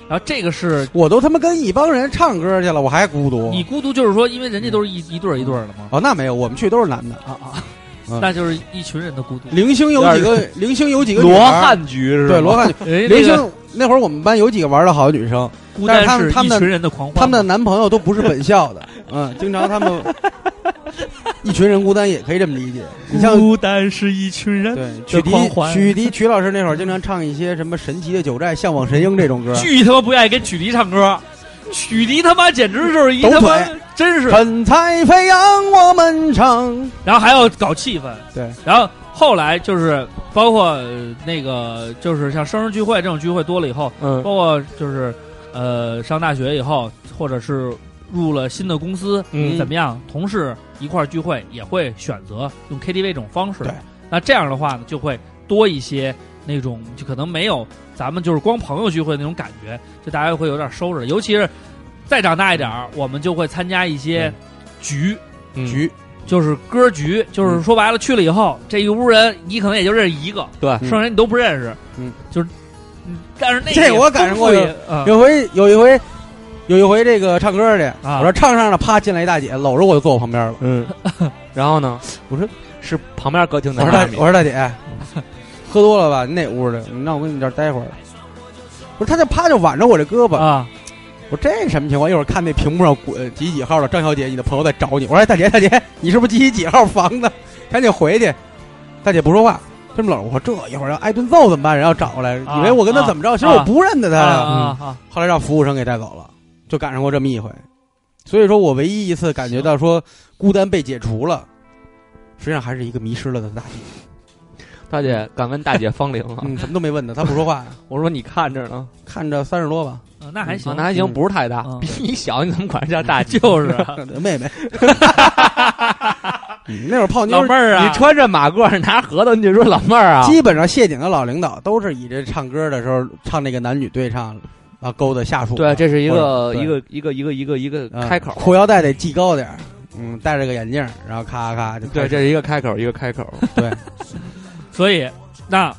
D: 然后这个是
E: 我都他妈跟一帮人唱歌去了，我还孤独。
D: 你孤独，就是说，因为人家都是一一对儿一对儿的嘛，
E: 哦，那没有，我们去都是男的。
D: 啊啊，
E: 嗯
D: 那就是一群人的孤独。
E: 零星有几个，零星有几个女
B: 罗
E: 孩儿，
B: 汉局是吧？
E: 对罗 汉，
D: 人家
E: 零
D: 那个
E: 星那会儿我们班有几个玩的好的女生，
D: 孤
E: 但
D: 单
E: 是他们他
D: 一
E: 们的
D: 群人的狂欢嘛，
E: 她们的男朋友都不是本校的，嗯，经常她们 一群人孤单也可以这么理解。你像
D: 孤单是一群人
E: 对
D: 的
E: 曲
D: 狂
E: 迪
D: 欢，
E: 曲迪曲老师那会儿经常唱一些什么神奇的九寨、向往神鹰这种歌，
D: 巨他妈不愿意跟曲迪唱歌，曲迪他妈简直就是一
E: 抖
D: 他妈
E: 腿
D: 真是，
E: 神采飞扬我们唱，
D: 然后还要搞气氛，
E: 对，
D: 然后后来就是包括呃那个就是像生日聚会这种聚会多了以后，
B: 嗯
D: 包括就是呃上大学以后，或者是入了新的公司，
B: 嗯
D: 怎么样，同事一块儿聚会也会选择用 KTV 这种方式
E: 对。
D: 那这样的话呢，就会多一些那种就可能没有咱们就是光朋友聚会那种感觉，就大家会有点收拾。尤其是再长大一点儿，我们就会参加一些局。
B: 嗯
E: 局
D: 就是歌局，就是说白了，去了以后，这一屋人你可能也就认识一个，
B: 对
D: 剩啊下人你都不认识，
E: 嗯，
D: 就是，嗯但是那
E: 这我赶上过
D: 也啊
E: 有回有一回，有一回这个唱歌去，
D: 啊
E: 我说唱上了，啪进来一大姐，搂着我就坐我旁边了。
B: 嗯，然后呢？我说是旁边歌厅
E: 我
B: 的
E: 说
B: 大
E: 大
B: 米，
E: 我说大姐， 喝多了吧？你哪屋的？你让我跟你这儿待会儿。不是，他就啪就挽着我这胳膊，
D: 啊，
E: 我说这什么情况？一会儿看那屏幕上滚几几号的张小姐，你的朋友在找你。我说哎大姐大姐，你是不是几几号房的？赶紧回去。大姐不说话，这么冷。我说这一会儿要挨顿揍怎么办？人要找过来，
D: 啊
E: 以为我跟他怎么着？其实我不认得他
D: 啊
E: 呀。
B: 嗯
D: 啊啊，
E: 后来让服务生给带走了，就赶上过这么一回。所以说我唯一一次感觉
D: 啊
E: 到说孤单被解除了，实际上还是一个迷失了的大姐。
B: 大姐敢问大姐芳龄啊？
E: 嗯，什么都没问他，他不说话呀，
B: 我说你看着呢，
E: 看着三十多吧，
D: 嗯那还行
B: 啊，那还行，
E: 嗯
B: 不是太大
D: 嗯，
B: 比你小，你怎么管人叫 大姐？
D: 就是啊
E: 妹妹。嗯那会儿泡妞
D: 老
E: 儿
D: 妹儿啊，
B: 你穿着马褂拿盒子，你就说老妹儿啊，
E: 基本上谢顶的老领导都是以这唱歌的时候唱那个男女对唱啊勾搭下属啊。
B: 对，这是一
E: 或
B: 个
E: 者对
B: 一个一个一个一个一个
E: 啊
B: 开口，
E: 裤腰带得系高点儿，嗯，戴着个眼镜儿，然后咔咔就
B: 对，这是一个开口，一个开口。
D: 所以那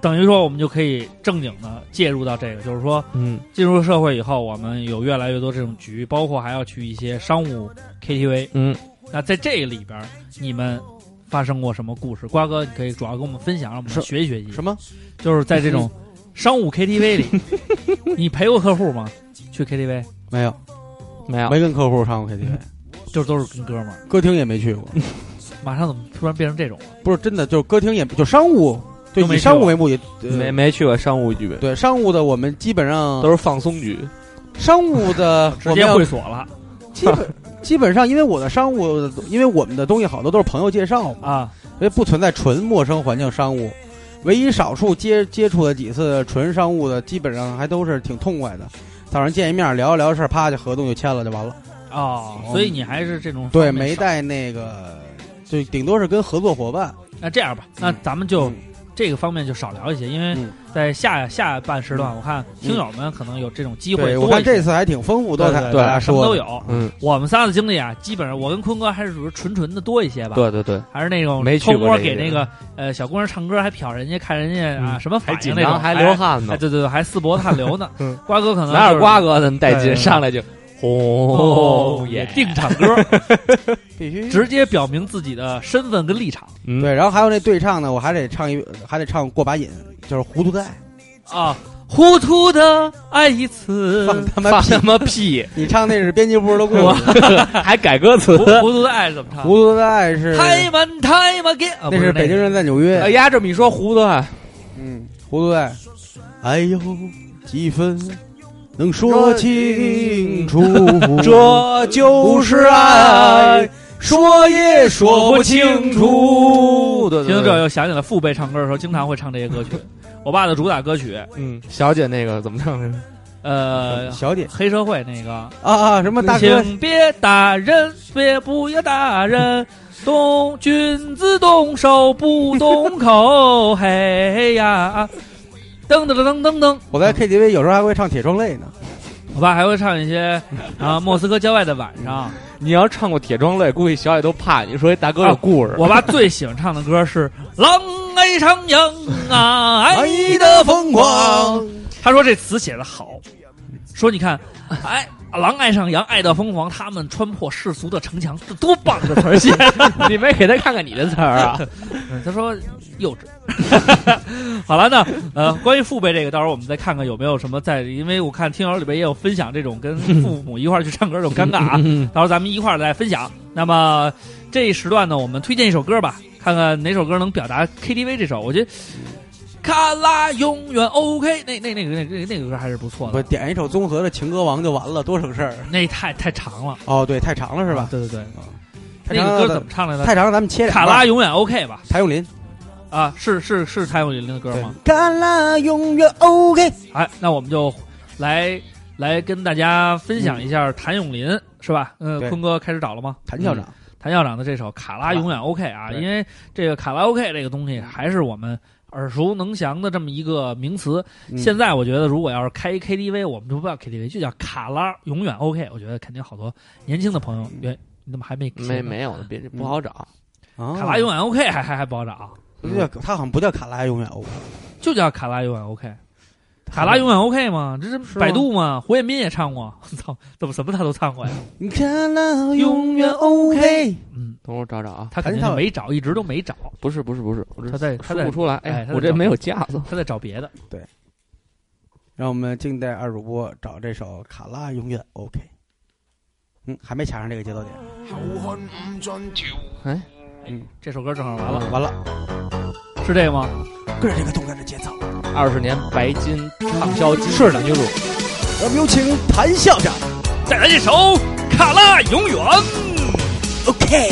D: 等于说我们就可以正经的介入到这个，就是说
B: 嗯，
D: 进入社会以后，我们有越来越多这种局，包括还要去一些商务 KTV。
B: 嗯，
D: 那在这里边儿，你们发生过什么故事？瓜哥，你可以主要跟我们分享，让我们
E: 是
D: 学习学习。
E: 什么
D: 就是在这种商务 KTV 里，你陪过客户吗？去 KTV
E: 没有，
B: 嗯没有，
E: 没跟客户唱过
B: 嗯
E: KTV，
D: 就都是跟哥们儿，
E: 歌厅也没去过，
D: 马上怎么突然变成这种了？
E: 不是真的，就是歌厅也就商务，就
D: 都没
E: 以
D: 去
E: 商务为目的，呃
B: 没没去过商务局，
E: 对商务的我们基本上
B: 都是放松局。
E: 商务 的
D: 直
E: 我们
D: 接
E: 要
D: 会所了
E: 基本。基本上，因为我的商务的，因为我们的东西好多都是朋友介绍嘛，
D: 啊！
E: 所以不存在纯陌生环境商务。唯一少数接接触的几次纯商务的，基本上还都是挺痛快的。早上见一面聊一聊事儿，啪就合同就签了就完了。
D: 哦，所以你还是这种
E: 对，
D: 方面
E: 没
D: 少
E: 带那个，就顶多是跟合作伙伴。
D: 那这样吧，
B: 嗯
D: 那咱们就这个方面就少聊一些，因为
E: 嗯
D: 在下下半时
B: 嗯
D: 段，我看听友们可能有这种机会
E: 对，我
D: 多
E: 看
D: 一些。
E: 这次还挺丰富多彩
D: 对
E: 的，
D: 对
E: 大家
D: 什么
E: 说
D: 都
E: 的。
D: 有。
B: 嗯，
D: 我们仨的经历啊，基本上我跟坤哥还是属于纯纯的多一些吧。，
B: 对对对，
D: 还是那种
B: 没去
D: 偷
B: 过
D: 摸
B: 这
D: 给
B: 个
D: 那
B: 地
D: 个呃小姑娘唱歌，还瞟人家看人家啊
B: 嗯
D: 什么
B: 还
D: 反应
B: 紧
D: 那种，
B: 张还流。汗呢。
D: 哎，，对对对，还四博探流呢
B: 嗯
D: 瓜哥可能
B: 哪
D: 就
B: 有
D: 是
B: 瓜哥，Oh，那么带
D: 对
B: 劲？上来就
D: 哦
B: 轰
D: 也
B: 耶！
D: 定场歌，
E: 必须
D: 直接表明自己的身份跟立场
B: 嗯
E: 对，然后还有那对唱呢，我还得唱一，还得唱过把瘾，就是糊涂带。
D: 啊！糊涂的爱一次，
E: 嗯放他妈
B: 放
E: 屁
B: 他！妈 屁！
E: 你唱那是编辑部的 故事，
B: 还改歌词
D: 糊。糊涂的爱怎么唱？
E: 糊涂带是
D: 太满太满给，啊
E: 那是北京。人在纽约。
F: 呃
B: 哎呀，这么一说，胡子啊
E: 嗯，糊涂带，哎呦，几分能说清楚？
B: 这就是爱，
E: 说也
B: 说不清楚。对
D: 不是那个听到这，又想起了父辈唱歌的时候，经常会唱这些歌曲。我爸的主打歌曲，
B: 嗯，小姐那个怎么唱来着？
D: 呃，
E: 小姐
D: 黑社会那个，
E: 啊啊，什么大哥
D: 请别打人，别不要打人，动君子动手不动口，嘿呀，噔噔噔噔噔。
E: 我在 KTV 有时候还会唱《铁窗泪》呢。
D: 我爸还会唱一些啊，莫斯科郊外的晚上。
B: 你要唱过《铁窗泪》，估计小姐都怕你说一大哥有故事。
D: 我爸最喜欢唱的歌是《狼爱上羊》啊，爱的。
E: 的疯狂，
D: 他说这词写的好，说你看，哎，狼爱上羊，爱到疯狂，他们穿破世俗的城墙，这多棒的词儿写的！ 嗯
B: 你没给他看看你的词儿 啊？
D: 他说幼稚。 好了，那呃，关于父辈这个，到时候我们再看看有没有什么在，因为我看听友里边也有分享这种跟父母一块儿去唱歌这种尴尬
B: 嗯
D: 啊，到时候咱们一块儿再分享。那么这一时段呢，我们推荐一首歌吧，看看哪首歌能表达 KTV 这首，我觉得。卡拉永远 OK，那那那个那个那个那个歌还是不错的
E: 不，哎点一首综合的《情歌王》就完了，多省事儿。
D: 那太太长了，啊
E: 哦，对，太长了是吧？
D: 对对对，
E: 太
D: 啊那
E: 长
D: 个歌
E: 了
D: 怎，么唱来着？
E: 太长了，咱们切两
D: 卡
E: 半
D: 拉永远 OK 吧？
E: 谭咏麟，
D: 啊，是是是谭咏麟的歌吗？
E: 卡拉永远 OK。
D: 哎，那我们就来来跟大家分享一下谭咏麟，是吧？嗯，
E: 对
D: 坤哥开始找了吗？
E: 谭校长，
D: 谭校长的这首《卡拉嗯永远 OK》啊，
E: 对
D: 因为这个卡拉 OK 这个东西还是我们耳熟能详的这么一个名词。
E: 嗯
D: 现在我觉得，如果要是开一 KTV，我们就不叫 KTV，就叫卡拉永远 OK。我觉得肯定好多年轻的朋友，原你怎么还没
B: 没没有，别不好找。
E: 啊
D: 卡拉永远 OK 还还还不好找，啊
E: 不叫他好像不叫卡拉永远 OK，
D: 就叫卡拉永远 OK。卡拉永远 OK 吗？这是啊
E: 吗
D: 百度吗？胡彦斌也唱过， 操，怎么什么他都唱过呀？
E: 卡拉永远 OK。
D: 嗯，
B: 等会儿找找啊，
D: 他肯定是没找，一直都没找，
B: 不是不是不是，我这
D: 他在他
B: 说
D: 在
B: 不出来。
D: 哎
B: 哎
D: 他，在
B: 我这
D: 找
B: 没有架子。
D: 他在找别的。
E: 让我们静待二主播找这首《卡拉永远 OK》。嗯，还没卡上这个节奏点，
B: 哎，
D: 这首歌正好完了，
E: 嗯完了，
D: 是这个吗？
E: 跟着这个动感的节奏。
B: 二十年白金畅销金是的，女主。
E: 让我们有请谭校长。
D: 再来一首《卡拉永远》。
E: OK。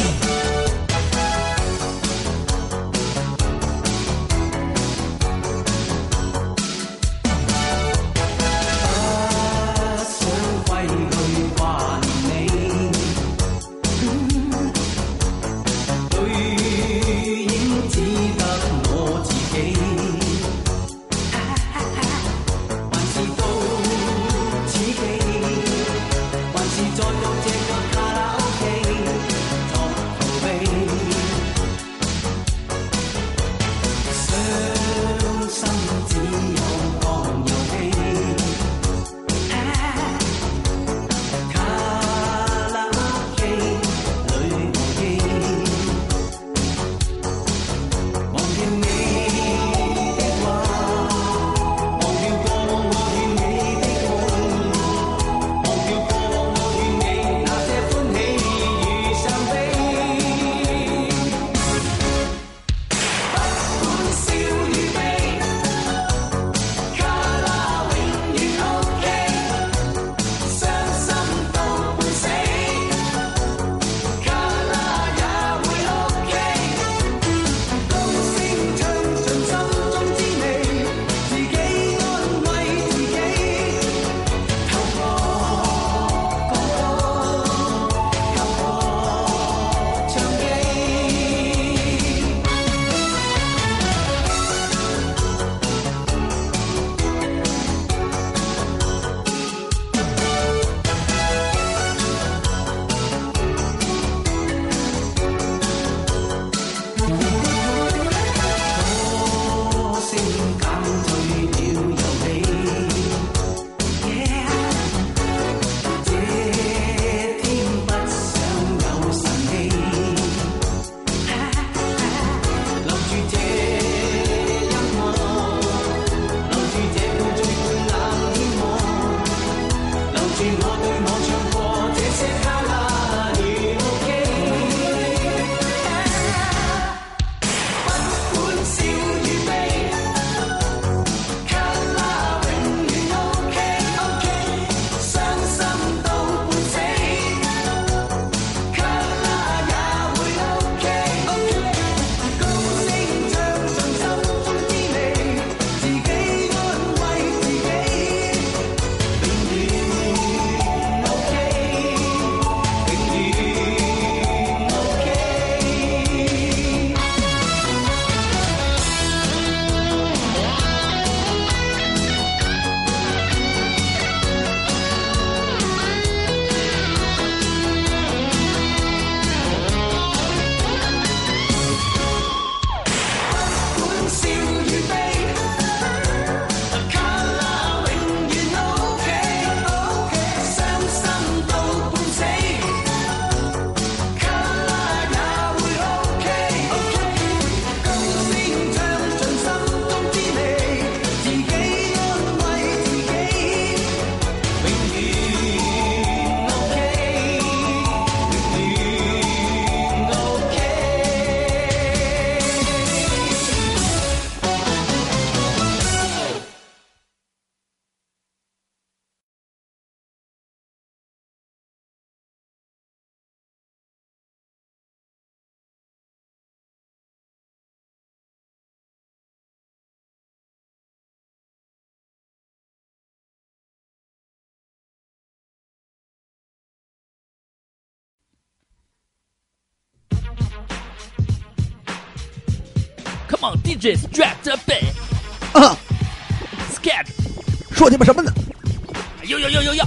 D: on DJ strap the bass
E: 啊，
D: sketch，
E: 说你们什 么呢？
D: 呦呦呦呦呦，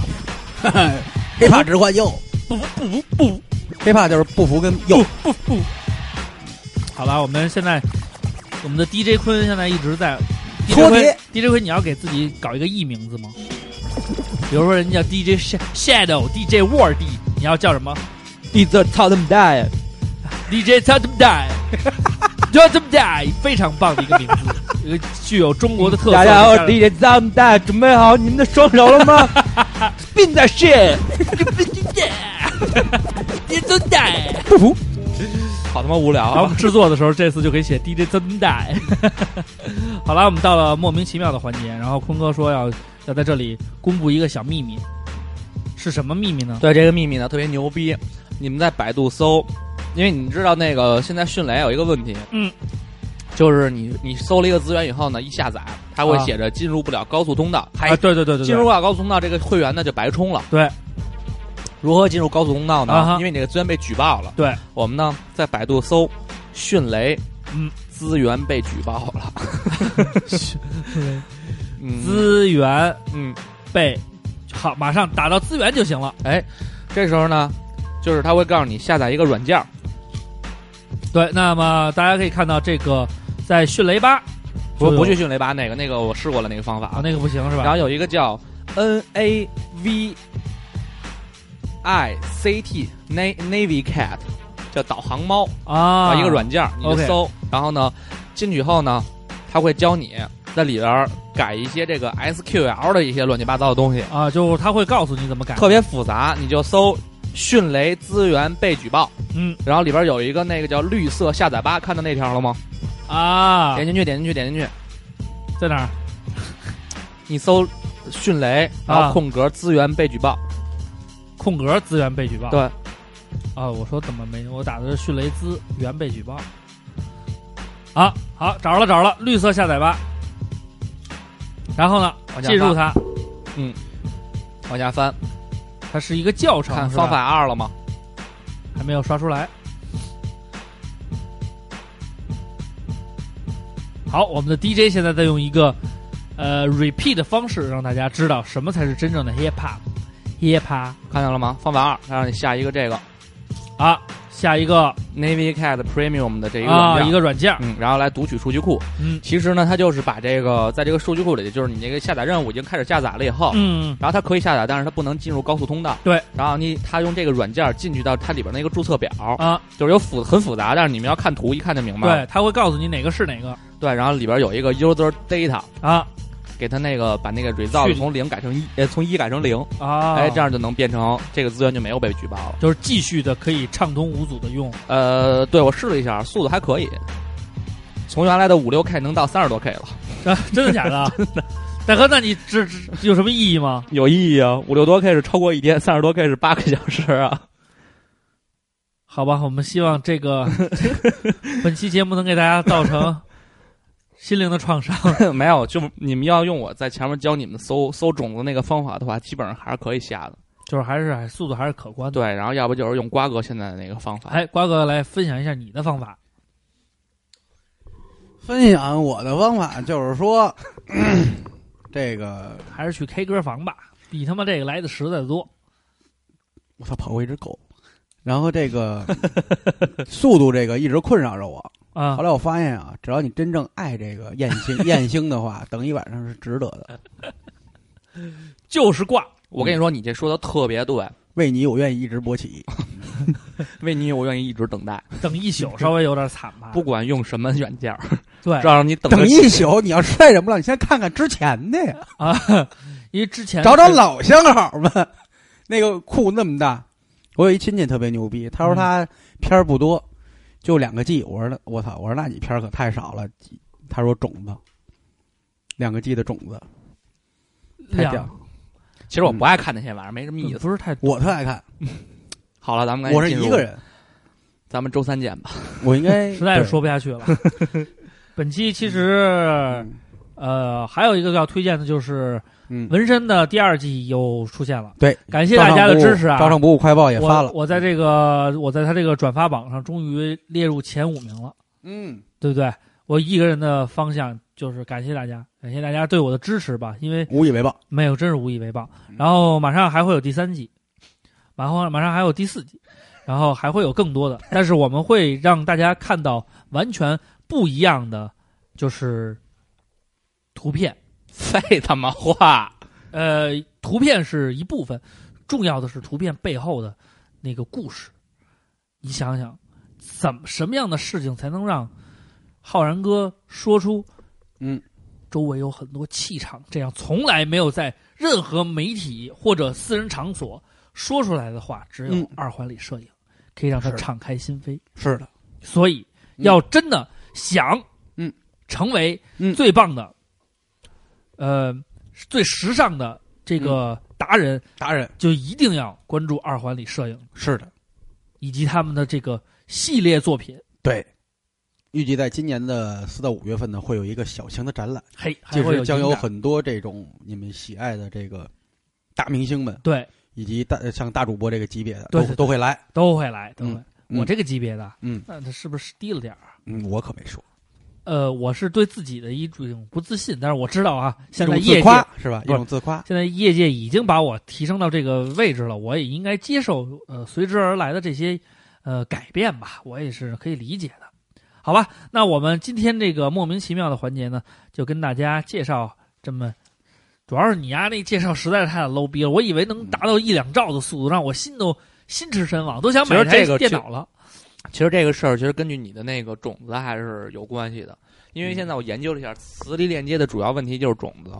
E: 黑怕只换右，
D: 不不不不
E: 黑怕就是不服跟右。
D: 不不。好吧，我们现在我们的 DJ 坤现在一直在 DJ
E: 脱节
D: 坤，DJ 坤，你要给自己搞一个艺名字吗？比如说人家叫 DJ Sha- Shadow、DJ War D，你要叫什么
F: 地这操他们大爷！
D: ？DJ t o t m Die。t o t m Die，非常棒的一个名字，一个具有中国的特色。
F: 大家哦
D: 加上
F: 好，DJ 咱们大爷，准备好你们的双手了吗？病在 shit，
D: DJ 真带。
F: 好他妈无聊
D: 然后我
F: 啊
D: 们！制作的时候，这次就可以写 DJ 真带。 好了，我们到了莫名其妙的环节，然后坤哥说要要在这里公布一个小秘密，是什么秘密呢？
F: 对这个秘密呢，特别牛逼。你们在百度搜，因为你知道那个现在迅雷有一个问题，
D: 嗯，
F: 就是你你搜了一个资源以后呢，一下载，它会
D: 啊
F: 写着进入不了高速通道，还
D: 啊，对对对对，对
F: 进入不了高速通道，这个会员呢就白充了。
D: 对，
F: 如何进入高速通道呢？
D: 啊哈
F: 因为你这个资源被举报了。
D: 对，
F: 我们呢在百度搜迅雷，
D: 嗯，
F: 资源被举 报了， 嗯
D: 资源
F: 嗯，
D: 被好，马上打到资源就行了。
F: 哎，这时候呢，就是他会告诉你下载一个软件儿，
D: 对，那么大家可以看到这个在迅雷吧，
F: 不
D: 就有
F: 不去迅雷吧那个那个我试过了那个方法
D: 啊，那个不行是
F: 然
D: 吧
F: 后？有一个叫 N A V I C T Na- Navy Cat，叫导航猫
D: 啊，
F: 一个软件儿，你就
D: OK
F: 搜。然后呢，进去以后呢，它会教你在里边儿改一些这个 SQL 的一些乱七八糟的东西，
D: 啊，就他会告诉你怎么改，
F: 特别复杂。你就搜迅雷资源被举报，
D: 嗯
F: 然后里边有一个那个叫绿色下载吧，看到那条了吗？
D: 啊
F: 点，进去，点进去，点进去。
D: 在哪儿？
F: 你搜迅雷，然
D: 啊
F: 后空格资源被举报，
D: 空格资源被举报。
F: 对，
D: 啊，我说怎么没？我打的是迅雷资源被举报。啊，好，找着了，找着了，绿色下载吧。然后呢，
F: 往下
D: 进入它，
F: 往下翻，
D: 它是一个教程，
F: 看
D: 是吧
F: 方法二了吗？
D: 还没有刷出来。好，我们的 DJ 现在在用一个呃 repeat 的方式，让大家知道什么才是真正的 hip hop。hip hop
F: 看到了吗？方法二，它让你下一个这个
D: 啊，下一个
F: Navy Cat Premium 的这一个软
D: 啊
F: 件
D: 一个软件，
F: 嗯，然后来读取数据库。
D: 嗯
F: 其实呢，它就是把这个在这个数据库里，就是你这个下载任务已经开始下载了以后，
D: 嗯
F: 然后它可以下载，但是它不能进入高速通道。
D: 对，
F: 然后你它用这个软件进去到它里边那个注册表，
D: 啊，
F: 就是有复很复杂，但是你们要看图一看就明白
D: 对
F: 了。，
D: 他会告诉你哪个是哪个
F: 对然后里边有一个 user data，
D: 啊
F: 给它那个把那个 result
D: 去
F: 从零改成一，呃，从一改成零，
D: 啊，
F: 哎，这样就能变成这个资源就没有被举报了。
D: 就是继续的可以畅通无阻的 用
F: 呃，对我试了一下，速度还可以，从原来的五六 K 能到三十多 K 了，
D: 啊，真的假 的？真的，大哥，那你这这有什么意义吗？
F: 有意义啊！五六多 K 是超过一天，三十多 K 是八个小时啊。
D: 好吧，我们希望这 个本期节目能给大家造成心灵的创伤。
F: 没有，就你们要用我在前面教你们搜搜种子那个方法的话，基本上还是可以下的。
D: 就是还是还速度还是可观的。
F: 对，然后要不就是用瓜哥现在的那个方法。
D: 哎，瓜哥来分享一下你的方法。
E: 分享我的方法就是 说，这个
D: 还是去 K 歌房吧，比他妈这个来的实在多。
E: 我操跑过一只狗，然后这个速度这个一直困扰着我。
D: 啊
E: 后，来我发现啊，只要你真正爱这个燕星 燕星的话，等一晚上是值得的。
D: 就是挂。
F: 我跟你说，你这说的特别对，
E: 为你，我愿意一直勃 起。
F: 为你我愿意一直等
E: 啊
F: 待，
D: 等一宿稍微有点惨吧。
F: 不管用什么软件儿，
D: 对
F: 只要让你等
E: 哎等
F: 个
E: 一宿，你要实在忍不了，你先看看之前的呀，
D: 啊，因为之
F: 哎
D: 前
E: 找找老相好们。那个库那么大，我有一亲戚特别牛逼，他
F: 嗯
E: 说他片儿不多，就两个 G。我说那我操，我说那你片儿可太少了。他说种子，两个 G 的种子太屌
D: 两，
E: 了，
F: 其
E: 嗯
F: 实我不爱看那些玩意儿，没什么意思。
D: 不是太
E: 我特爱看。
F: 好了，咱们赶
E: 嗯
F: 紧
E: 我是
F: 进入
E: 一个， 人，
F: 咱们周三见吧。
E: 我应该
D: 实在是
E: 对
D: 说不下去 了。本期其实
E: 嗯
D: 呃还有一个要推荐的就是
E: 嗯
D: 《纹身》的第二季又出现了，
E: 对，
D: 感谢大家的支持啊！
E: 招商不误快报也发了
D: 我，我在这个我在他这个转发榜上终于列入前五名了，
E: 嗯，
D: 对不对？我一个人的方向就是感谢大家，感谢大家对我的支持吧，因为
E: 无以为报。
D: 没有，真是无以为报。然后马上还会有第三季，马上马上还有第四季，然后还会有更多的。但是我们会让大家看到完全不一样的，就是图片。
F: 废他妈话！
D: 呃，图片是一部分，重要的是图片背后的那个故事。你想想，怎么什么样的事情才能让浩然哥说出，
E: 嗯，
D: 周围有很多气场，这样从来没有在任何媒体或者私人场所说出来的话，只有
E: 嗯
D: 二环里摄影、可以让他
E: 是
D: 敞开心扉。
E: 是的，
D: 所以
E: 嗯
D: 要真的想，
E: 嗯，
D: 成为
E: 嗯
D: 最棒的，呃，最时尚的这个
E: 嗯
D: 达人，
E: 达人
D: 就一定要关注二环里摄影
E: 是的，
D: 以及他们的这个系列作品。
E: 对。预计在今年的四到五月份呢，会有一个小型的展览，
D: 嘿，还
E: 届
D: 会有
E: 时将有
D: 影展
E: 很多这种你们喜爱的这个大明星们，
D: 对
E: 以及大像大主播这个级别的，
D: 对
E: 都
D: 对对
E: 都会来。
D: 都会来，都会。
E: 嗯
D: 我这个级别的，
E: 嗯，
D: 那他是不是低了点儿啊？
E: 嗯，我可没说，
D: 呃，我是对自己的一种不自信，但是我知道啊，现在
E: 一
D: 业
E: 种自
D: 界
E: 夸是吧？一
D: 不是
E: 种自夸，
D: 现在业界已经把我提升到这个位置了，我也应该接受呃随之而来的这些呃改变吧，我也是可以理解的，好吧？那我们今天这个莫名其妙的环节呢，就跟大家介绍这么。主要是你丫、那介绍实在是太 low 逼了，我以为能达到一两兆的速度，让我心都心驰神往，都想买
F: 其实
D: 台
F: 这个
D: 电脑了。
F: 其实这个事儿，其实根据你的那个种子还是有关系的，因为现
E: 嗯
F: 在我研究了一下，磁力链接的主要问题就是种子。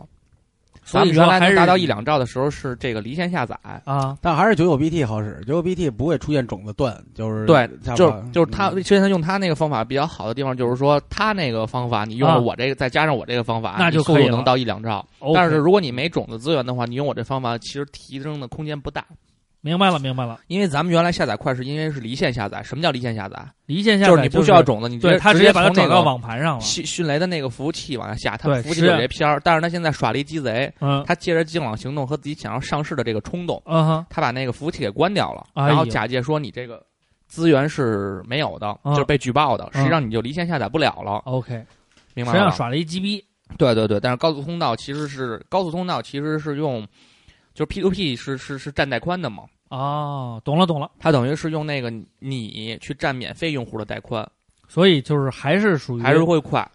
D: 所以
F: 咱们原
D: 说
F: 来
D: 还
F: 能
D: 是
F: 达到一两兆的时候是这个离线下载，
D: 啊，
E: 但还是九九 BT 好使，九九 BT 不会出现种子断，就是
F: 对
E: 下巴
F: 就是就是他，
E: 嗯
F: 其实他用他那个方法比较好的地方，就是说他那个方法，你用
D: 啊
F: 了我这个，再加上我这个方法，
D: 那就
F: 你速
D: 可以
F: 度
D: 了
F: 能到一两兆。但是如果你没种子资源的话，你用我这方法，其实提升的空间不大。
D: 明白了，明白了，
F: 因为咱们原来下载快是因为是离线下载，什么叫离线下载？
D: 离线下载
F: 就是你不需要种子，你
D: 对他
F: 直
D: 直接把它
F: 从那
D: 转到
F: 个
D: 网盘上了。
F: 迅迅雷的那个服务器往下下，它
D: 对
F: 服务器
D: 是
F: 有这片儿，但是他现在耍了一鸡贼，
D: 嗯
F: 他借着净网行动和自己想要上市的这个冲动，
D: 嗯哼，
F: 他把那个服务器给关掉了，
D: 哎呦
F: 然后假借说你这个资源是没有的，
D: 嗯
F: 就是被举报的，
D: 嗯
F: 实际上你就离线下载不了了，
D: ，OK，
F: 明
D: 实
F: 白
D: 际
F: 吗
D: 上？耍了一鸡逼，
F: 对对对，但是高速通道其实是高速通道其实是用，就是 P to P 是是是占带宽的嘛，
D: 哦，懂了懂了，
F: 它等于是用那个你去占免费用户的带宽，
D: 所以就是还是属于
F: 还是会快。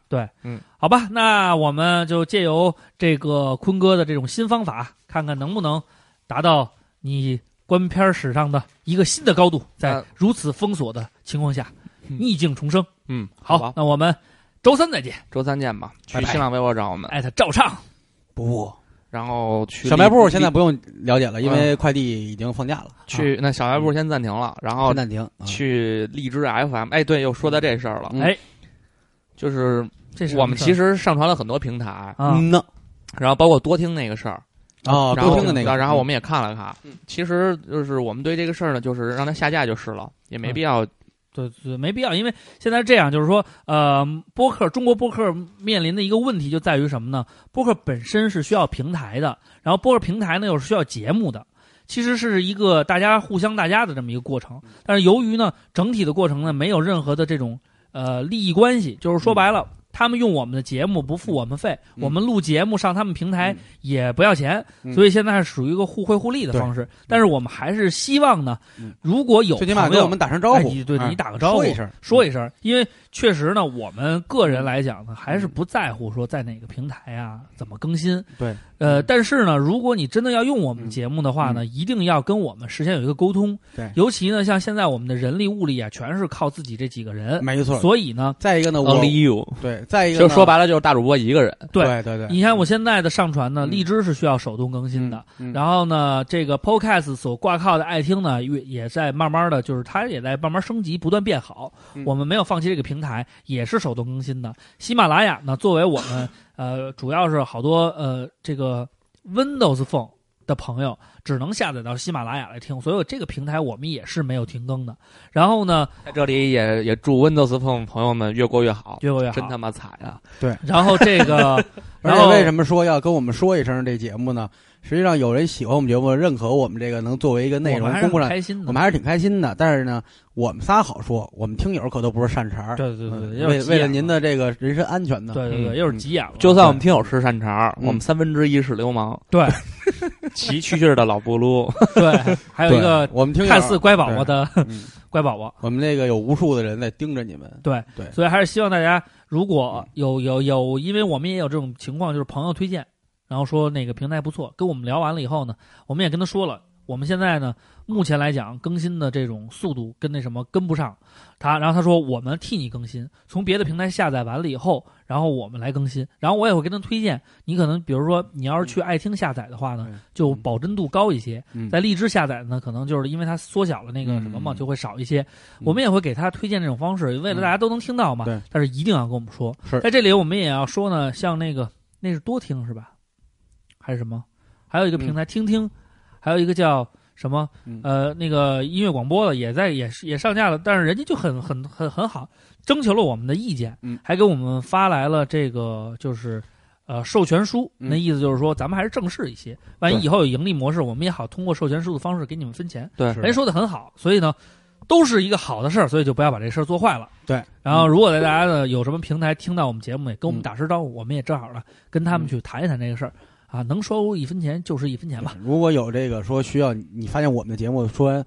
D: 好吧？那我们就借由这个坤哥的这种新方法，看看能不能达到你观片史上的一个新的高度，在
F: 啊
D: 如此封锁的情况下，
F: 嗯
D: 逆境重生。
F: 嗯，好
D: 好
F: 吧，，
D: 那我们周三再见，
F: 周三见吧，去
E: 拜拜
F: 新浪微博找我们，
D: 艾特照唱。
E: 不
F: 然后去
E: 小
F: 荔
E: 卖部
F: 荔
E: 现在啊不用了解了，因
D: 嗯
E: 为快递已经放假了，
F: 去那小卖部先暂停了，然
D: 哦
F: 后
E: 先暂停。啊
F: 去荔枝 FM。哎，对，又说到这事儿了，
E: 嗯
D: 哎，
F: 就是
D: 这是
F: 我们其
D: 实
F: 实上传了很多平台，
D: 啊，
E: 嗯呢，
F: 然后包括多听那个事儿，
E: 哦，
F: 然后
E: 多听的那个，
F: 然后我
E: 们
F: 们也看了看，其实就是我们对这个事儿呢，就是让它下架就是了，也没必要。
D: 对对，没必要，因为现在这样就是说，呃，播客中国播客面临的一个问题就在于什么呢？播客本身是需要平台的，然后播客平台呢又是需要节目的，其实是一个大家互相大家的这么一个过程。
E: 嗯
D: 但是由于呢，整体的过程呢没有任何的这种呃利益关系，就是说白了。他们用我们的节目不付我们费，
E: 嗯
D: 我们录节目上他们平台也不要钱，
E: 嗯
D: 所以现在是属于一个互惠互利的
E: 对
D: 方式。但是我们还是希望呢
E: 嗯，
D: 如果有
E: 最起码
D: 朋
E: 给
D: 友
E: 我们打声招
D: 哎
E: 呼
D: 你，对
E: 啊
D: 你打个招呼
E: 说一声，嗯
D: 说一声，因为确实呢，我们个人来讲呢，还是不在乎说在哪个平台啊，怎么更新。
E: 嗯对，嗯
D: 呃，但是呢，如果你真的要用我们节目的话呢，
E: 嗯
D: 一定要跟我们事先有一个沟通。
E: 对
D: 尤其呢，像现在我们的人力物力啊，全是靠自己这几个人，
E: 没错。
D: 所以呢，
E: 再一个呢，我
F: Only you，
E: 对，再一个
F: 就
E: 呢
F: 说，白了就是大主播一个人，
D: 对
E: 对对对，
D: 你看我现在的上传呢，
E: 嗯
D: 荔枝是需要手动更新的，
E: 嗯嗯
D: 然后呢，这个 Podcast 所挂靠的爱听呢，也也在慢慢的就是它也在慢慢升级，不断变好。
E: 嗯
D: 我们没有放弃这个平台，也是手动更新的。喜马拉雅呢，作为我 们呃主要是好多呃这个 Windows Phone 的朋友，只能下载到喜马拉雅来听，所以这个平台我们也是没有停更的。然后呢，
F: 在这里也也祝 Windows Phone 朋友们越过越好，
D: 越过 越好
F: 真他妈惨啊！
D: 然后这个，
E: 而
D: 然
E: 且
D: 后
E: 为什么说要跟我们说一声这节目呢？实际上有人喜欢我们节目，认可我们这个能作为一个内
D: 我
E: 容
D: 们还是
E: 公布
D: 很
E: 上，
D: 开心的，
E: 我们还是挺开心的。但是呢，我们仨好说，我们听友可都不是善茬儿。
D: 对对对
E: 嗯
D: 对，又是
E: 为
D: 急
E: 为了
D: 眼
E: 您的这个人身安全呢，
D: 对对对，
F: 嗯
D: 又是急眼了，
F: 就算我们听友是善茬，
E: 嗯
F: 我们三分之一是流氓，
D: 对
F: 骑蛐蛐儿的老 布鲁，
D: 对，还有一个
E: 对我们听友
D: 看似乖宝宝的
E: 嗯
D: 乖宝宝，
E: 我们这个有无数的人在盯着你们，
D: 所以还是希望大家如
E: 嗯
D: 果有有有，因为我们也有这种情况，就是朋友推荐，然后说那个平台不错，跟我们聊完了以后呢，我们也跟他说了，我们现在呢目前来讲更新的这种速度跟那什么跟不上他，然后他说我们替你更新，从别的平台下载完了以后，然后我们来更新，然后我也会跟他推荐，你可能比如说你要是去爱听下载的话呢
E: 嗯，
D: 就保真度高一些，
E: 嗯
D: 在荔枝下载呢，可能就是因为它缩小了那个什么嘛，
E: 嗯
D: 就会少一些。我们也会给他推荐这种方式，为了大家都能听到嘛。
E: 对
D: 但是一定要跟我们说。
E: 是
D: 在这里我们也要说呢，像那个那是多听是吧？还是什么？还有一个平台、听听，还有一个叫什么
E: 嗯
D: 呃那个音乐广播的也在也是也上架了，但是人家就很很很很好，征求了我们的意见，
E: 嗯
D: 还给我们发来了这个就是。呃，授权书，
E: 嗯
D: 那意思就是说，咱们还是正式一些。万一以后有盈利模式，我们也好通过授权书的方式给你们分钱。
F: 对
E: 是
D: 人说的很好，所以呢，都是一个好的事儿，所以就不要把这事儿做坏了。
E: 对，
D: 然后如果大家呢有什么平台听到我们节目，也跟我们打声招呼，我们也正好呢跟他
E: 嗯
D: 们去谈一谈这个事儿啊，能收一分钱就是一分钱吧。
E: 如果有这个说需要你你发现我们的节目说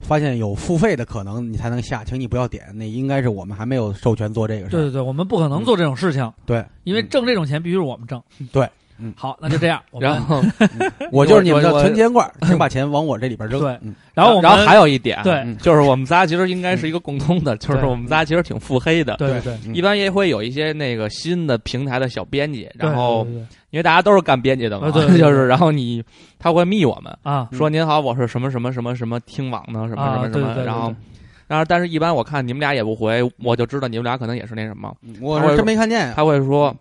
E: 发现有付费的可能，你才能下，请你不要点，那应该是我们还没有授权做这个事
D: 对
E: 儿。
D: 对对，我们不可能做这种事情，
E: 对，
D: 因为
E: 嗯
D: 挣这种钱必须是我们挣。
E: 对嗯
D: 好，那就这样。我们
F: 然后
E: 我就是你们的
F: 我我
E: 存钱罐儿，请把钱往我这里边扔。
D: 对
E: 嗯，
D: 然后我们
F: 然后还有一点，
D: 对嗯
E: 嗯
F: 就是我们仨其实应该是一个共通的，就是
D: 对
F: 我们仨其实挺腹黑的。
D: 对对对，
E: 嗯
F: 一般也会有一些那个新的平台的小编辑，然后
D: 对对对
F: 因为大家都是干编辑的嘛，
D: 啊对对对
F: 就是然后你他会密我们
D: 啊
F: 说您好，我是什么什么什么什么听网呢，什么
D: 啊
F: 什么什
D: 对对
F: 么，
D: 对，
F: 然后
D: 对
F: 然后但是一般我看你们俩也不回，我就知道你们俩可能也是那什么，
E: 我是真没看见呀。
F: 他会说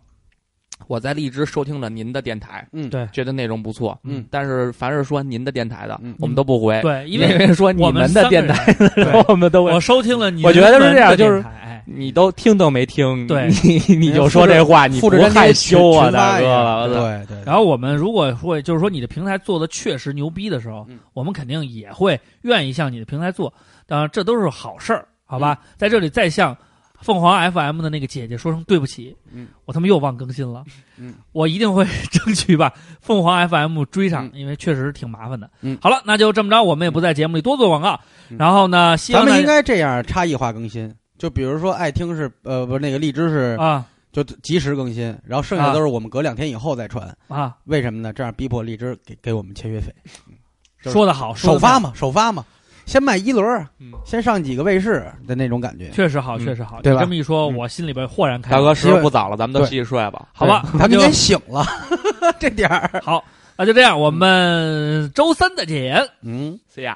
F: 我在荔枝收听了您的电台，
E: 嗯
D: 对
F: 觉得内容不错，
E: 嗯，
F: 但是凡是说您的电台的
E: 嗯，
F: 我们都不回，
D: 对，因为
F: 说你
D: 我们
F: 的电台，
D: 台，对
F: 我们都会
D: 我，收听了你，
F: 我觉得是这样就是
D: 是
F: 你都听都没听，
D: 哎对
F: 你你就说这话，你
E: 复
F: 不
E: 制粘贴
F: 害羞啊，
E: 群发
F: 大
E: 一
F: 哥
E: 下
F: 了，我操
E: 对对，
D: 然后我们如果会就是说你的平台做的确实牛逼的时候，
E: 嗯
D: 我们肯定也会愿意向你的平台做，当然这都是好事儿，好吧？
E: 嗯
D: 在这里再向凤凰 FM 的那个姐姐说声对不起，
E: 嗯
D: 我他妈又忘更新了，
E: 嗯
D: 我一定会争取把凤凰 FM 追上，因为确实挺麻烦的。
E: 嗯
D: 好了，那就这么着，我们也不在节目里多做广告，
E: 嗯
D: 然后呢，希
E: 咱
D: 望
E: 们应
D: 大家
E: 该这样差异化更新。就比如说，爱听是呃不是那个荔枝是
D: 啊
E: 就及时更新，然后剩下都是我们隔两天以后再传。
D: 啊
E: 为什么呢？这样逼迫荔枝给给我们签约费，就是
D: 说的好，哦说
E: 首
D: 得
E: 发
D: 好。
E: 嘛，首发嘛，先卖一轮儿
F: 嗯，
E: 先上几个卫视的那种感觉。
D: 确实好，
F: 嗯
D: 确实好。
E: 对
D: 你
E: 吧
D: 这么一说，
E: 嗯
D: 我心里边豁然开
F: 大
D: 朗。
F: 哥时候不早了，咱们都
E: 对
F: 继续睡吧。
D: 好吧，
E: 他们
D: 那
E: 应
D: 就
E: 该醒了， 这点儿。
D: 啊好，那就这样，我们周三再见。
E: 嗯。
F: See ya。